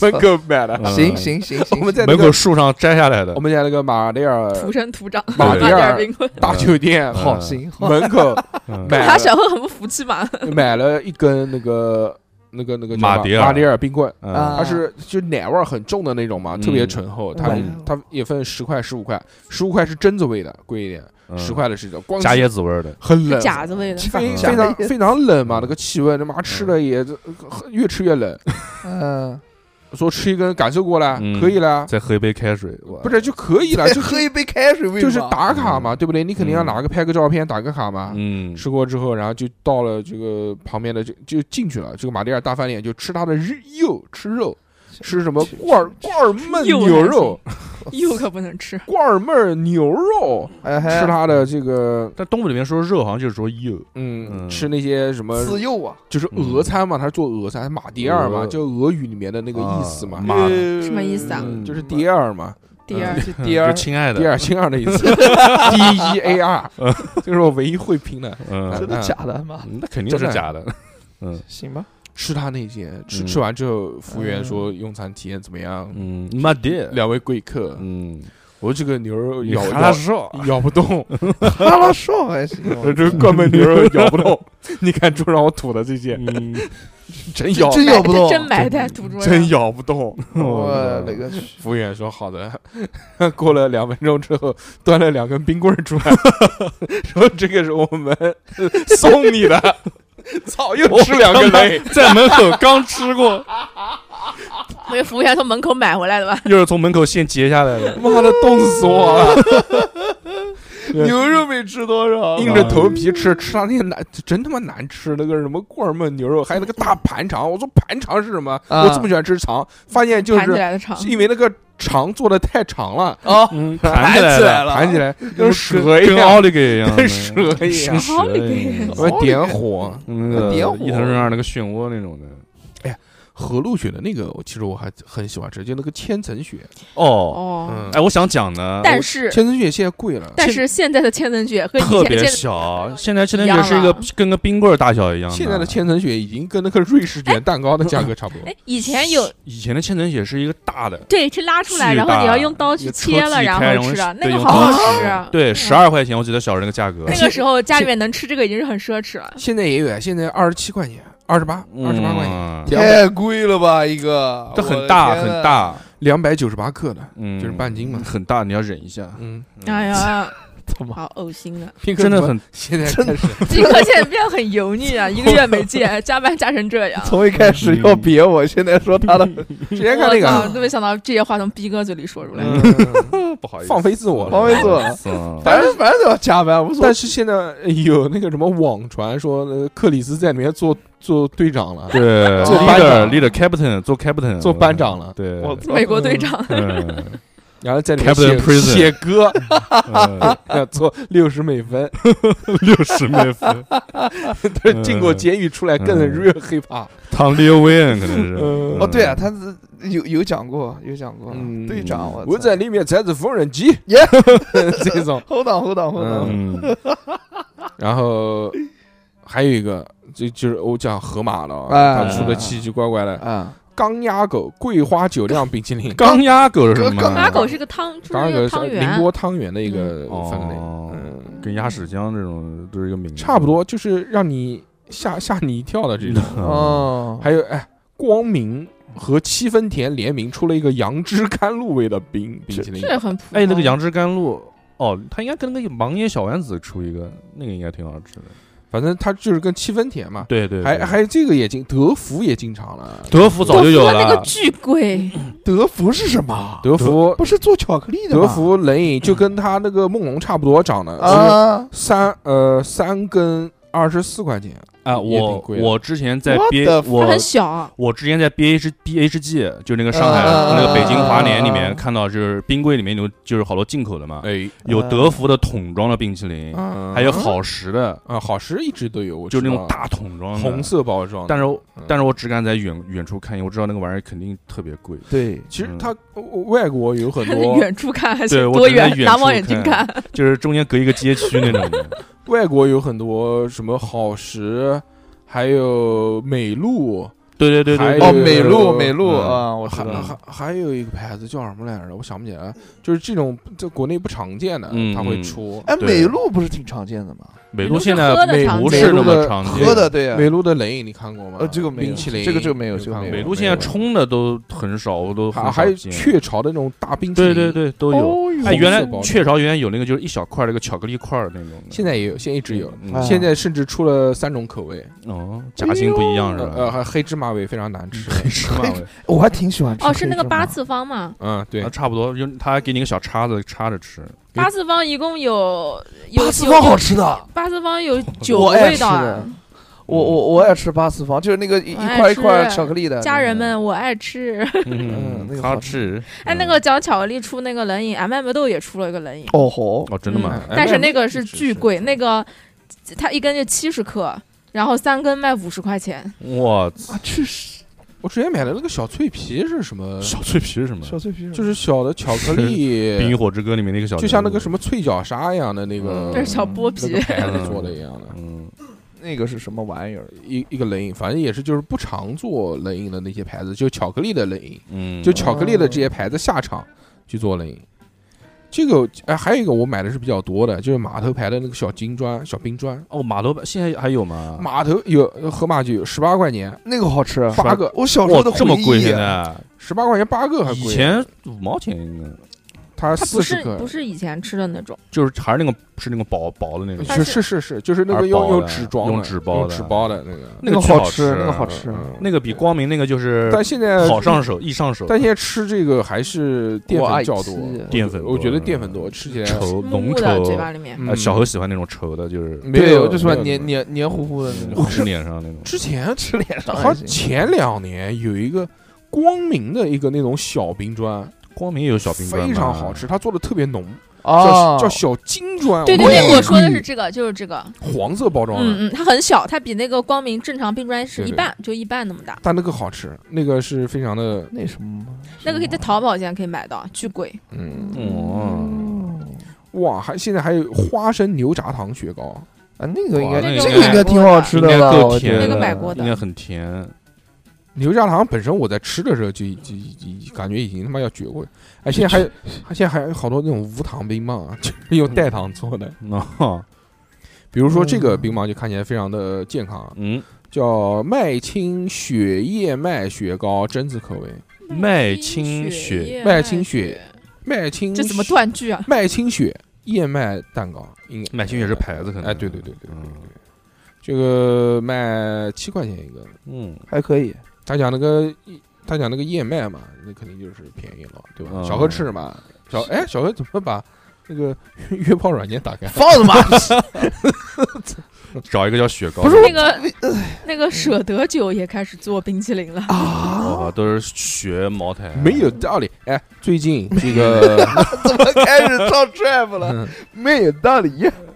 S2: 门口买的。
S4: 嗯
S3: 行行行
S2: 我
S3: 行，
S2: 们在那
S4: 门口
S2: 个哦
S4: 树上摘下来的
S2: 我，们在那个马迭
S5: 土
S2: 尔
S5: 生土长，
S2: 马
S5: 马
S2: 迭
S5: 迭
S2: 尔
S5: 尔冰棍。
S2: 大酒店
S4: 嗯
S3: 好行好，
S2: 门口
S4: 嗯
S2: 买
S5: 他
S2: 了
S5: 小何很不服气嘛，
S2: 买了一根那个那个那个叫
S4: 马
S2: 什么
S4: 迭尔
S2: 马迭尔冰棍，
S4: 嗯
S3: 啊
S2: 它是就奶味儿很重的那种嘛，
S4: 嗯
S2: 特别醇厚。它
S4: 嗯
S2: 它也分十块、十五块，十五块是榛子味的，贵一点；
S4: 嗯
S2: 十块的是这光
S4: 加
S2: 是
S4: 椰子味儿的，
S2: 很冷，
S5: 假子味的。
S2: 非
S4: 假
S2: 非常
S3: 的
S2: 非常冷嘛，那个气温，他
S4: 嗯
S2: 妈吃的也这越吃越冷。
S3: 嗯，
S2: 说吃一根感受过了，
S4: 嗯
S2: 可以了，
S4: 再喝一杯开水，
S2: 不是就可以了，就
S3: 啊喝
S2: 是
S3: 一杯开水为什
S2: 就
S3: 么
S2: 是打卡嘛，
S4: 嗯
S2: 对不对？你肯定要拿个拍个照片，打个卡嘛。
S4: 嗯，
S2: 吃过之后，然后就到了这个旁边的就就进去了，这个马迭尔大饭店就吃它的日肉，吃肉，吃什么罐儿罐儿焖
S5: 又
S2: 牛
S5: 还
S2: 肉，
S5: 又可不能吃，
S2: 罐儿焖牛肉，
S3: 哎嘿
S2: 吃它的这个
S4: 但东北里面说肉好像就是说有，
S2: 嗯，
S4: 嗯
S2: 吃那些什么
S3: 自幼啊，
S2: 就是俄餐嘛，它是做俄餐，马迭尔嘛，
S4: 俄
S2: 就俄语里面的那个意思嘛，
S4: 妈的
S5: 什么意思啊
S2: 嗯
S4: 嗯
S2: 就是第二嘛，
S5: 第
S2: 嗯
S5: 二
S3: 就第二
S4: 就，亲爱的，
S2: 第二亲二的意 思，D E A R，就是我唯一会拼的。
S4: 嗯，
S3: 真的假的妈？
S4: 嗯那肯定是假的，
S3: 行吧，
S2: 吃他那些，吃
S4: 嗯
S2: 吃完之后，服务员说用餐体验怎么样？
S4: 嗯，妈的，
S2: 两位贵客，
S4: 嗯，
S2: 我这个牛肉咬
S4: 哈拉
S2: 咬
S4: 少，
S2: 咬不动，
S3: 哈 拉少还行，
S2: 啊这 个灌焖牛肉咬不动。 你看桌上我吐的这 些，
S4: 嗯，
S2: 真咬
S3: 真咬不动，
S5: 真埋在土桌
S2: 真
S5: 上。
S2: 咬不动。
S4: 哦
S3: 我勒个去！
S2: 服务员说好的， 过了两分钟之后，端了两根冰棍儿出 来，说这个是我 们送你 的。操，又吃两根嘞！
S4: 在门口刚吃过，
S5: 那个服务员从门口买回来的吧？
S4: 又是从门口现截下来 的，
S2: 妈的，冻死我了！
S3: 牛肉没吃多少，
S2: 硬着头皮吃，吃到那些难，真他妈难吃。那个什么罐焖牛肉，还有那个大盘肠。我说盘肠是什么？
S3: 啊
S2: 我这么喜欢吃肠，发现就
S5: 盘起
S2: 是
S5: 来的肠，
S2: 是因为那个肠做的太长了，
S3: 啊，
S4: 嗯，
S3: 弹
S4: 弹起来
S3: 起
S4: 的
S3: 来了，
S2: 盘起来跟蛇一
S4: 跟
S2: 样，
S4: 奥利给一样，嗯
S2: 跟蛇一样
S5: 跟。蛇一样
S2: 我点火，
S4: 那个
S3: 点火
S4: 伊藤润二那个漩涡那种的，
S2: 河路雪的那个，我其实我还很喜欢吃，就那个千层雪。嗯
S4: 哦，
S5: 哦，
S4: 哎，我想讲呢，
S5: 但是
S2: 千层雪现在贵了，
S5: 但是现在的千层卷
S4: 我
S5: 和以
S4: 特
S5: 前
S4: 别
S5: 见的
S4: 小，现在千层卷是一
S5: 一
S4: 个
S5: 样啊
S4: 跟个冰棍儿大小一样的，
S2: 现在的千层雪已经跟那个瑞士卷蛋糕的价格差不多。
S5: 哎，以前有
S4: 以前的千层雪是一个大的，
S5: 对，是拉出来，
S4: 巨
S5: 然后
S4: 大
S5: 你要用刀去
S4: 有车
S5: 切了，
S4: 自己
S5: 然
S4: 开
S5: 后吃的
S4: 然后
S5: 那
S4: 对
S5: 个
S4: 用
S5: 好
S4: 刀
S5: 好吃啊。
S4: 对，
S5: 嗯
S4: 十二块钱，我记得小时候那个价格，
S5: 那个时候家里面能吃这个已经是很奢侈了。
S2: 现在也有，啊，现在二十七块钱，二十八，
S4: 嗯
S2: 二十八块钱，
S4: 钱，
S2: 两百
S3: 太贵了吧？一个，
S4: 它很大
S3: 啊
S4: 很，大，
S2: 两百九十八克的，
S4: 嗯，
S2: 就是半斤嘛
S4: 很大，你要忍一下。
S2: 嗯，
S5: 哎呀，
S3: 他妈，
S5: 好恶心啊！
S2: 拼哥
S4: 真的
S2: 怎么
S4: 很
S2: 现在开始，
S5: 金哥现在变得很油腻啊，一个月没见，加班加成这 样。
S3: 从一开始要别我，现在说他的，
S4: 嗯
S2: 直接看那
S5: 我操
S2: 个啊
S5: 都没想到这些话从逼哥嘴里说出来。
S4: 不好意思，
S2: 放飞自我
S3: 放飞自我
S4: 我
S3: 反正反正都要加班，无所谓
S2: 但。是现在有那个什么网传说，呃克里斯在里面做做队长了，
S4: 对，
S2: 做班
S4: leader
S2: 长
S4: leader captain 做 captain
S2: 做班长了
S4: 对，
S2: 我
S5: 美国队长，
S4: 嗯
S2: 然后在里面
S4: Captain
S2: 写
S4: Prison
S2: 写歌，
S4: 嗯
S2: 要做六十美分，
S4: 六十美分， 嗯
S2: 进过监狱出来更
S4: 嗯
S2: real hip hop。
S4: 唐利欧威恩可能 是
S2: 嗯
S3: 哦，对啊，他是有有讲过，有讲过
S2: 嗯
S3: 队长，我
S2: 我
S3: 操
S2: 在里面踩着缝纫机，
S3: 耶
S2: 这种。
S3: hold on hold on hold
S2: 嗯
S3: on，
S4: 嗯
S2: 然后还有一个，这就是我讲河马了，啊
S3: 哎
S2: 他出的奇奇怪怪的
S3: 啊，
S2: 钢鸭狗桂花酒酿冰淇淋，
S4: 钢鸭狗是什么？
S3: 钢
S5: 马狗是个汤，就是
S2: 钢
S5: 那
S2: 鸭狗
S5: 个汤
S2: 是
S5: 圆
S2: 宁。波汤圆的一个分类，
S4: 哦
S2: 嗯，
S4: 跟鸭屎浆这种都是一个名字，
S2: 差不多就是让你吓吓你一跳的 这种。
S4: 嗯。
S3: 哦，
S2: 还有哎，光明和七分甜联名出了一个杨枝甘露味的冰冰淇淋，
S5: 这很普通。
S4: 哎，那个杨枝甘露，哦，他应该跟那个盲野小丸子出一个，那个应该挺好吃的。
S2: 反正它就是跟七分甜嘛。
S4: 对对
S2: 还还有这个也进德芙也进场了，
S4: 德芙早就有
S5: 那个
S4: 了，啊
S5: 巨贵，
S3: 德芙是什么？
S2: 德芙
S3: 不是做巧克力的吗？
S2: 德芙冷饮就跟它那个梦龙差不多长的，
S4: 嗯
S2: 就是
S3: 啊，
S2: 三呃三根二十四块钱，
S4: 啊，
S2: 也挺
S4: 我
S2: 贵的
S4: 我之前在
S3: What
S4: B
S3: the
S5: 它
S4: 我
S5: 很小，
S4: 我之前在 B H B H G 就那个上海
S3: 啊
S4: 那个北京华联里面
S3: 啊
S4: 看到，就是冰柜里面有就是好多进口的嘛，
S2: 哎，
S4: 有德芙的桶装的冰淇淋，
S2: 嗯
S4: 还有好时的，
S2: 啊，好时一直都有，我
S4: 就
S2: 知
S4: 是那种
S2: 道
S4: 大桶装的
S2: 红。色包装的，
S4: 但是我
S2: 嗯
S4: 但是我只敢在远远处看，因为我知道那个玩意儿肯定特别贵。
S3: 对，
S2: 其实
S4: 嗯
S2: 它呃外国有很多
S5: 远处看还
S4: 对
S5: 是
S4: 我
S5: 多
S4: 只能
S5: 远
S4: 在？远
S5: 拿
S4: 处
S5: 望远镜
S4: 看
S5: 看，
S4: 就是中间隔一个街区那种的。
S2: 外国有很多什么好时，还有美露，
S4: 对对对对，对
S2: 还有
S3: 哦，美露美露
S4: 嗯
S3: 啊，我知
S2: 还
S3: 道了。
S2: 还还有一个牌子叫什么来着？我想不起来，就是这种在国内不常见的
S4: 嗯，
S2: 它会
S4: 嗯
S2: 出
S3: 哎，
S4: 对
S3: 美露不是挺常见的吗？
S4: 美
S5: 露
S4: 露
S5: 是
S4: 现在
S5: 喝的
S4: 美
S5: 常
S4: 不
S2: 见
S4: 是
S2: 美
S4: 那
S2: 露
S4: 么
S2: 的
S4: 常见，
S3: 喝的对呀，
S2: 哎美露的冷饮，你看过吗？
S3: 呃这个没有
S2: 冰淇淋，
S3: 这个这个没有
S2: 看
S3: 这个没有
S4: 美
S2: 过
S4: 露现在
S2: 过
S4: 冲的都很少，我都很
S2: 还
S4: 少
S2: 还有
S4: 见
S2: 雀巢的那种大冰淇
S4: 对
S2: 淋，
S4: 对对都有。
S2: 哦，
S4: 哎，
S2: 红
S4: 原来
S2: 色包装
S4: 雀巢原来有那个就是一小块儿那个巧克力块儿那种的，
S2: 现在也有，现在一直有，
S4: 嗯
S3: 哎
S2: 现在甚至出了三种口味，
S4: 哦，夹心不一样是
S2: 呃呃，
S4: 吧？
S2: 还黑芝麻味非常难吃。
S4: 是吗？
S3: 我还挺喜欢吃
S5: 哦，是那
S3: 黑
S5: 个
S3: 芝麻
S5: 八次方嘛？
S2: 嗯，哎呃对
S4: 啊，，差不多，用他还给你个小叉子插着吃。
S5: 八次方一共有有
S3: 八次方好
S5: 有
S3: 吃的，
S5: 八次方有九个
S3: 我爱
S5: 味道
S3: 吃
S5: 啊
S3: 的！我我我爱吃八次方，就是那个一一
S5: 我爱
S3: 块一块
S5: 吃
S3: 巧克力的。
S5: 家人们，我 爱吃。
S3: 嗯那个
S4: 好
S3: 好
S4: 吃。
S5: 哎，那个讲巧克力出那个冷饮，M M 豆也出了一个冷饮，嗯
S3: 哦吼，
S4: 哦，真的
S2: 嗯
S4: 吗？
S5: 但是那
S2: 个
S5: 个是巨贵，那个它一根就七十克，然后三根卖五十块钱。
S4: 哎哇，
S3: 啊，确实
S2: 我之前买的那个小脆皮是什么？
S4: 小脆皮是什么？
S3: 小脆皮
S2: 就是是小的巧克
S4: 《冰
S2: 力
S4: 与，火之歌》里面那个小，
S2: 就像那个什么脆角鲨一样的那个
S4: 嗯
S5: 这是小剥
S2: 那
S5: 皮
S2: 个，牌子做的一样的。
S4: 嗯，
S3: 那个是什么玩意儿？
S2: 一一个冷饮，反正也是就是不常做冷饮的那些牌子，就巧克力的冷饮，
S4: 嗯，
S2: 就巧克力的这些牌子下场去做冷饮。这个哎，还有一个我买的是比较多的，就是码头牌的那个小金砖、小冰砖，
S4: 哦，码头现在还有吗？
S2: 码头有河马就有十八块钱
S3: 那个好吃，啊
S2: 八个，
S3: 我小时候
S4: 哇
S3: 的，
S4: 这么
S3: 回忆
S4: 贵现在？
S2: 十八块钱八个还
S4: 以
S2: 贵。啊
S4: 前五毛钱应该
S2: 它
S5: 它不
S2: 四
S5: 是
S2: 十克
S5: 不，是以前吃的那种，
S4: 就是还是那个是那个薄薄的那种，
S2: 是是是是，就是那
S4: 还
S2: 个
S4: 是
S2: 用
S4: 薄的
S2: 用纸装的，
S4: 用纸包的
S2: 用纸包的那个。
S4: 那
S3: 个
S4: 个
S3: 好
S4: 巨好
S3: 吃，
S4: 吃
S3: 那个好吃。
S2: 嗯
S4: 那个比光明那个就是
S2: 但现在
S4: 好上手，易上手，
S2: 但现在吃这个还是淀
S3: 我爱
S2: 粉较多
S3: 吃，
S4: 淀粉
S2: 我觉得
S4: 多
S2: 淀粉多，吃起来
S4: 稠哦浓
S5: 木的嘴巴
S4: 稠。
S5: 里面。
S2: 嗯
S4: 呃，小何喜欢那种稠的，就是
S2: 没有
S3: 我就喜欢
S2: 没有
S3: 黏黏黏糊糊的那种
S4: 红，红脸上那种。
S2: 之前
S3: 吃脸上
S2: 好
S3: 还
S2: 像
S3: 行
S2: 前两年有一个光明的一个那种小冰砖，
S4: 光明也有小冰砖，
S2: 非常好吃，。它做的特别浓，
S3: 啊
S2: 叫，叫小金砖，
S5: 对对
S2: 啊我也
S5: 对，
S2: 有
S5: 我说的是这个，就是这个。
S2: 黄色包装的，
S5: 嗯嗯，它很小，它比那个光明正常冰砖是
S2: 对
S5: 一
S2: 对
S5: 半，就一半那么大。
S2: 但那个好吃，那个是非常的，
S3: 那什么，
S5: 那个可以在淘宝现在可以买到，巨贵。
S2: 嗯，
S4: 哦，
S2: 哇，还现在还有花生牛轧糖雪糕，
S3: 啊，那个应该
S4: 哇那个
S3: 这
S4: 应
S3: 个
S4: 该
S3: 应该挺好吃
S4: 应
S3: 的
S4: 该
S3: 吧？
S4: 够
S3: 我觉
S4: 甜，
S3: 得
S5: 那个买过的
S4: 应该很甜。
S2: 牛轧糖本身我在吃的时候就已就已已感觉已经他妈要绝味，哎，现在 还有，还现在还有好多那种无糖冰棒啊， 就是
S4: 嗯
S2: 用代糖做的，
S4: 那
S2: 比如说这个冰棒就看起来非常的健康啊，
S4: 嗯，
S2: 叫麦青雪燕麦雪糕榛子口味，
S4: 麦青雪
S2: 麦青雪，麦青
S5: 这怎么断句啊？
S2: 麦青雪燕麦蛋糕，应该
S4: 麦青也是牌子，可能
S2: 哎，对对对对对
S4: 嗯
S2: 对，这个卖七块钱一个，
S4: 嗯，
S3: 还可以，
S2: 他讲那个他讲那个燕麦嘛，那肯定就是便宜了，对吧？
S4: 嗯
S2: 小何吃什么？小哎，小何怎么把那个约约炮软件打开？
S3: 放他妈！
S4: 找一个叫雪糕的，
S5: 不是那个那
S2: 嗯
S5: 个舍得酒也开始做冰淇淋了，
S4: 啊，都是学茅台，啊
S2: 没有道理。哎，最近这个，
S3: 怎么开始唱 trap 了？
S2: 嗯
S3: 没有道理。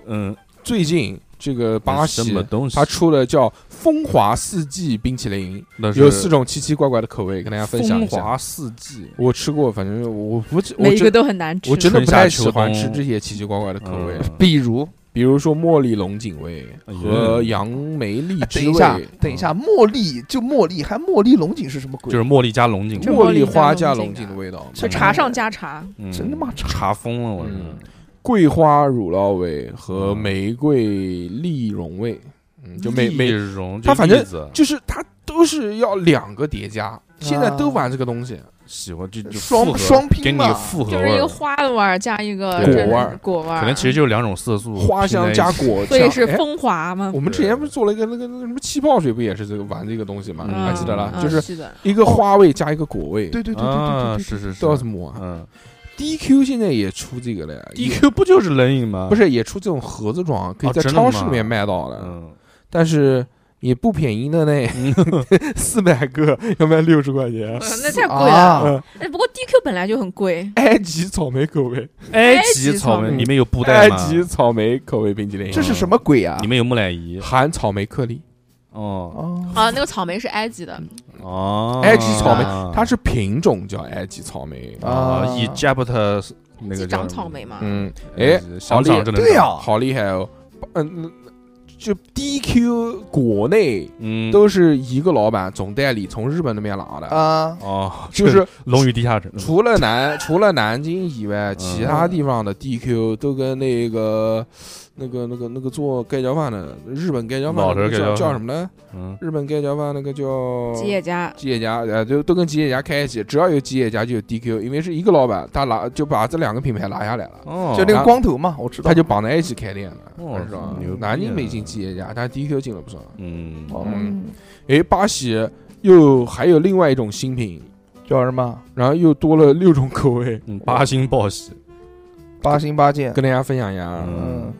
S4: 嗯，
S2: 最近这个巴西
S4: 什么东西？
S2: 它出了叫“风华四季”冰淇淋，
S4: 那是
S2: 有四种奇奇怪怪的口味，跟大家分享一
S4: 风
S2: 下。
S4: 华四季，
S2: 我吃过，反正我不，我
S5: 每一个
S2: 真
S5: 都很难吃
S2: 我。真的不太喜欢
S4: 春夏秋
S2: 吃
S4: 冬
S2: 这些奇奇怪怪的口味，
S4: 嗯
S3: 比如，
S2: 比如说茉莉龙井味
S4: 哎呦
S2: 和杨梅荔
S3: 哎等
S2: 枝
S3: 一
S2: 味
S3: 下，，等一下，茉莉就茉莉，还茉莉龙井是什么鬼？
S4: 就是茉莉加龙井
S5: 就，
S2: 茉莉花
S5: 加
S2: 加
S5: 龙
S2: 龙
S5: 井
S2: 井
S5: 啊
S2: 的味道，
S5: 就茶上加茶，
S4: 嗯
S3: 真他妈茶
S4: 茶疯了，我
S2: 嗯
S4: 是
S2: 桂花乳酪味和
S4: 嗯
S2: 玫瑰丽蓉味，嗯，就每每
S4: 容，
S2: 它
S4: 就
S2: 反正
S4: 栗子
S2: 就是它都是要两个叠加，现在都玩这个东西，
S4: 喜欢就就
S3: 双
S4: 复合
S3: 双拼
S4: 给你
S3: 嘛
S4: 复合
S5: 就
S4: 味
S5: 是一个
S4: 儿，
S5: 花的味儿加一个
S2: 对
S5: 这
S2: 果味儿
S5: 果味儿，
S4: 可能其实就是两种色素，
S2: 花香加，果
S5: 所以
S2: 酱，
S5: 是
S2: 哎
S5: 风华嘛。
S2: 我们之前不是做了一个那个那个什么气泡水，不也是这个玩这个东西吗？
S4: 嗯
S2: 还记得了，
S5: 嗯
S2: 就是
S5: 是的
S2: 一个花味加一个果味，
S3: 对对对对
S4: 啊，
S3: 对对
S4: 是是
S2: 叫什
S4: 是，
S2: 么啊
S4: 嗯
S2: ？DQ 现在也出这个了呀也
S4: ，DQ 不就是冷饮吗？
S2: 不，是也出这种盒子装，可以
S4: 哦
S2: 在
S4: 真的
S2: 超市
S4: 吗
S2: 里面卖到的，
S4: 嗯，
S2: 但是也不便宜的呢，
S3: 嗯
S2: 四百个要卖六十块钱。
S5: 嗯那太
S3: 对。
S5: 贵了。
S2: 嗯
S5: 哎，不过 DQ 本来就很贵，
S2: 埃及草莓口味，
S4: 埃及
S5: 及草
S4: 草
S5: 莓
S4: 莓里面有布袋
S2: 埃
S4: 吗？
S2: 及草莓口味冰淇淋，
S3: 这是什么鬼啊
S4: 里？面有木乃伊，
S2: 含草莓颗粒，
S4: 哦
S3: 哦，
S5: 啊，那个草莓是埃及的，
S4: 哦，
S2: 埃及草莓
S4: 啊
S2: 它是品种叫埃及草莓。
S4: 啊
S3: 啊
S4: ，Egypt 那
S5: 自
S4: 个
S5: 己
S4: 叫
S5: 长草莓嘛。
S2: 嗯，哎，
S4: 想长真的
S3: 对呀，
S2: 好厉害哦！嗯，就 DQ 国内
S4: 嗯，
S2: 都是一个老板总代理从日本那边拿的，
S3: 啊，
S4: 哦，
S2: 就是
S4: 龙与地下城，
S2: 除了南除了南京以外，其他地方的
S4: 嗯
S2: DQ 都跟那个那个那个那个做盖浇饭的日本盖浇饭
S4: 老头
S2: 那
S4: 儿盖
S2: 个
S4: 浇
S2: 叫
S4: 饭
S2: 叫什么呢？
S4: 嗯，
S2: 日本盖浇饭那个叫
S5: 吉野家，
S2: 吉野家，呃，就都跟吉野家开一起，只要有吉野家就有 DQ，因为是一个老板，他拿就把这两个品牌拿下来了。
S4: 哦，
S3: 就那个光头嘛，我知道。
S2: 他就绑在一起开店了，
S4: 哦
S2: 是吧
S4: 牛逼？
S2: 南京
S4: 啊
S2: 没进吉野家，但是 DQ 进了不少。
S4: 嗯，
S3: 哦
S2: 嗯，诶，巴西又还有另外一种新品，
S3: 叫什么？
S2: 然后又多了六种口味，
S4: 嗯，八星报喜，
S3: 八星八剑。
S2: 跟大家分享一下啊。
S4: 嗯
S3: 嗯，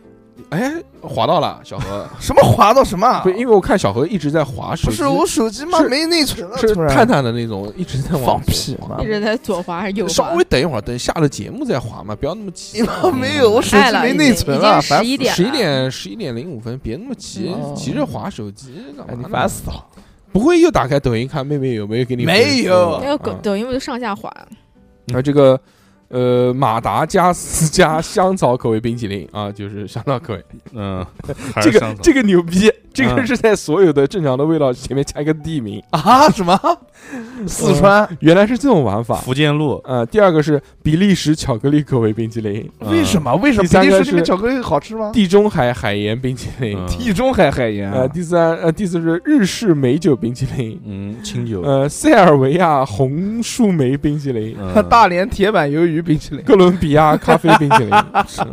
S2: 哎，滑到了小 何，
S3: 什么滑到什么啊？
S2: 不，因为我看小何一直在滑手
S3: 不
S2: 机，
S3: 是我手机嘛
S2: 是
S3: 没内存了，
S2: 是
S3: 突然
S2: 探探的那种，一直在往
S3: 放屁嘛
S5: 一！直在左滑还是右滑？
S2: 嗯稍微等一会儿，等下了节目再滑嘛，不要那么急
S3: 你。妈没有，我手
S5: 爱
S3: 机
S5: 了
S3: 没
S5: 已
S3: 内
S5: 经
S3: 存
S5: 已
S3: 了，
S5: 经
S3: 烦
S5: 十
S3: 死
S5: 一点
S2: 啊十一
S5: 了
S2: 点十一点零五分，别那么急
S3: 哦，
S2: 急着滑手机干嘛
S3: 哎，
S2: 呢？
S3: 你烦死了！
S2: 不会又打开抖音看妹妹有没有给你
S3: 没
S2: 回复
S3: 有
S5: 那个
S2: 啊
S5: 抖抖音不就上下滑？
S2: 那这个呃马达加斯加香草口味冰淇淋啊，就是香草口味，
S4: 嗯，还
S2: 这
S4: 是
S2: 个
S4: 香草
S2: 这个牛逼，这个
S4: 嗯
S2: 是在所有的正常的味道前面加一个地名，嗯
S3: 啊？什么？四川
S2: 原来是这种玩法。
S4: 福建路，
S2: 呃，第二个是比利时巧克力口味冰淇淋，
S4: 嗯
S3: 为什么？为什么
S2: 第三
S3: 比
S2: 个
S3: 利时那边
S2: 是
S3: 巧克力好吃吗？
S2: 地中海海盐冰淇淋，
S4: 嗯
S3: 地中海海哦盐啊
S2: 呃，第三呃第四是日式美酒冰淇淋，
S4: 嗯，清酒，
S2: 呃，塞尔维亚红树莓冰淇淋，
S4: 嗯
S3: 大连铁板鱿鱼冰淇淋，
S2: 哥伦比亚咖啡冰 淇淋，是哎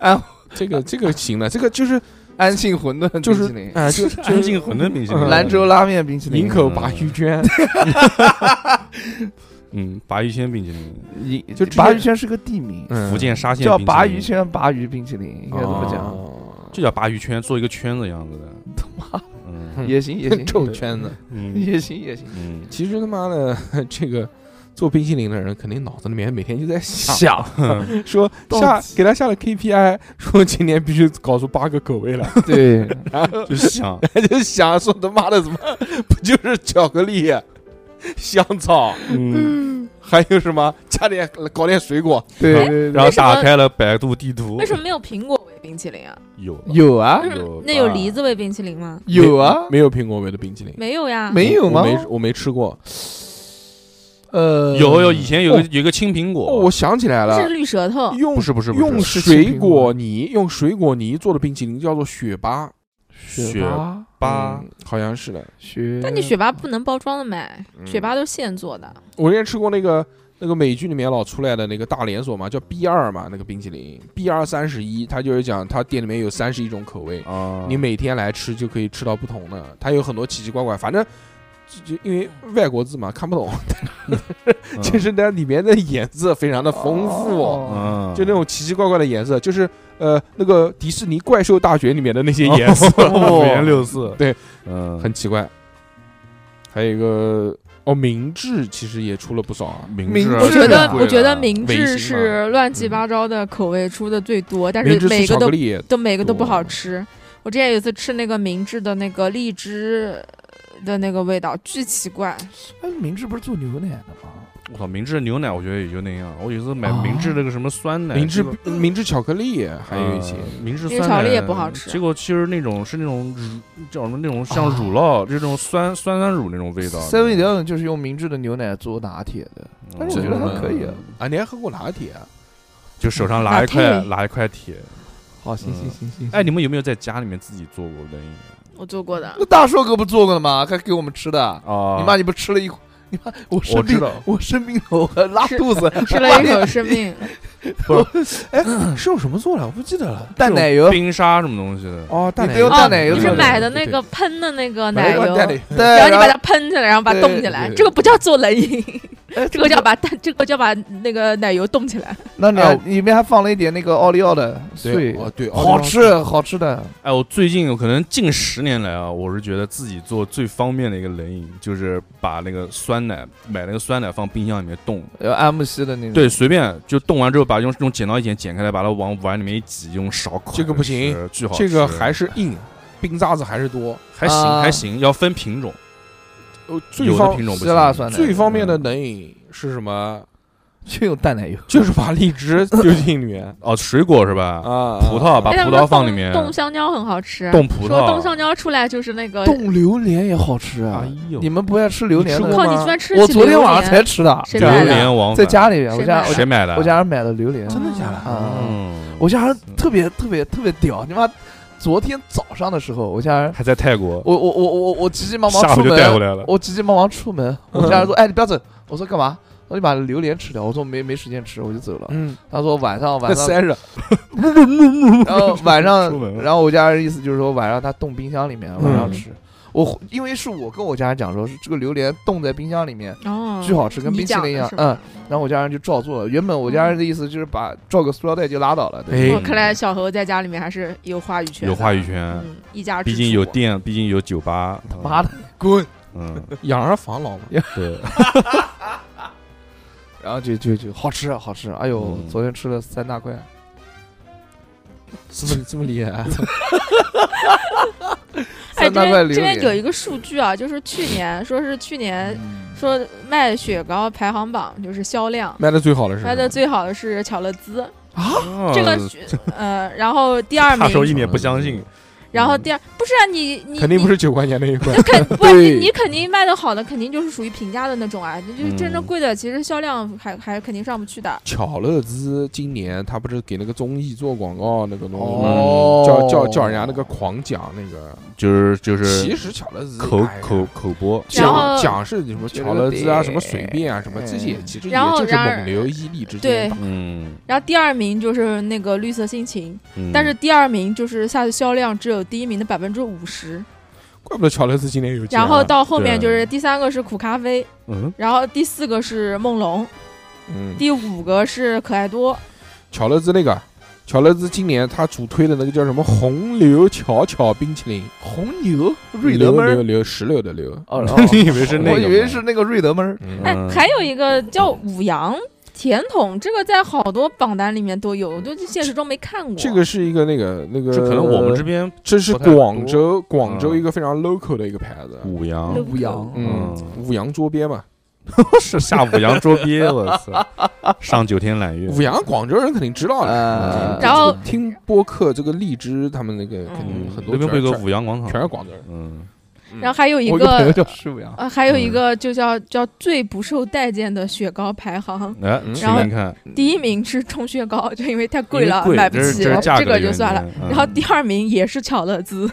S3: 呃，安
S2: 这个这个行了，这个就是
S3: 安庆馄饨冰
S2: 就是
S3: 淇淋，
S2: 啊，就
S4: 安
S2: 就是
S4: 庆馄饨冰淇
S2: 嗯
S4: 淋，
S3: 兰州，拉面冰淇
S2: 营
S3: 淋，
S2: 口鲅 鱼圈，
S4: 嗯，鲅鱼圈冰淇淋，
S3: 营
S2: 就之前
S3: 鲅鱼圈是个地名，
S2: 嗯
S4: 福建沙县
S3: 叫
S4: 冰淇淋
S3: 鲅鱼，圈鲅鱼冰淇淋，应该这么讲？
S2: 哦
S4: 就叫鲅鱼圈，做一个圈子样子的，嗯
S2: 嗯
S3: 也行也 行，
S2: 臭圈子。
S4: 嗯
S3: 也行也行。
S4: 嗯，
S2: 其实他妈的 这个。做冰淇淋的人肯定脑子里面每天就在想，
S3: 想
S2: 说
S3: 到
S2: 下
S3: 底
S2: 给他下了 KPI，说今年必须搞出八个口味来，
S3: 对，
S2: 然后
S4: 就 想，
S2: 他就想说他妈的怎么不就是巧克力、啊 香草，
S4: 嗯，
S2: 还有什么加点搞点水果，
S3: 对对对，
S4: 然后打开了百度地图，
S5: 为什么没有苹果味冰淇淋啊？
S4: 有了
S3: 有啊
S5: 为什
S4: 有
S5: 么
S4: 吧
S5: 那有梨子味冰淇淋吗？
S3: 有啊，
S2: 没有苹果味的冰淇淋，
S5: 没有呀，
S3: 没有吗
S2: 我？没我没吃过。
S3: 呃，
S4: 有有，以前有个有个青苹
S2: 哦，
S4: 果，
S2: 我想起来了嗯
S5: 这，是绿舌头。
S2: 用
S4: 不是不是不是
S2: 用
S4: 是
S2: 水果泥用水果泥做的冰淇淋叫做雪巴，
S4: 雪
S3: 巴
S4: 巴
S2: 嗯好像是的。嗯
S3: 雪，
S4: 嗯
S5: 但你雪巴不能包装的买，雪巴都是现做的。
S2: 我之前吃过那个那个美剧里面老出来的那个大连锁嘛，叫 B 二嘛，那个冰淇淋 B 二三十一，它就是讲它店里面有三十一种口味，
S4: 啊，
S2: 你每天来吃就可以吃到不同的，它有很多奇奇怪怪，反正就就因为外国字嘛看不懂，
S4: 嗯
S2: 就是它里面的颜色非常的丰富。
S3: 哦
S4: 嗯，
S2: 就那种奇奇怪怪的颜色，就是呃那个迪士尼怪兽大学里面的 那些颜色，
S4: 五颜六色，
S2: 对，
S4: 嗯，
S2: 很奇怪。还有一个哦，明治其实也出了不少啊，
S4: 明
S3: 明
S4: 啊
S5: 我
S3: 治
S5: 觉
S3: 啊
S5: 得，我觉得明
S4: 微型
S5: 治
S4: 嘛嗯
S5: 是乱七八糟的口味出的最多，但
S2: 明
S5: 是
S2: 治
S5: 每
S2: 吃
S5: 个
S2: 巧
S5: 都
S2: 克力也
S5: 都每个都不好
S2: 多
S5: 吃。我之前有一次吃那个明治的那个荔枝的那个味道，巨奇怪。
S3: 哎，明治不是做牛奶的吗？
S4: 我操，明治牛奶我觉得也就那样。我有一次买
S3: 哦
S4: 明治那个什么酸奶，
S2: 啊明
S4: 结
S2: 治
S4: 果
S2: 明治巧克力还
S3: 嗯
S2: 有一些，
S4: 呃明治
S5: 那个
S4: 酸奶
S5: 巧克力也不好吃
S4: 结果其实那种是那种乳叫什么那种像乳酪，就是那种酸酸酸乳那种味道。
S3: 啊 Seven Eleven 就是用明治的牛奶做拿铁的，
S4: 嗯
S3: 但是我觉得还可以啊。
S2: 啊，你还喝过拿铁啊？
S4: 就手上拿一块
S5: 拿铁
S4: 拿一块铁。
S3: 好，行行
S4: 嗯
S3: 行行。
S4: 哎，你们有没有在家里面自己做过冷饮
S5: 我做过的
S3: 那，大硕哥不做过了吗？还给我们吃的。
S4: 啊
S3: 你妈，你不吃了一口？你妈，我
S4: 我
S3: 生
S4: 知
S3: 病，
S4: 道，
S3: 我生病了，我还拉肚子，
S5: 吃了一口 生病。
S2: 是用什么做的？我不记得
S5: 啊
S2: 了。
S3: 淡奶油，
S4: 冰沙什么东西的。
S2: 哦，
S3: 蛋
S2: 蛋
S3: 奶
S2: 奶
S3: 油
S2: 油，
S3: 哦淡奶油
S5: 你
S3: 做
S5: 是
S3: 的
S5: 买的那个喷的那
S2: 哎
S5: 个奶油，
S2: 蛋奶油
S5: 然
S3: 对，
S5: 后你把它喷起来，然后把它冻起来，
S3: 哎对对对
S5: 这个不叫做冷饮，
S3: 哎
S5: 这个叫把蛋，这个叫把那个奶油冻起来。
S3: 那你
S2: 哎
S3: 里面还放了一点那个奥利奥的碎
S2: 对，，哦对，
S3: 好
S2: 哦
S3: 吃好吃的。
S4: 哎，我最近有可能近十年来啊，我是觉得自己做最方便的一个冷饮，就是把那个酸奶买那个酸奶放冰箱里面冻，
S3: 有安慕希的那种，
S4: 对，随便就冻完之后把用用剪刀一剪剪开来，把它往碗里面一挤，用勺㧟着吃。
S2: 这个不行
S4: 巨好吃。
S2: 这个还是硬，冰渣子还是多。
S4: 还行、
S3: 啊
S4: 还行，要分品种，
S2: 呃，最
S4: 有的
S2: 方
S4: 品种不
S3: 希腊
S4: 行
S3: 酸。奶
S2: 最方便的嗯冷饮是什么？
S3: 就有淡奶油。
S2: 就是把荔枝丢进里面
S4: 哦，水果是吧？
S2: 啊，
S4: 葡萄把
S5: 哎他
S4: 葡
S5: 们
S4: 萄
S5: 说
S4: 放
S5: 冻
S4: 里面，
S5: 冻香蕉很好吃，
S4: 冻葡
S5: 说冻
S4: 萄。
S5: 香蕉出来就是那个，
S3: 冻榴莲也好吃啊
S4: 哎！呦，
S3: 你们不爱吃榴莲
S2: 你
S3: 的
S2: 吃过
S5: 靠，
S2: 吗
S5: 你居然吃
S3: 我
S5: 起
S3: 昨天
S5: 榴
S3: 晚上
S5: 莲
S3: 才吃的，
S5: 谁
S4: 榴
S5: 买的
S4: 莲王
S3: 在
S4: 粉
S3: 家里面，我
S5: 谁
S3: 家
S5: 买
S3: 我
S5: 的
S4: 谁
S3: 家
S4: 买的？
S3: 我家人买的榴莲
S5: 真的假的
S3: 啊！
S4: 嗯，
S3: 我家人特别特别特别屌，你妈！昨天早上的时候，我家人，
S4: 还在泰国，
S3: 我我我我我急急忙忙
S4: 下
S3: 出
S4: 午就带回
S3: 门，
S4: 来了。嗯
S3: 我急急忙忙出门，我家人说：“哎，你不要走。”我说：“干嘛？”我就把榴莲吃掉。我说：“没没时间吃，我就走了。
S2: 嗯，”
S3: 他说：“晚上晚
S2: 再
S3: 上
S2: 塞着，
S3: 然后晚
S4: 出门
S3: 上，
S4: 了
S3: 然后我家人意思就是说晚上他冻冰箱里面，晚上
S2: 嗯
S3: 吃。我因为是我跟我家人讲说，是这个榴莲冻在冰箱里面
S5: 哦，
S3: 巨好吃，跟
S5: 你
S3: 冰淇
S5: 讲
S3: 淋一
S5: 的
S3: 样。
S5: 是
S3: 嗯
S5: 吗，，
S3: 然后我家人就照做了。原本我家人的意思就是把照个塑料袋就拉倒了。对，
S5: 我
S4: 嗯
S5: 看来小何在家里面还是有话语权，
S4: 有话语，权，
S5: 嗯，一家之
S4: 毕竟有
S5: 主，
S4: 店，毕竟有酒吧。他
S3: 妈
S4: 的，
S3: 的，滚！
S4: 嗯，
S2: 养儿防老嘛。
S4: 对，
S3: 然后就就就好吃好吃，哎呦
S4: 嗯，
S3: 昨天吃了三大块。啊
S2: 这么这么厉害？
S5: 哎，
S3: 三
S5: 这
S3: 大块
S5: 边
S3: 榴
S5: 这边
S3: 莲
S5: 有一个数据啊，就是去年说是去年
S3: 嗯
S5: 说卖雪糕排行榜就是销量。
S2: 卖的最好的是哦
S5: 卖的最好的是巧乐兹，
S4: 啊
S5: 这个雪呃，然后第二
S4: 大手一
S5: 名，
S4: 点不相信，
S5: 然后第二不是啊，你你
S2: 肯定不
S5: 是，
S2: 是九块钱那一块
S5: 你肯不是
S2: 对
S5: 你你肯定卖的好的，肯定就是属于平价的那种啊，你就是真正
S4: 嗯
S5: 贵的，其实销量还还肯定上不去的。
S2: 巧乐兹今年他不是给那个综艺做广告那个东西吗？
S3: 哦，
S2: 叫叫叫人家那个狂讲那个，
S4: 就是就是
S2: 其实巧乐兹
S4: 口
S2: 哎呀
S4: 口口播，
S5: 然后
S2: 讲讲是什么巧乐兹啊，什么随便啊，什么
S4: 哎
S2: 这些，其实也
S5: 然后
S2: 就是
S5: 然而
S2: 蒙牛、伊利之
S5: 对
S2: 间打。
S4: 嗯，
S5: 然后第二名就是那个绿色心情，
S4: 嗯
S5: 但是第二名就是下去销量只有第一名的百分之五十，
S2: 怪不得巧乐兹今年有钱啊。
S5: 然后到后面
S4: 对
S5: 就是第三个是苦咖啡，
S4: 嗯，
S5: 然后第四个是梦龙，
S2: 嗯，
S5: 第五个是可爱多，
S2: 巧乐兹那个，巧乐兹今年他主推的那个叫什么红牛巧巧冰淇淋，
S3: 红牛瑞德
S2: 牛
S3: 闷
S2: 牛
S3: 儿。
S2: 牛石榴的榴，
S3: 哦，
S4: 你以为是那个
S3: 我
S4: 吗？
S3: 以为是那个瑞德闷儿。
S2: 嗯
S5: 哎
S4: 嗯，
S5: 还有一个叫五羊甜筒，这个在好多榜单里面都有，我就现实中没看过。
S2: 这个是一个那个那个，
S4: 这可能我们这边
S2: 这是
S4: 不太多
S2: 广州广州
S4: 嗯
S2: 一个非常 local 的一个牌子，
S4: 五羊
S5: 六
S3: 五羊
S2: 嗯
S4: 嗯，
S2: 五羊桌边嘛，
S4: 是下五羊捉鳖，我操！ 上九天揽月，
S2: 五羊广州人肯定知道
S3: 呃
S2: 的。嗯
S5: 然后
S2: 听播客这个荔枝他们那个肯定
S5: 嗯
S2: 很多
S4: 那边会有个
S2: 全
S4: 五羊广
S2: 全
S4: 场，
S2: 是广州人，
S4: 嗯，
S5: 然后还有一
S3: 我有朋友
S5: 个
S3: 叫师傅呀，
S5: 呃，还有一
S4: 嗯
S5: 个就叫叫最不受待见的雪糕排行，
S4: 哎，
S3: 嗯
S4: 谁
S5: 然后
S4: 能看？
S5: 第一名是冲雪糕， 就因为太贵
S4: 因为
S5: 了，
S4: 贵
S5: 买不
S4: 这是
S5: 起，
S4: 这是价格
S5: 个
S4: 的
S5: 就
S4: 原
S5: 算了。
S4: 因嗯
S5: 然后第二名也是巧乐兹，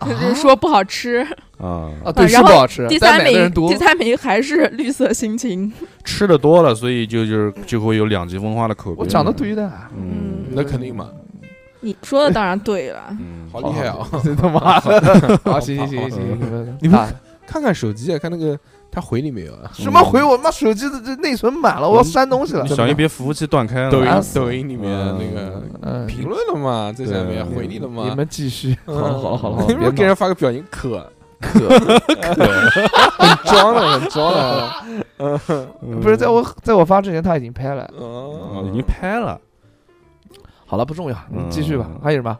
S5: 就是
S3: 啊
S5: 说不好吃。
S4: 啊，
S3: 啊，对，
S5: 啊
S3: 是
S5: 然
S3: 不
S5: 后
S3: 好吃，
S5: 第
S3: 但
S5: 三
S3: 买的
S5: 名
S3: 人，多
S5: 第，三名还是绿色心情。
S4: 吃的多了，所以就就是就会有两极分化的口碑。
S3: 我讲的对的啊，
S4: 嗯，
S2: 那肯定嘛，
S5: 你说的当然 对了，
S4: 嗯，
S2: 好厉害啊！
S3: 真他妈的！好，行行行行行，
S2: 你们
S3: 啊
S2: 看看手机啊，看那个他回你没有啊？
S3: 什么回我？妈手机的这内存满了，我要删东西了。
S4: 小心别服务器断开了。
S2: 抖音
S3: 啊
S2: 抖音里面那个
S3: 嗯，
S2: 评论了嘛，在下面
S4: 对
S2: 回你了嘛
S3: 你。们继续。好
S2: 嗯
S3: 了好了好了 好了，
S2: 你
S3: 别
S2: 们给
S3: 闹
S2: 人发个表情可
S4: 对
S2: 装了，很装啊 了，
S3: 不是在我在我发之前他已经拍了。
S4: 哦
S2: 嗯，
S4: 已经拍了，
S3: 好了，不重要，你
S4: 嗯
S3: 继续吧。还有什么？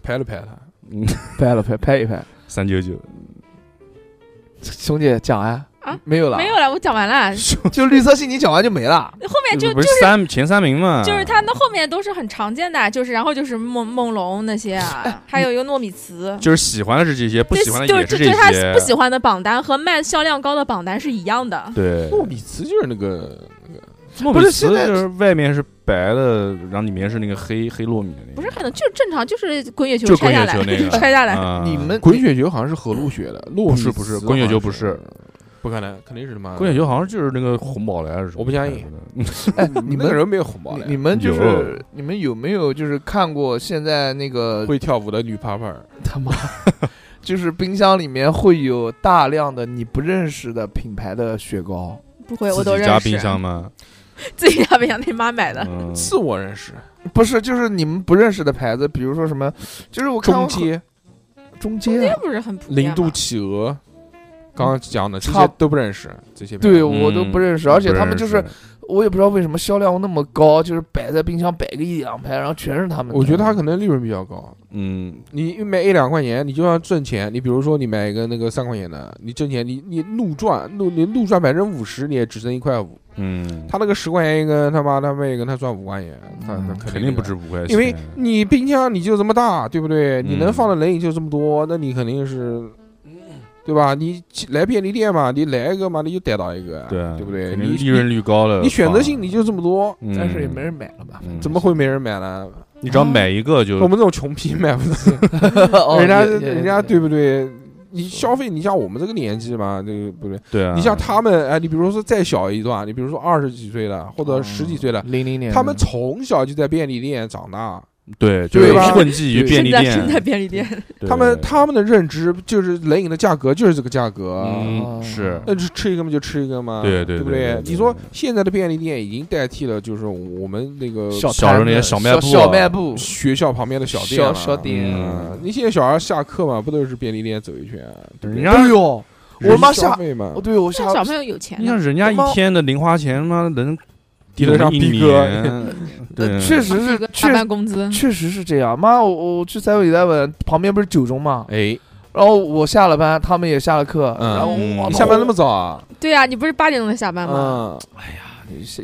S2: 拍了拍了，
S4: 嗯，
S3: 拍了拍拍一拍，
S4: 三九九，
S3: 兄弟讲啊
S5: 啊，
S3: 没有了，
S5: 没有了，我讲完了，
S3: 就绿色信你讲完就没了。
S5: 后面就
S4: 不是三啊前三名嘛？
S5: 就是它那后面都是很常见的，啊就是然后就是梦梦龙那些啊，还有一个糯米糍。
S4: 哎就是喜欢的是这些，不
S5: 对
S4: 喜欢的
S5: 就
S4: 也
S5: 就是就
S4: 这
S5: 他
S4: 些。
S5: 不喜欢的榜单和卖销量高的榜单是一样的，
S4: 对，
S2: 糯米糍就是那个
S4: 糯米
S3: 不是现在
S4: 糍就是外面是白的，然后里面是那个黑黑糯米的那个，
S5: 不是很能，就是正常，就是滚雪球
S4: 就
S5: 拆
S4: 滚
S5: 下
S4: 雪球
S5: 来
S4: 那，个
S5: 拆下来。
S4: 啊
S3: 你们
S2: 滚雪球，好像是河路学的，糯米糍
S4: 不是
S2: 好像
S4: 滚雪球不是，
S2: 不可能，肯定是他妈
S4: 滚雪球好像就是那个红宝来还是什么？
S2: 我不相信。
S3: 哎，
S2: 你
S3: 你
S2: 们
S3: 们
S2: 人没有红包
S3: 你
S2: 嘞
S3: 你们就
S4: 有
S3: 是你们有没有就是看过现在那个
S2: 会跳舞的女爬爬儿，
S3: 他妈， 就是冰箱里面会有大量的你不认识的品牌的雪糕。
S5: 不会，我
S4: 自
S5: 都
S4: 己
S5: 认
S4: 家
S5: 识。
S4: 冰箱 吗？
S5: 自己家冰箱，你妈买的。
S4: 嗯
S2: 是我认识，
S3: 不是，就是你们不认识的牌子，比如说什么，就是我看
S2: 中
S3: 过
S2: 街、
S3: 中
S5: 中
S3: 街
S5: 间
S3: 啊，
S5: 不是很普遍
S2: 零
S5: 吗
S2: 度企鹅，刚刚讲的这
S3: 差
S2: 些嗯都不认识，这些
S3: 对
S2: 品牌
S3: 我都
S4: 嗯
S3: 不认识，而且
S4: 不
S3: 他
S4: 认
S3: 们就
S4: 识
S3: 是我也不知道为什么销量那么高，就是摆在冰箱摆个一两排，然后全是他们的。
S2: 我觉得他可能利润比较高。
S4: 嗯，
S2: 你卖一两块钱，你就要挣钱。你比如说，你买一个那个三块钱的，你挣钱，你你怒赚，怒你怒赚百分之五十，你也只挣一块五。
S4: 嗯，
S2: 他那个十块钱一根，他妈他妹一根，他赚五块钱，他
S3: 嗯
S2: 他
S4: 肯
S2: 定啊
S4: 定不止。五块钱，
S2: 因为你冰箱你就这么大，对不对？
S4: 嗯
S2: 你能放的冷饮就这么多，那你肯定是，对吧？你来便利店嘛，你来一个嘛，你就逮到一个，
S4: 对啊
S2: 对不对？
S4: 肯定
S2: 你
S4: 利润率高了，
S2: 你选择性你就这么多，
S4: 嗯，
S3: 但是也没人买了嘛。
S4: 嗯
S2: 怎么会没人买呢？
S4: 你只要买一个就
S2: 我们这种穷逼买不起。
S3: 哦
S2: 人家
S3: 也也
S2: 人家
S3: 也
S2: 对不对？你消费，你像我们这个年纪嘛，对不对？
S4: 对啊，
S2: 你像他们，哎，你比如说再小一段，你比如说二十几岁的或者十
S3: 哦
S2: 几岁的，
S3: 零零年
S2: 他们从小就在便利店长大，
S4: 对，就是
S2: 对吧
S4: 混迹于
S3: 对
S4: 便利
S5: 生在
S4: 店，
S5: 生在便利店，
S4: 对
S2: 他们他们的认知就是冷饮的价格就是这个价格，呃
S4: 嗯是
S2: 那就吃一个嘛就吃一个嘛，
S4: 对对
S2: 对不
S4: 对对对对
S2: 你说现在的便利店已经代替了就是我们那个
S3: 小
S4: 小时候那些小
S3: 摊子
S4: 卖部
S3: 小
S4: 啊
S3: 卖部
S2: 学校旁边的小店
S3: 小
S2: 了
S3: 小店
S2: 嗯，你现在小孩下课嘛，不都是便利店走一圈？对
S4: 人
S2: 不对
S4: 家
S3: 哎呦，我妈
S2: 消
S3: 下，
S2: 费嘛
S3: 哦，对我下
S5: 小朋友有钱
S4: 你想
S5: 的，
S4: 人家
S3: 他妈
S4: 一天的零花钱妈能
S2: 抵得上
S4: 一
S2: 逼
S4: 年
S2: 哥，
S4: 对，
S3: 呃确实
S5: 一
S3: 是
S5: 个
S3: 确
S5: 大半工资，
S3: 确实是这样。妈，我我去 Seven Eleven 旁边不是九中嘛，
S2: 哎，
S3: 然后我下了班，他们也下了课，
S2: 嗯
S3: 然后
S4: 嗯
S3: 我
S2: 你下班那么早啊？
S5: 对啊，你不是八点钟才下班
S2: 嗯，
S5: 吗？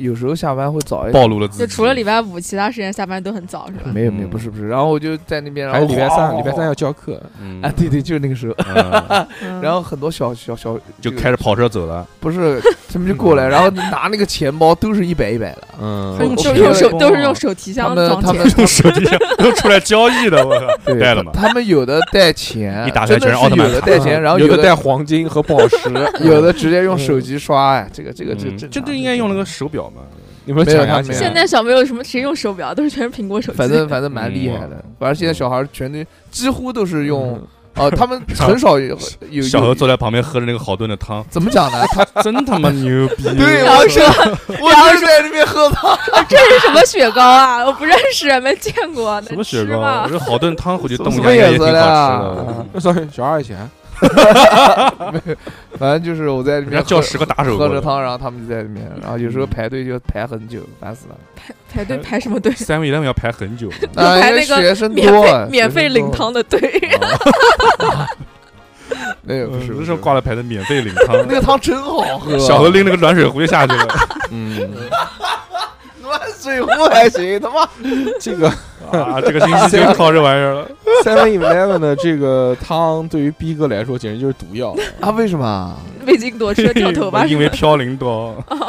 S3: 有时候下班会早一点。
S4: 暴露了自己，
S5: 就除了礼拜五，其他时间下班都很早，是吧？
S3: 没有没有，
S4: 嗯
S3: 不是不是，然后我就在那边，然
S2: 还
S3: 后哦
S2: 有礼拜三，
S3: 哗
S2: 礼拜三要教课，
S4: 嗯
S3: 啊，对对，就是那个时候，
S4: 嗯
S5: 嗯
S3: 然后很多小小小
S4: 就
S3: 这个
S4: 开着跑车嗯走 了，
S3: 不是他们就过来，然后拿那个钱包都是一百一百的，
S2: 嗯
S5: 都
S4: 我
S5: 是
S4: 觉
S5: 用
S4: 得
S5: 手
S4: 光
S5: 都是
S4: 啊
S5: 用手提
S3: 哦他
S5: 箱
S3: 们
S5: 装
S3: 他
S5: 钱
S3: 们。
S4: 用手机 都出来交易的，我靠，
S3: 对
S4: 带了吗
S3: 他们有的带钱，
S4: 一打开
S3: 真的
S4: 全是奥特曼
S3: 有的
S4: 卡嗯
S3: 带钱，然后
S2: 有
S3: 的
S2: 带黄金和宝石，
S3: 有的直接用手机刷，哎，这个这个这
S4: 嗯
S3: 这
S4: 这就应该用那个手表嘛，
S2: 你们
S3: 没有
S2: 抢
S3: 他
S2: 下
S3: 没有
S5: 现
S2: 钱，
S5: 在小朋友什么谁用手表都是全是苹果手机，
S3: 反 正反正蛮厉害的
S4: 嗯。
S3: 反正现在小孩儿全都几乎都是用，哦，他 们很少有有
S4: 小何
S3: 有
S4: 坐在旁边喝着那个好炖的 汤，
S3: 怎么讲呢？ 他
S4: 真他妈牛 逼！
S3: 对
S5: 然后说
S3: 我就是在那边喝汤，
S5: 这是什么雪糕啊？我不认识，没见过，
S4: 什么
S5: 能
S4: 雪
S5: 吃
S4: 糕？啊
S5: 吗？
S4: 这好炖汤回去冻
S3: 什
S4: 一
S3: 么
S4: 下也
S3: 颜
S4: 挺好
S3: 色
S4: 吃
S3: 的啊？
S4: 的。嗯
S3: 啊
S2: 那算小二以前，
S3: 反正就是我在里
S4: 人家
S3: 面
S4: 叫
S3: 喝
S4: 十个打手过
S3: 喝着
S4: 来，
S3: 汤，然后他们就在里面，然后有时候排队就排很久，烦死了。
S5: 排队排什么队？
S4: 三味一旦要排很久。
S3: 啊，
S5: 排
S3: 因为
S5: 那个
S3: 学生
S5: 免
S3: 多
S5: 费
S3: 啊，
S5: 免费
S3: 学生
S5: 领
S3: 多。
S5: 汤的队，
S3: 没 有，不是，
S4: 那
S3: 不
S4: 时
S3: 是
S4: 候挂了牌的免费领汤，
S3: 那个汤真好喝，
S4: 嗯小何拎了个暖水壶就下去了。
S2: 嗯，
S3: 暖水壶还行，他妈
S2: 这个
S4: 啊，这个星期就靠这玩意儿了。
S2: Seven Eleven 的这个汤对于逼哥来说简直就是毒药。
S3: 啊？为什么 啊？
S5: 未经躲车掉 头发
S4: 因为飘零刀，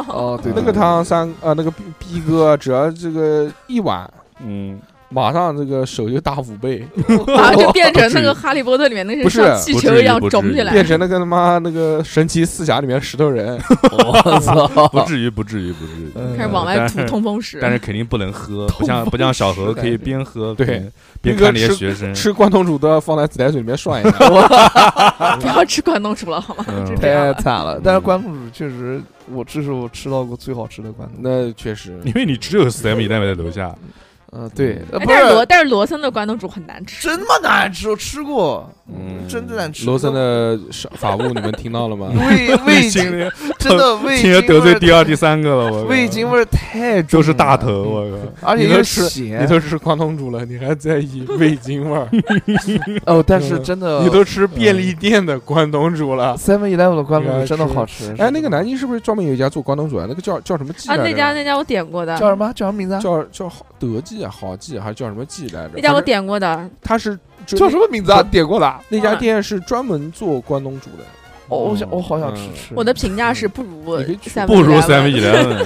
S3: 哦，对，
S2: 那
S3: 对
S2: 个汤三啊，那个逼逼哥只要这个一碗，
S4: 嗯，
S2: 马上这个手就大五倍，
S5: 马啊上就变成那个《哈利波特》里面那
S2: 不
S5: 个
S2: 是
S5: 像气球一样肿起
S4: 不
S5: 来
S2: 变。成那个他妈那个神奇四侠里面石头人。
S3: 我
S4: 不
S3: 操！
S4: 至于，不至于，不至于。
S3: 嗯
S5: 开始往外吐通风屎，
S4: 哦呃但是肯定不能 喝，
S3: 痛
S4: 不像不像小何可以
S3: 感觉
S4: 边喝
S2: 对
S4: 边边
S2: 那个
S4: 看那些
S2: 吃
S4: 学生，
S2: 吃罐头煮的放在自来水里面涮一 下，
S5: 不要吃关东煮了好吗？
S4: 嗯
S5: 就这样
S3: 太
S5: 了。
S3: 惨了，但是关东煮确实，我这是我吃到过最好吃的关东。
S2: 那确实
S4: 因为你只有 Sam 一代在楼下，
S3: 嗯，对，呃
S5: 哎
S3: 不
S5: 但是罗
S3: 是
S5: 但是罗森的关东煮很难吃，
S3: 真他妈难吃，我吃过，
S4: 嗯
S3: 真的难吃。嗯
S2: 罗森的法务你们听到了吗？
S3: 味味
S4: 听
S3: 精，
S4: 着
S3: 真的
S4: 嗯
S3: 味
S4: 听着
S3: 精味儿
S4: 得罪第二、第三个了，我靠
S3: 味精味儿太
S4: 都
S3: 重了
S4: 是大头，，啊我
S5: 嗯
S4: 靠，
S3: 而且
S2: 你都
S3: 又
S2: 吃
S3: 咸
S2: 你。都吃关东煮了，你还在意味 精味儿？
S3: 哦，但是真的，
S2: 你都吃便
S3: 嗯
S2: 利店的关东煮了？
S3: Seven Eleven 的关
S2: 你
S3: 东
S2: 还
S3: 煮真的
S2: 吃
S3: 好吃。
S2: 哎，那个南京是不是专门有一家做关东煮啊？那个叫叫什么记
S5: 啊，
S2: 来着？
S5: 那家那家我点过的，
S3: 叫什么叫什么名字啊？
S2: 叫叫好德记啊，好记还是叫什么记来着？
S5: 那家我
S2: 反正
S5: 点过的，
S2: 它是
S3: 叫什么名字啊？点过的啊。
S2: 那家店是专门做关东煮的。
S3: 哦，我想我好想吃
S2: 嗯
S3: 吃。
S5: 我的评价是不如
S2: 你可以去
S5: Seven
S4: 不如
S5: Eleven
S4: Sam 一代，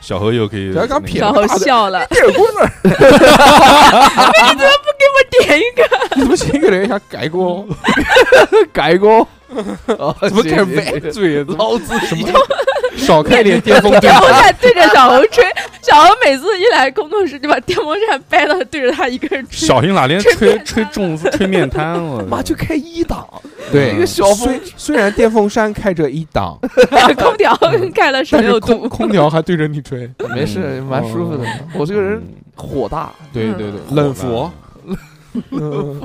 S4: 小何又可以
S2: 不要
S4: 那
S2: 刚
S4: 个
S2: 撇
S5: 小猴笑了，
S2: 铁棍儿，
S5: 点一 个
S2: 你怎么先给人家改 过？
S3: 嗯改哦 过，怎
S2: 怎么开始歪嘴？怎么
S3: 老子什么？
S2: 少开点 电风对
S5: 电风
S2: 吧？
S5: 扇对着小猴吹，小猴每次一来工作室就把电风扇掰到对着他一个人吹。
S4: 小心哪天
S5: 吹
S4: 吹
S5: 面
S4: 吹
S5: 瘫
S4: 中 吹面瘫，我
S3: 妈就开一档，
S2: 对
S3: 一个小
S2: 虽
S3: 风
S2: 虽然电风扇开着一 档，
S5: 空调 开了十
S2: 但是
S5: 六
S2: 嗯空
S5: 度，
S2: 空调还对着你吹。
S4: 嗯
S3: 没事，蛮舒服的。我这个人火大，
S2: 对
S5: 嗯
S2: 对对，
S4: 嗯
S2: 冷佛。 嗯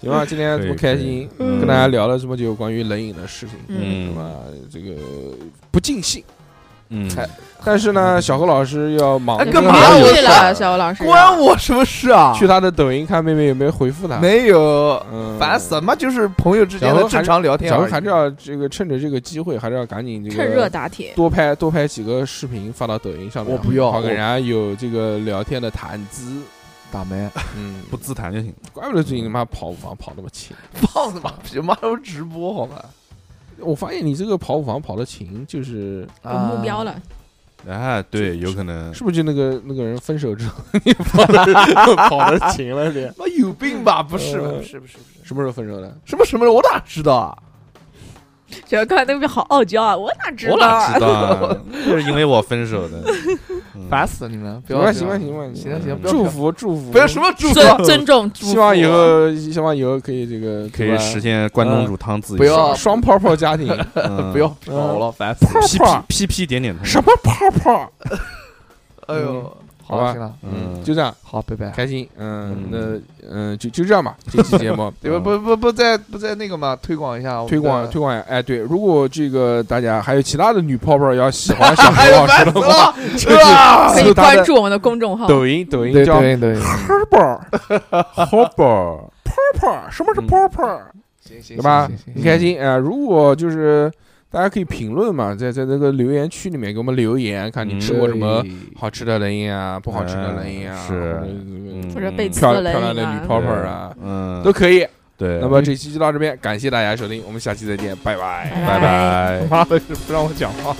S2: 行吧，今天
S4: 嗯
S2: 这么开心，
S4: 可以可以
S2: 跟大家聊了这么久关于冷饮的事情，
S5: 嗯
S4: 嗯
S2: 那么这个不尽兴。
S4: 嗯，
S3: 才
S2: 但是呢，小何老师要忙
S3: 哎
S2: 着
S3: 干嘛
S2: 忙着
S3: 我
S5: 去了，小猴老师，
S3: 关我什么事啊？
S2: 去他的抖音看妹妹有没有回复他。
S3: 没有，
S2: 嗯，
S3: 反正什么就是朋友之间
S2: 小
S3: 的
S2: 何还
S3: 正常聊天
S2: 小
S3: 而
S2: 何
S3: 已。
S2: 还是要这个趁着这个机会，还是要赶紧这个
S5: 趁热打铁。
S2: 多拍多拍几个视频发到抖音上面，
S3: 我不要
S2: 好给
S3: 我
S2: 人家有这个聊天的谈资。
S3: 打没？
S2: 嗯，
S4: 不自弹就行。
S2: 怪不得最近他妈跑五房跑那么勤。
S3: 放他妈屁！妈都直播好吧？
S2: 我发现你这个跑五房跑的勤，就是
S3: 啊
S5: 有目标了，
S4: 哎，对，有可
S3: 嗯
S4: 能
S2: 是不是就那个那个人分手之 后，你跑的跑的勤了点？
S3: 妈有病吧？不是吧，
S2: 呃
S3: 不是，不是，不是，
S2: 什么时候分手的？
S3: 什么什么人？我哪知道啊？
S5: 小猴看那边好傲娇啊，我哪知
S4: 我
S5: 道
S4: 哪
S5: 啊
S4: 知？道啊？就是因为我分手的，嗯
S3: 烦死你了！不
S2: 行吧
S3: 要
S2: 行吧行吧行
S3: 行
S2: 吧
S3: 了行了，不要
S2: 祝福祝福，
S3: 不要什么祝福啊，
S5: 尊尊重，
S2: 希望以后希望以后可以这个
S4: 可以实
S2: 是
S4: 现关东煮汤自己
S3: 不要
S2: 双泡泡 家庭，
S4: 嗯
S3: 不要吵了，烦死！
S2: 泡
S4: 屁
S2: 泡
S4: 屁屁屁点点头。
S2: 什么泡泡？
S3: 哎呦，好
S2: 好吧
S3: 了，行了，
S2: 嗯，
S4: 嗯
S2: 就这样，
S3: 好，拜拜。
S2: 开心。嗯
S4: 嗯，
S2: 那嗯就就这样吧，这期节 目嗯
S3: 对吧？不不不再不再那个嘛，推广一下，我们
S2: 推广
S3: 的
S2: 推广一下。哎，对，如果这个大家还有其他的女泡泡要喜 欢小何
S3: 哎呦，
S2: 老
S3: 烦
S2: 师
S3: 死
S2: 的话，
S3: 了！
S2: 就是
S5: 可
S2: 搜
S5: 以
S2: 他
S5: 关
S2: 的
S5: 注我们的公众号。
S2: 抖音抖音
S3: 对
S2: 叫
S3: 对对，
S2: 泡泡泡泡嗯泡泡，什么是泡泡？
S3: 行行
S2: 对吧
S3: 行？行
S2: 很开心啊！如果就是大家可以评论嘛，在在那个留言区里面给我们留言，看你
S4: 嗯
S2: 吃过什么
S3: 对
S2: 好吃的冷饮啊，不好吃的冷饮啊，
S4: 哎是
S2: 或者这
S4: 嗯
S5: 或者被
S2: 个漂
S5: 刺了
S2: 漂亮
S5: 一
S2: 的
S5: 把
S2: 女泡泡啊，
S4: 嗯
S2: 都，可以。
S4: 对。
S2: 那么这期就到这边，感谢大家收听，我们下期再见，拜拜。
S4: 拜拜。
S3: 妈的，不让我讲话。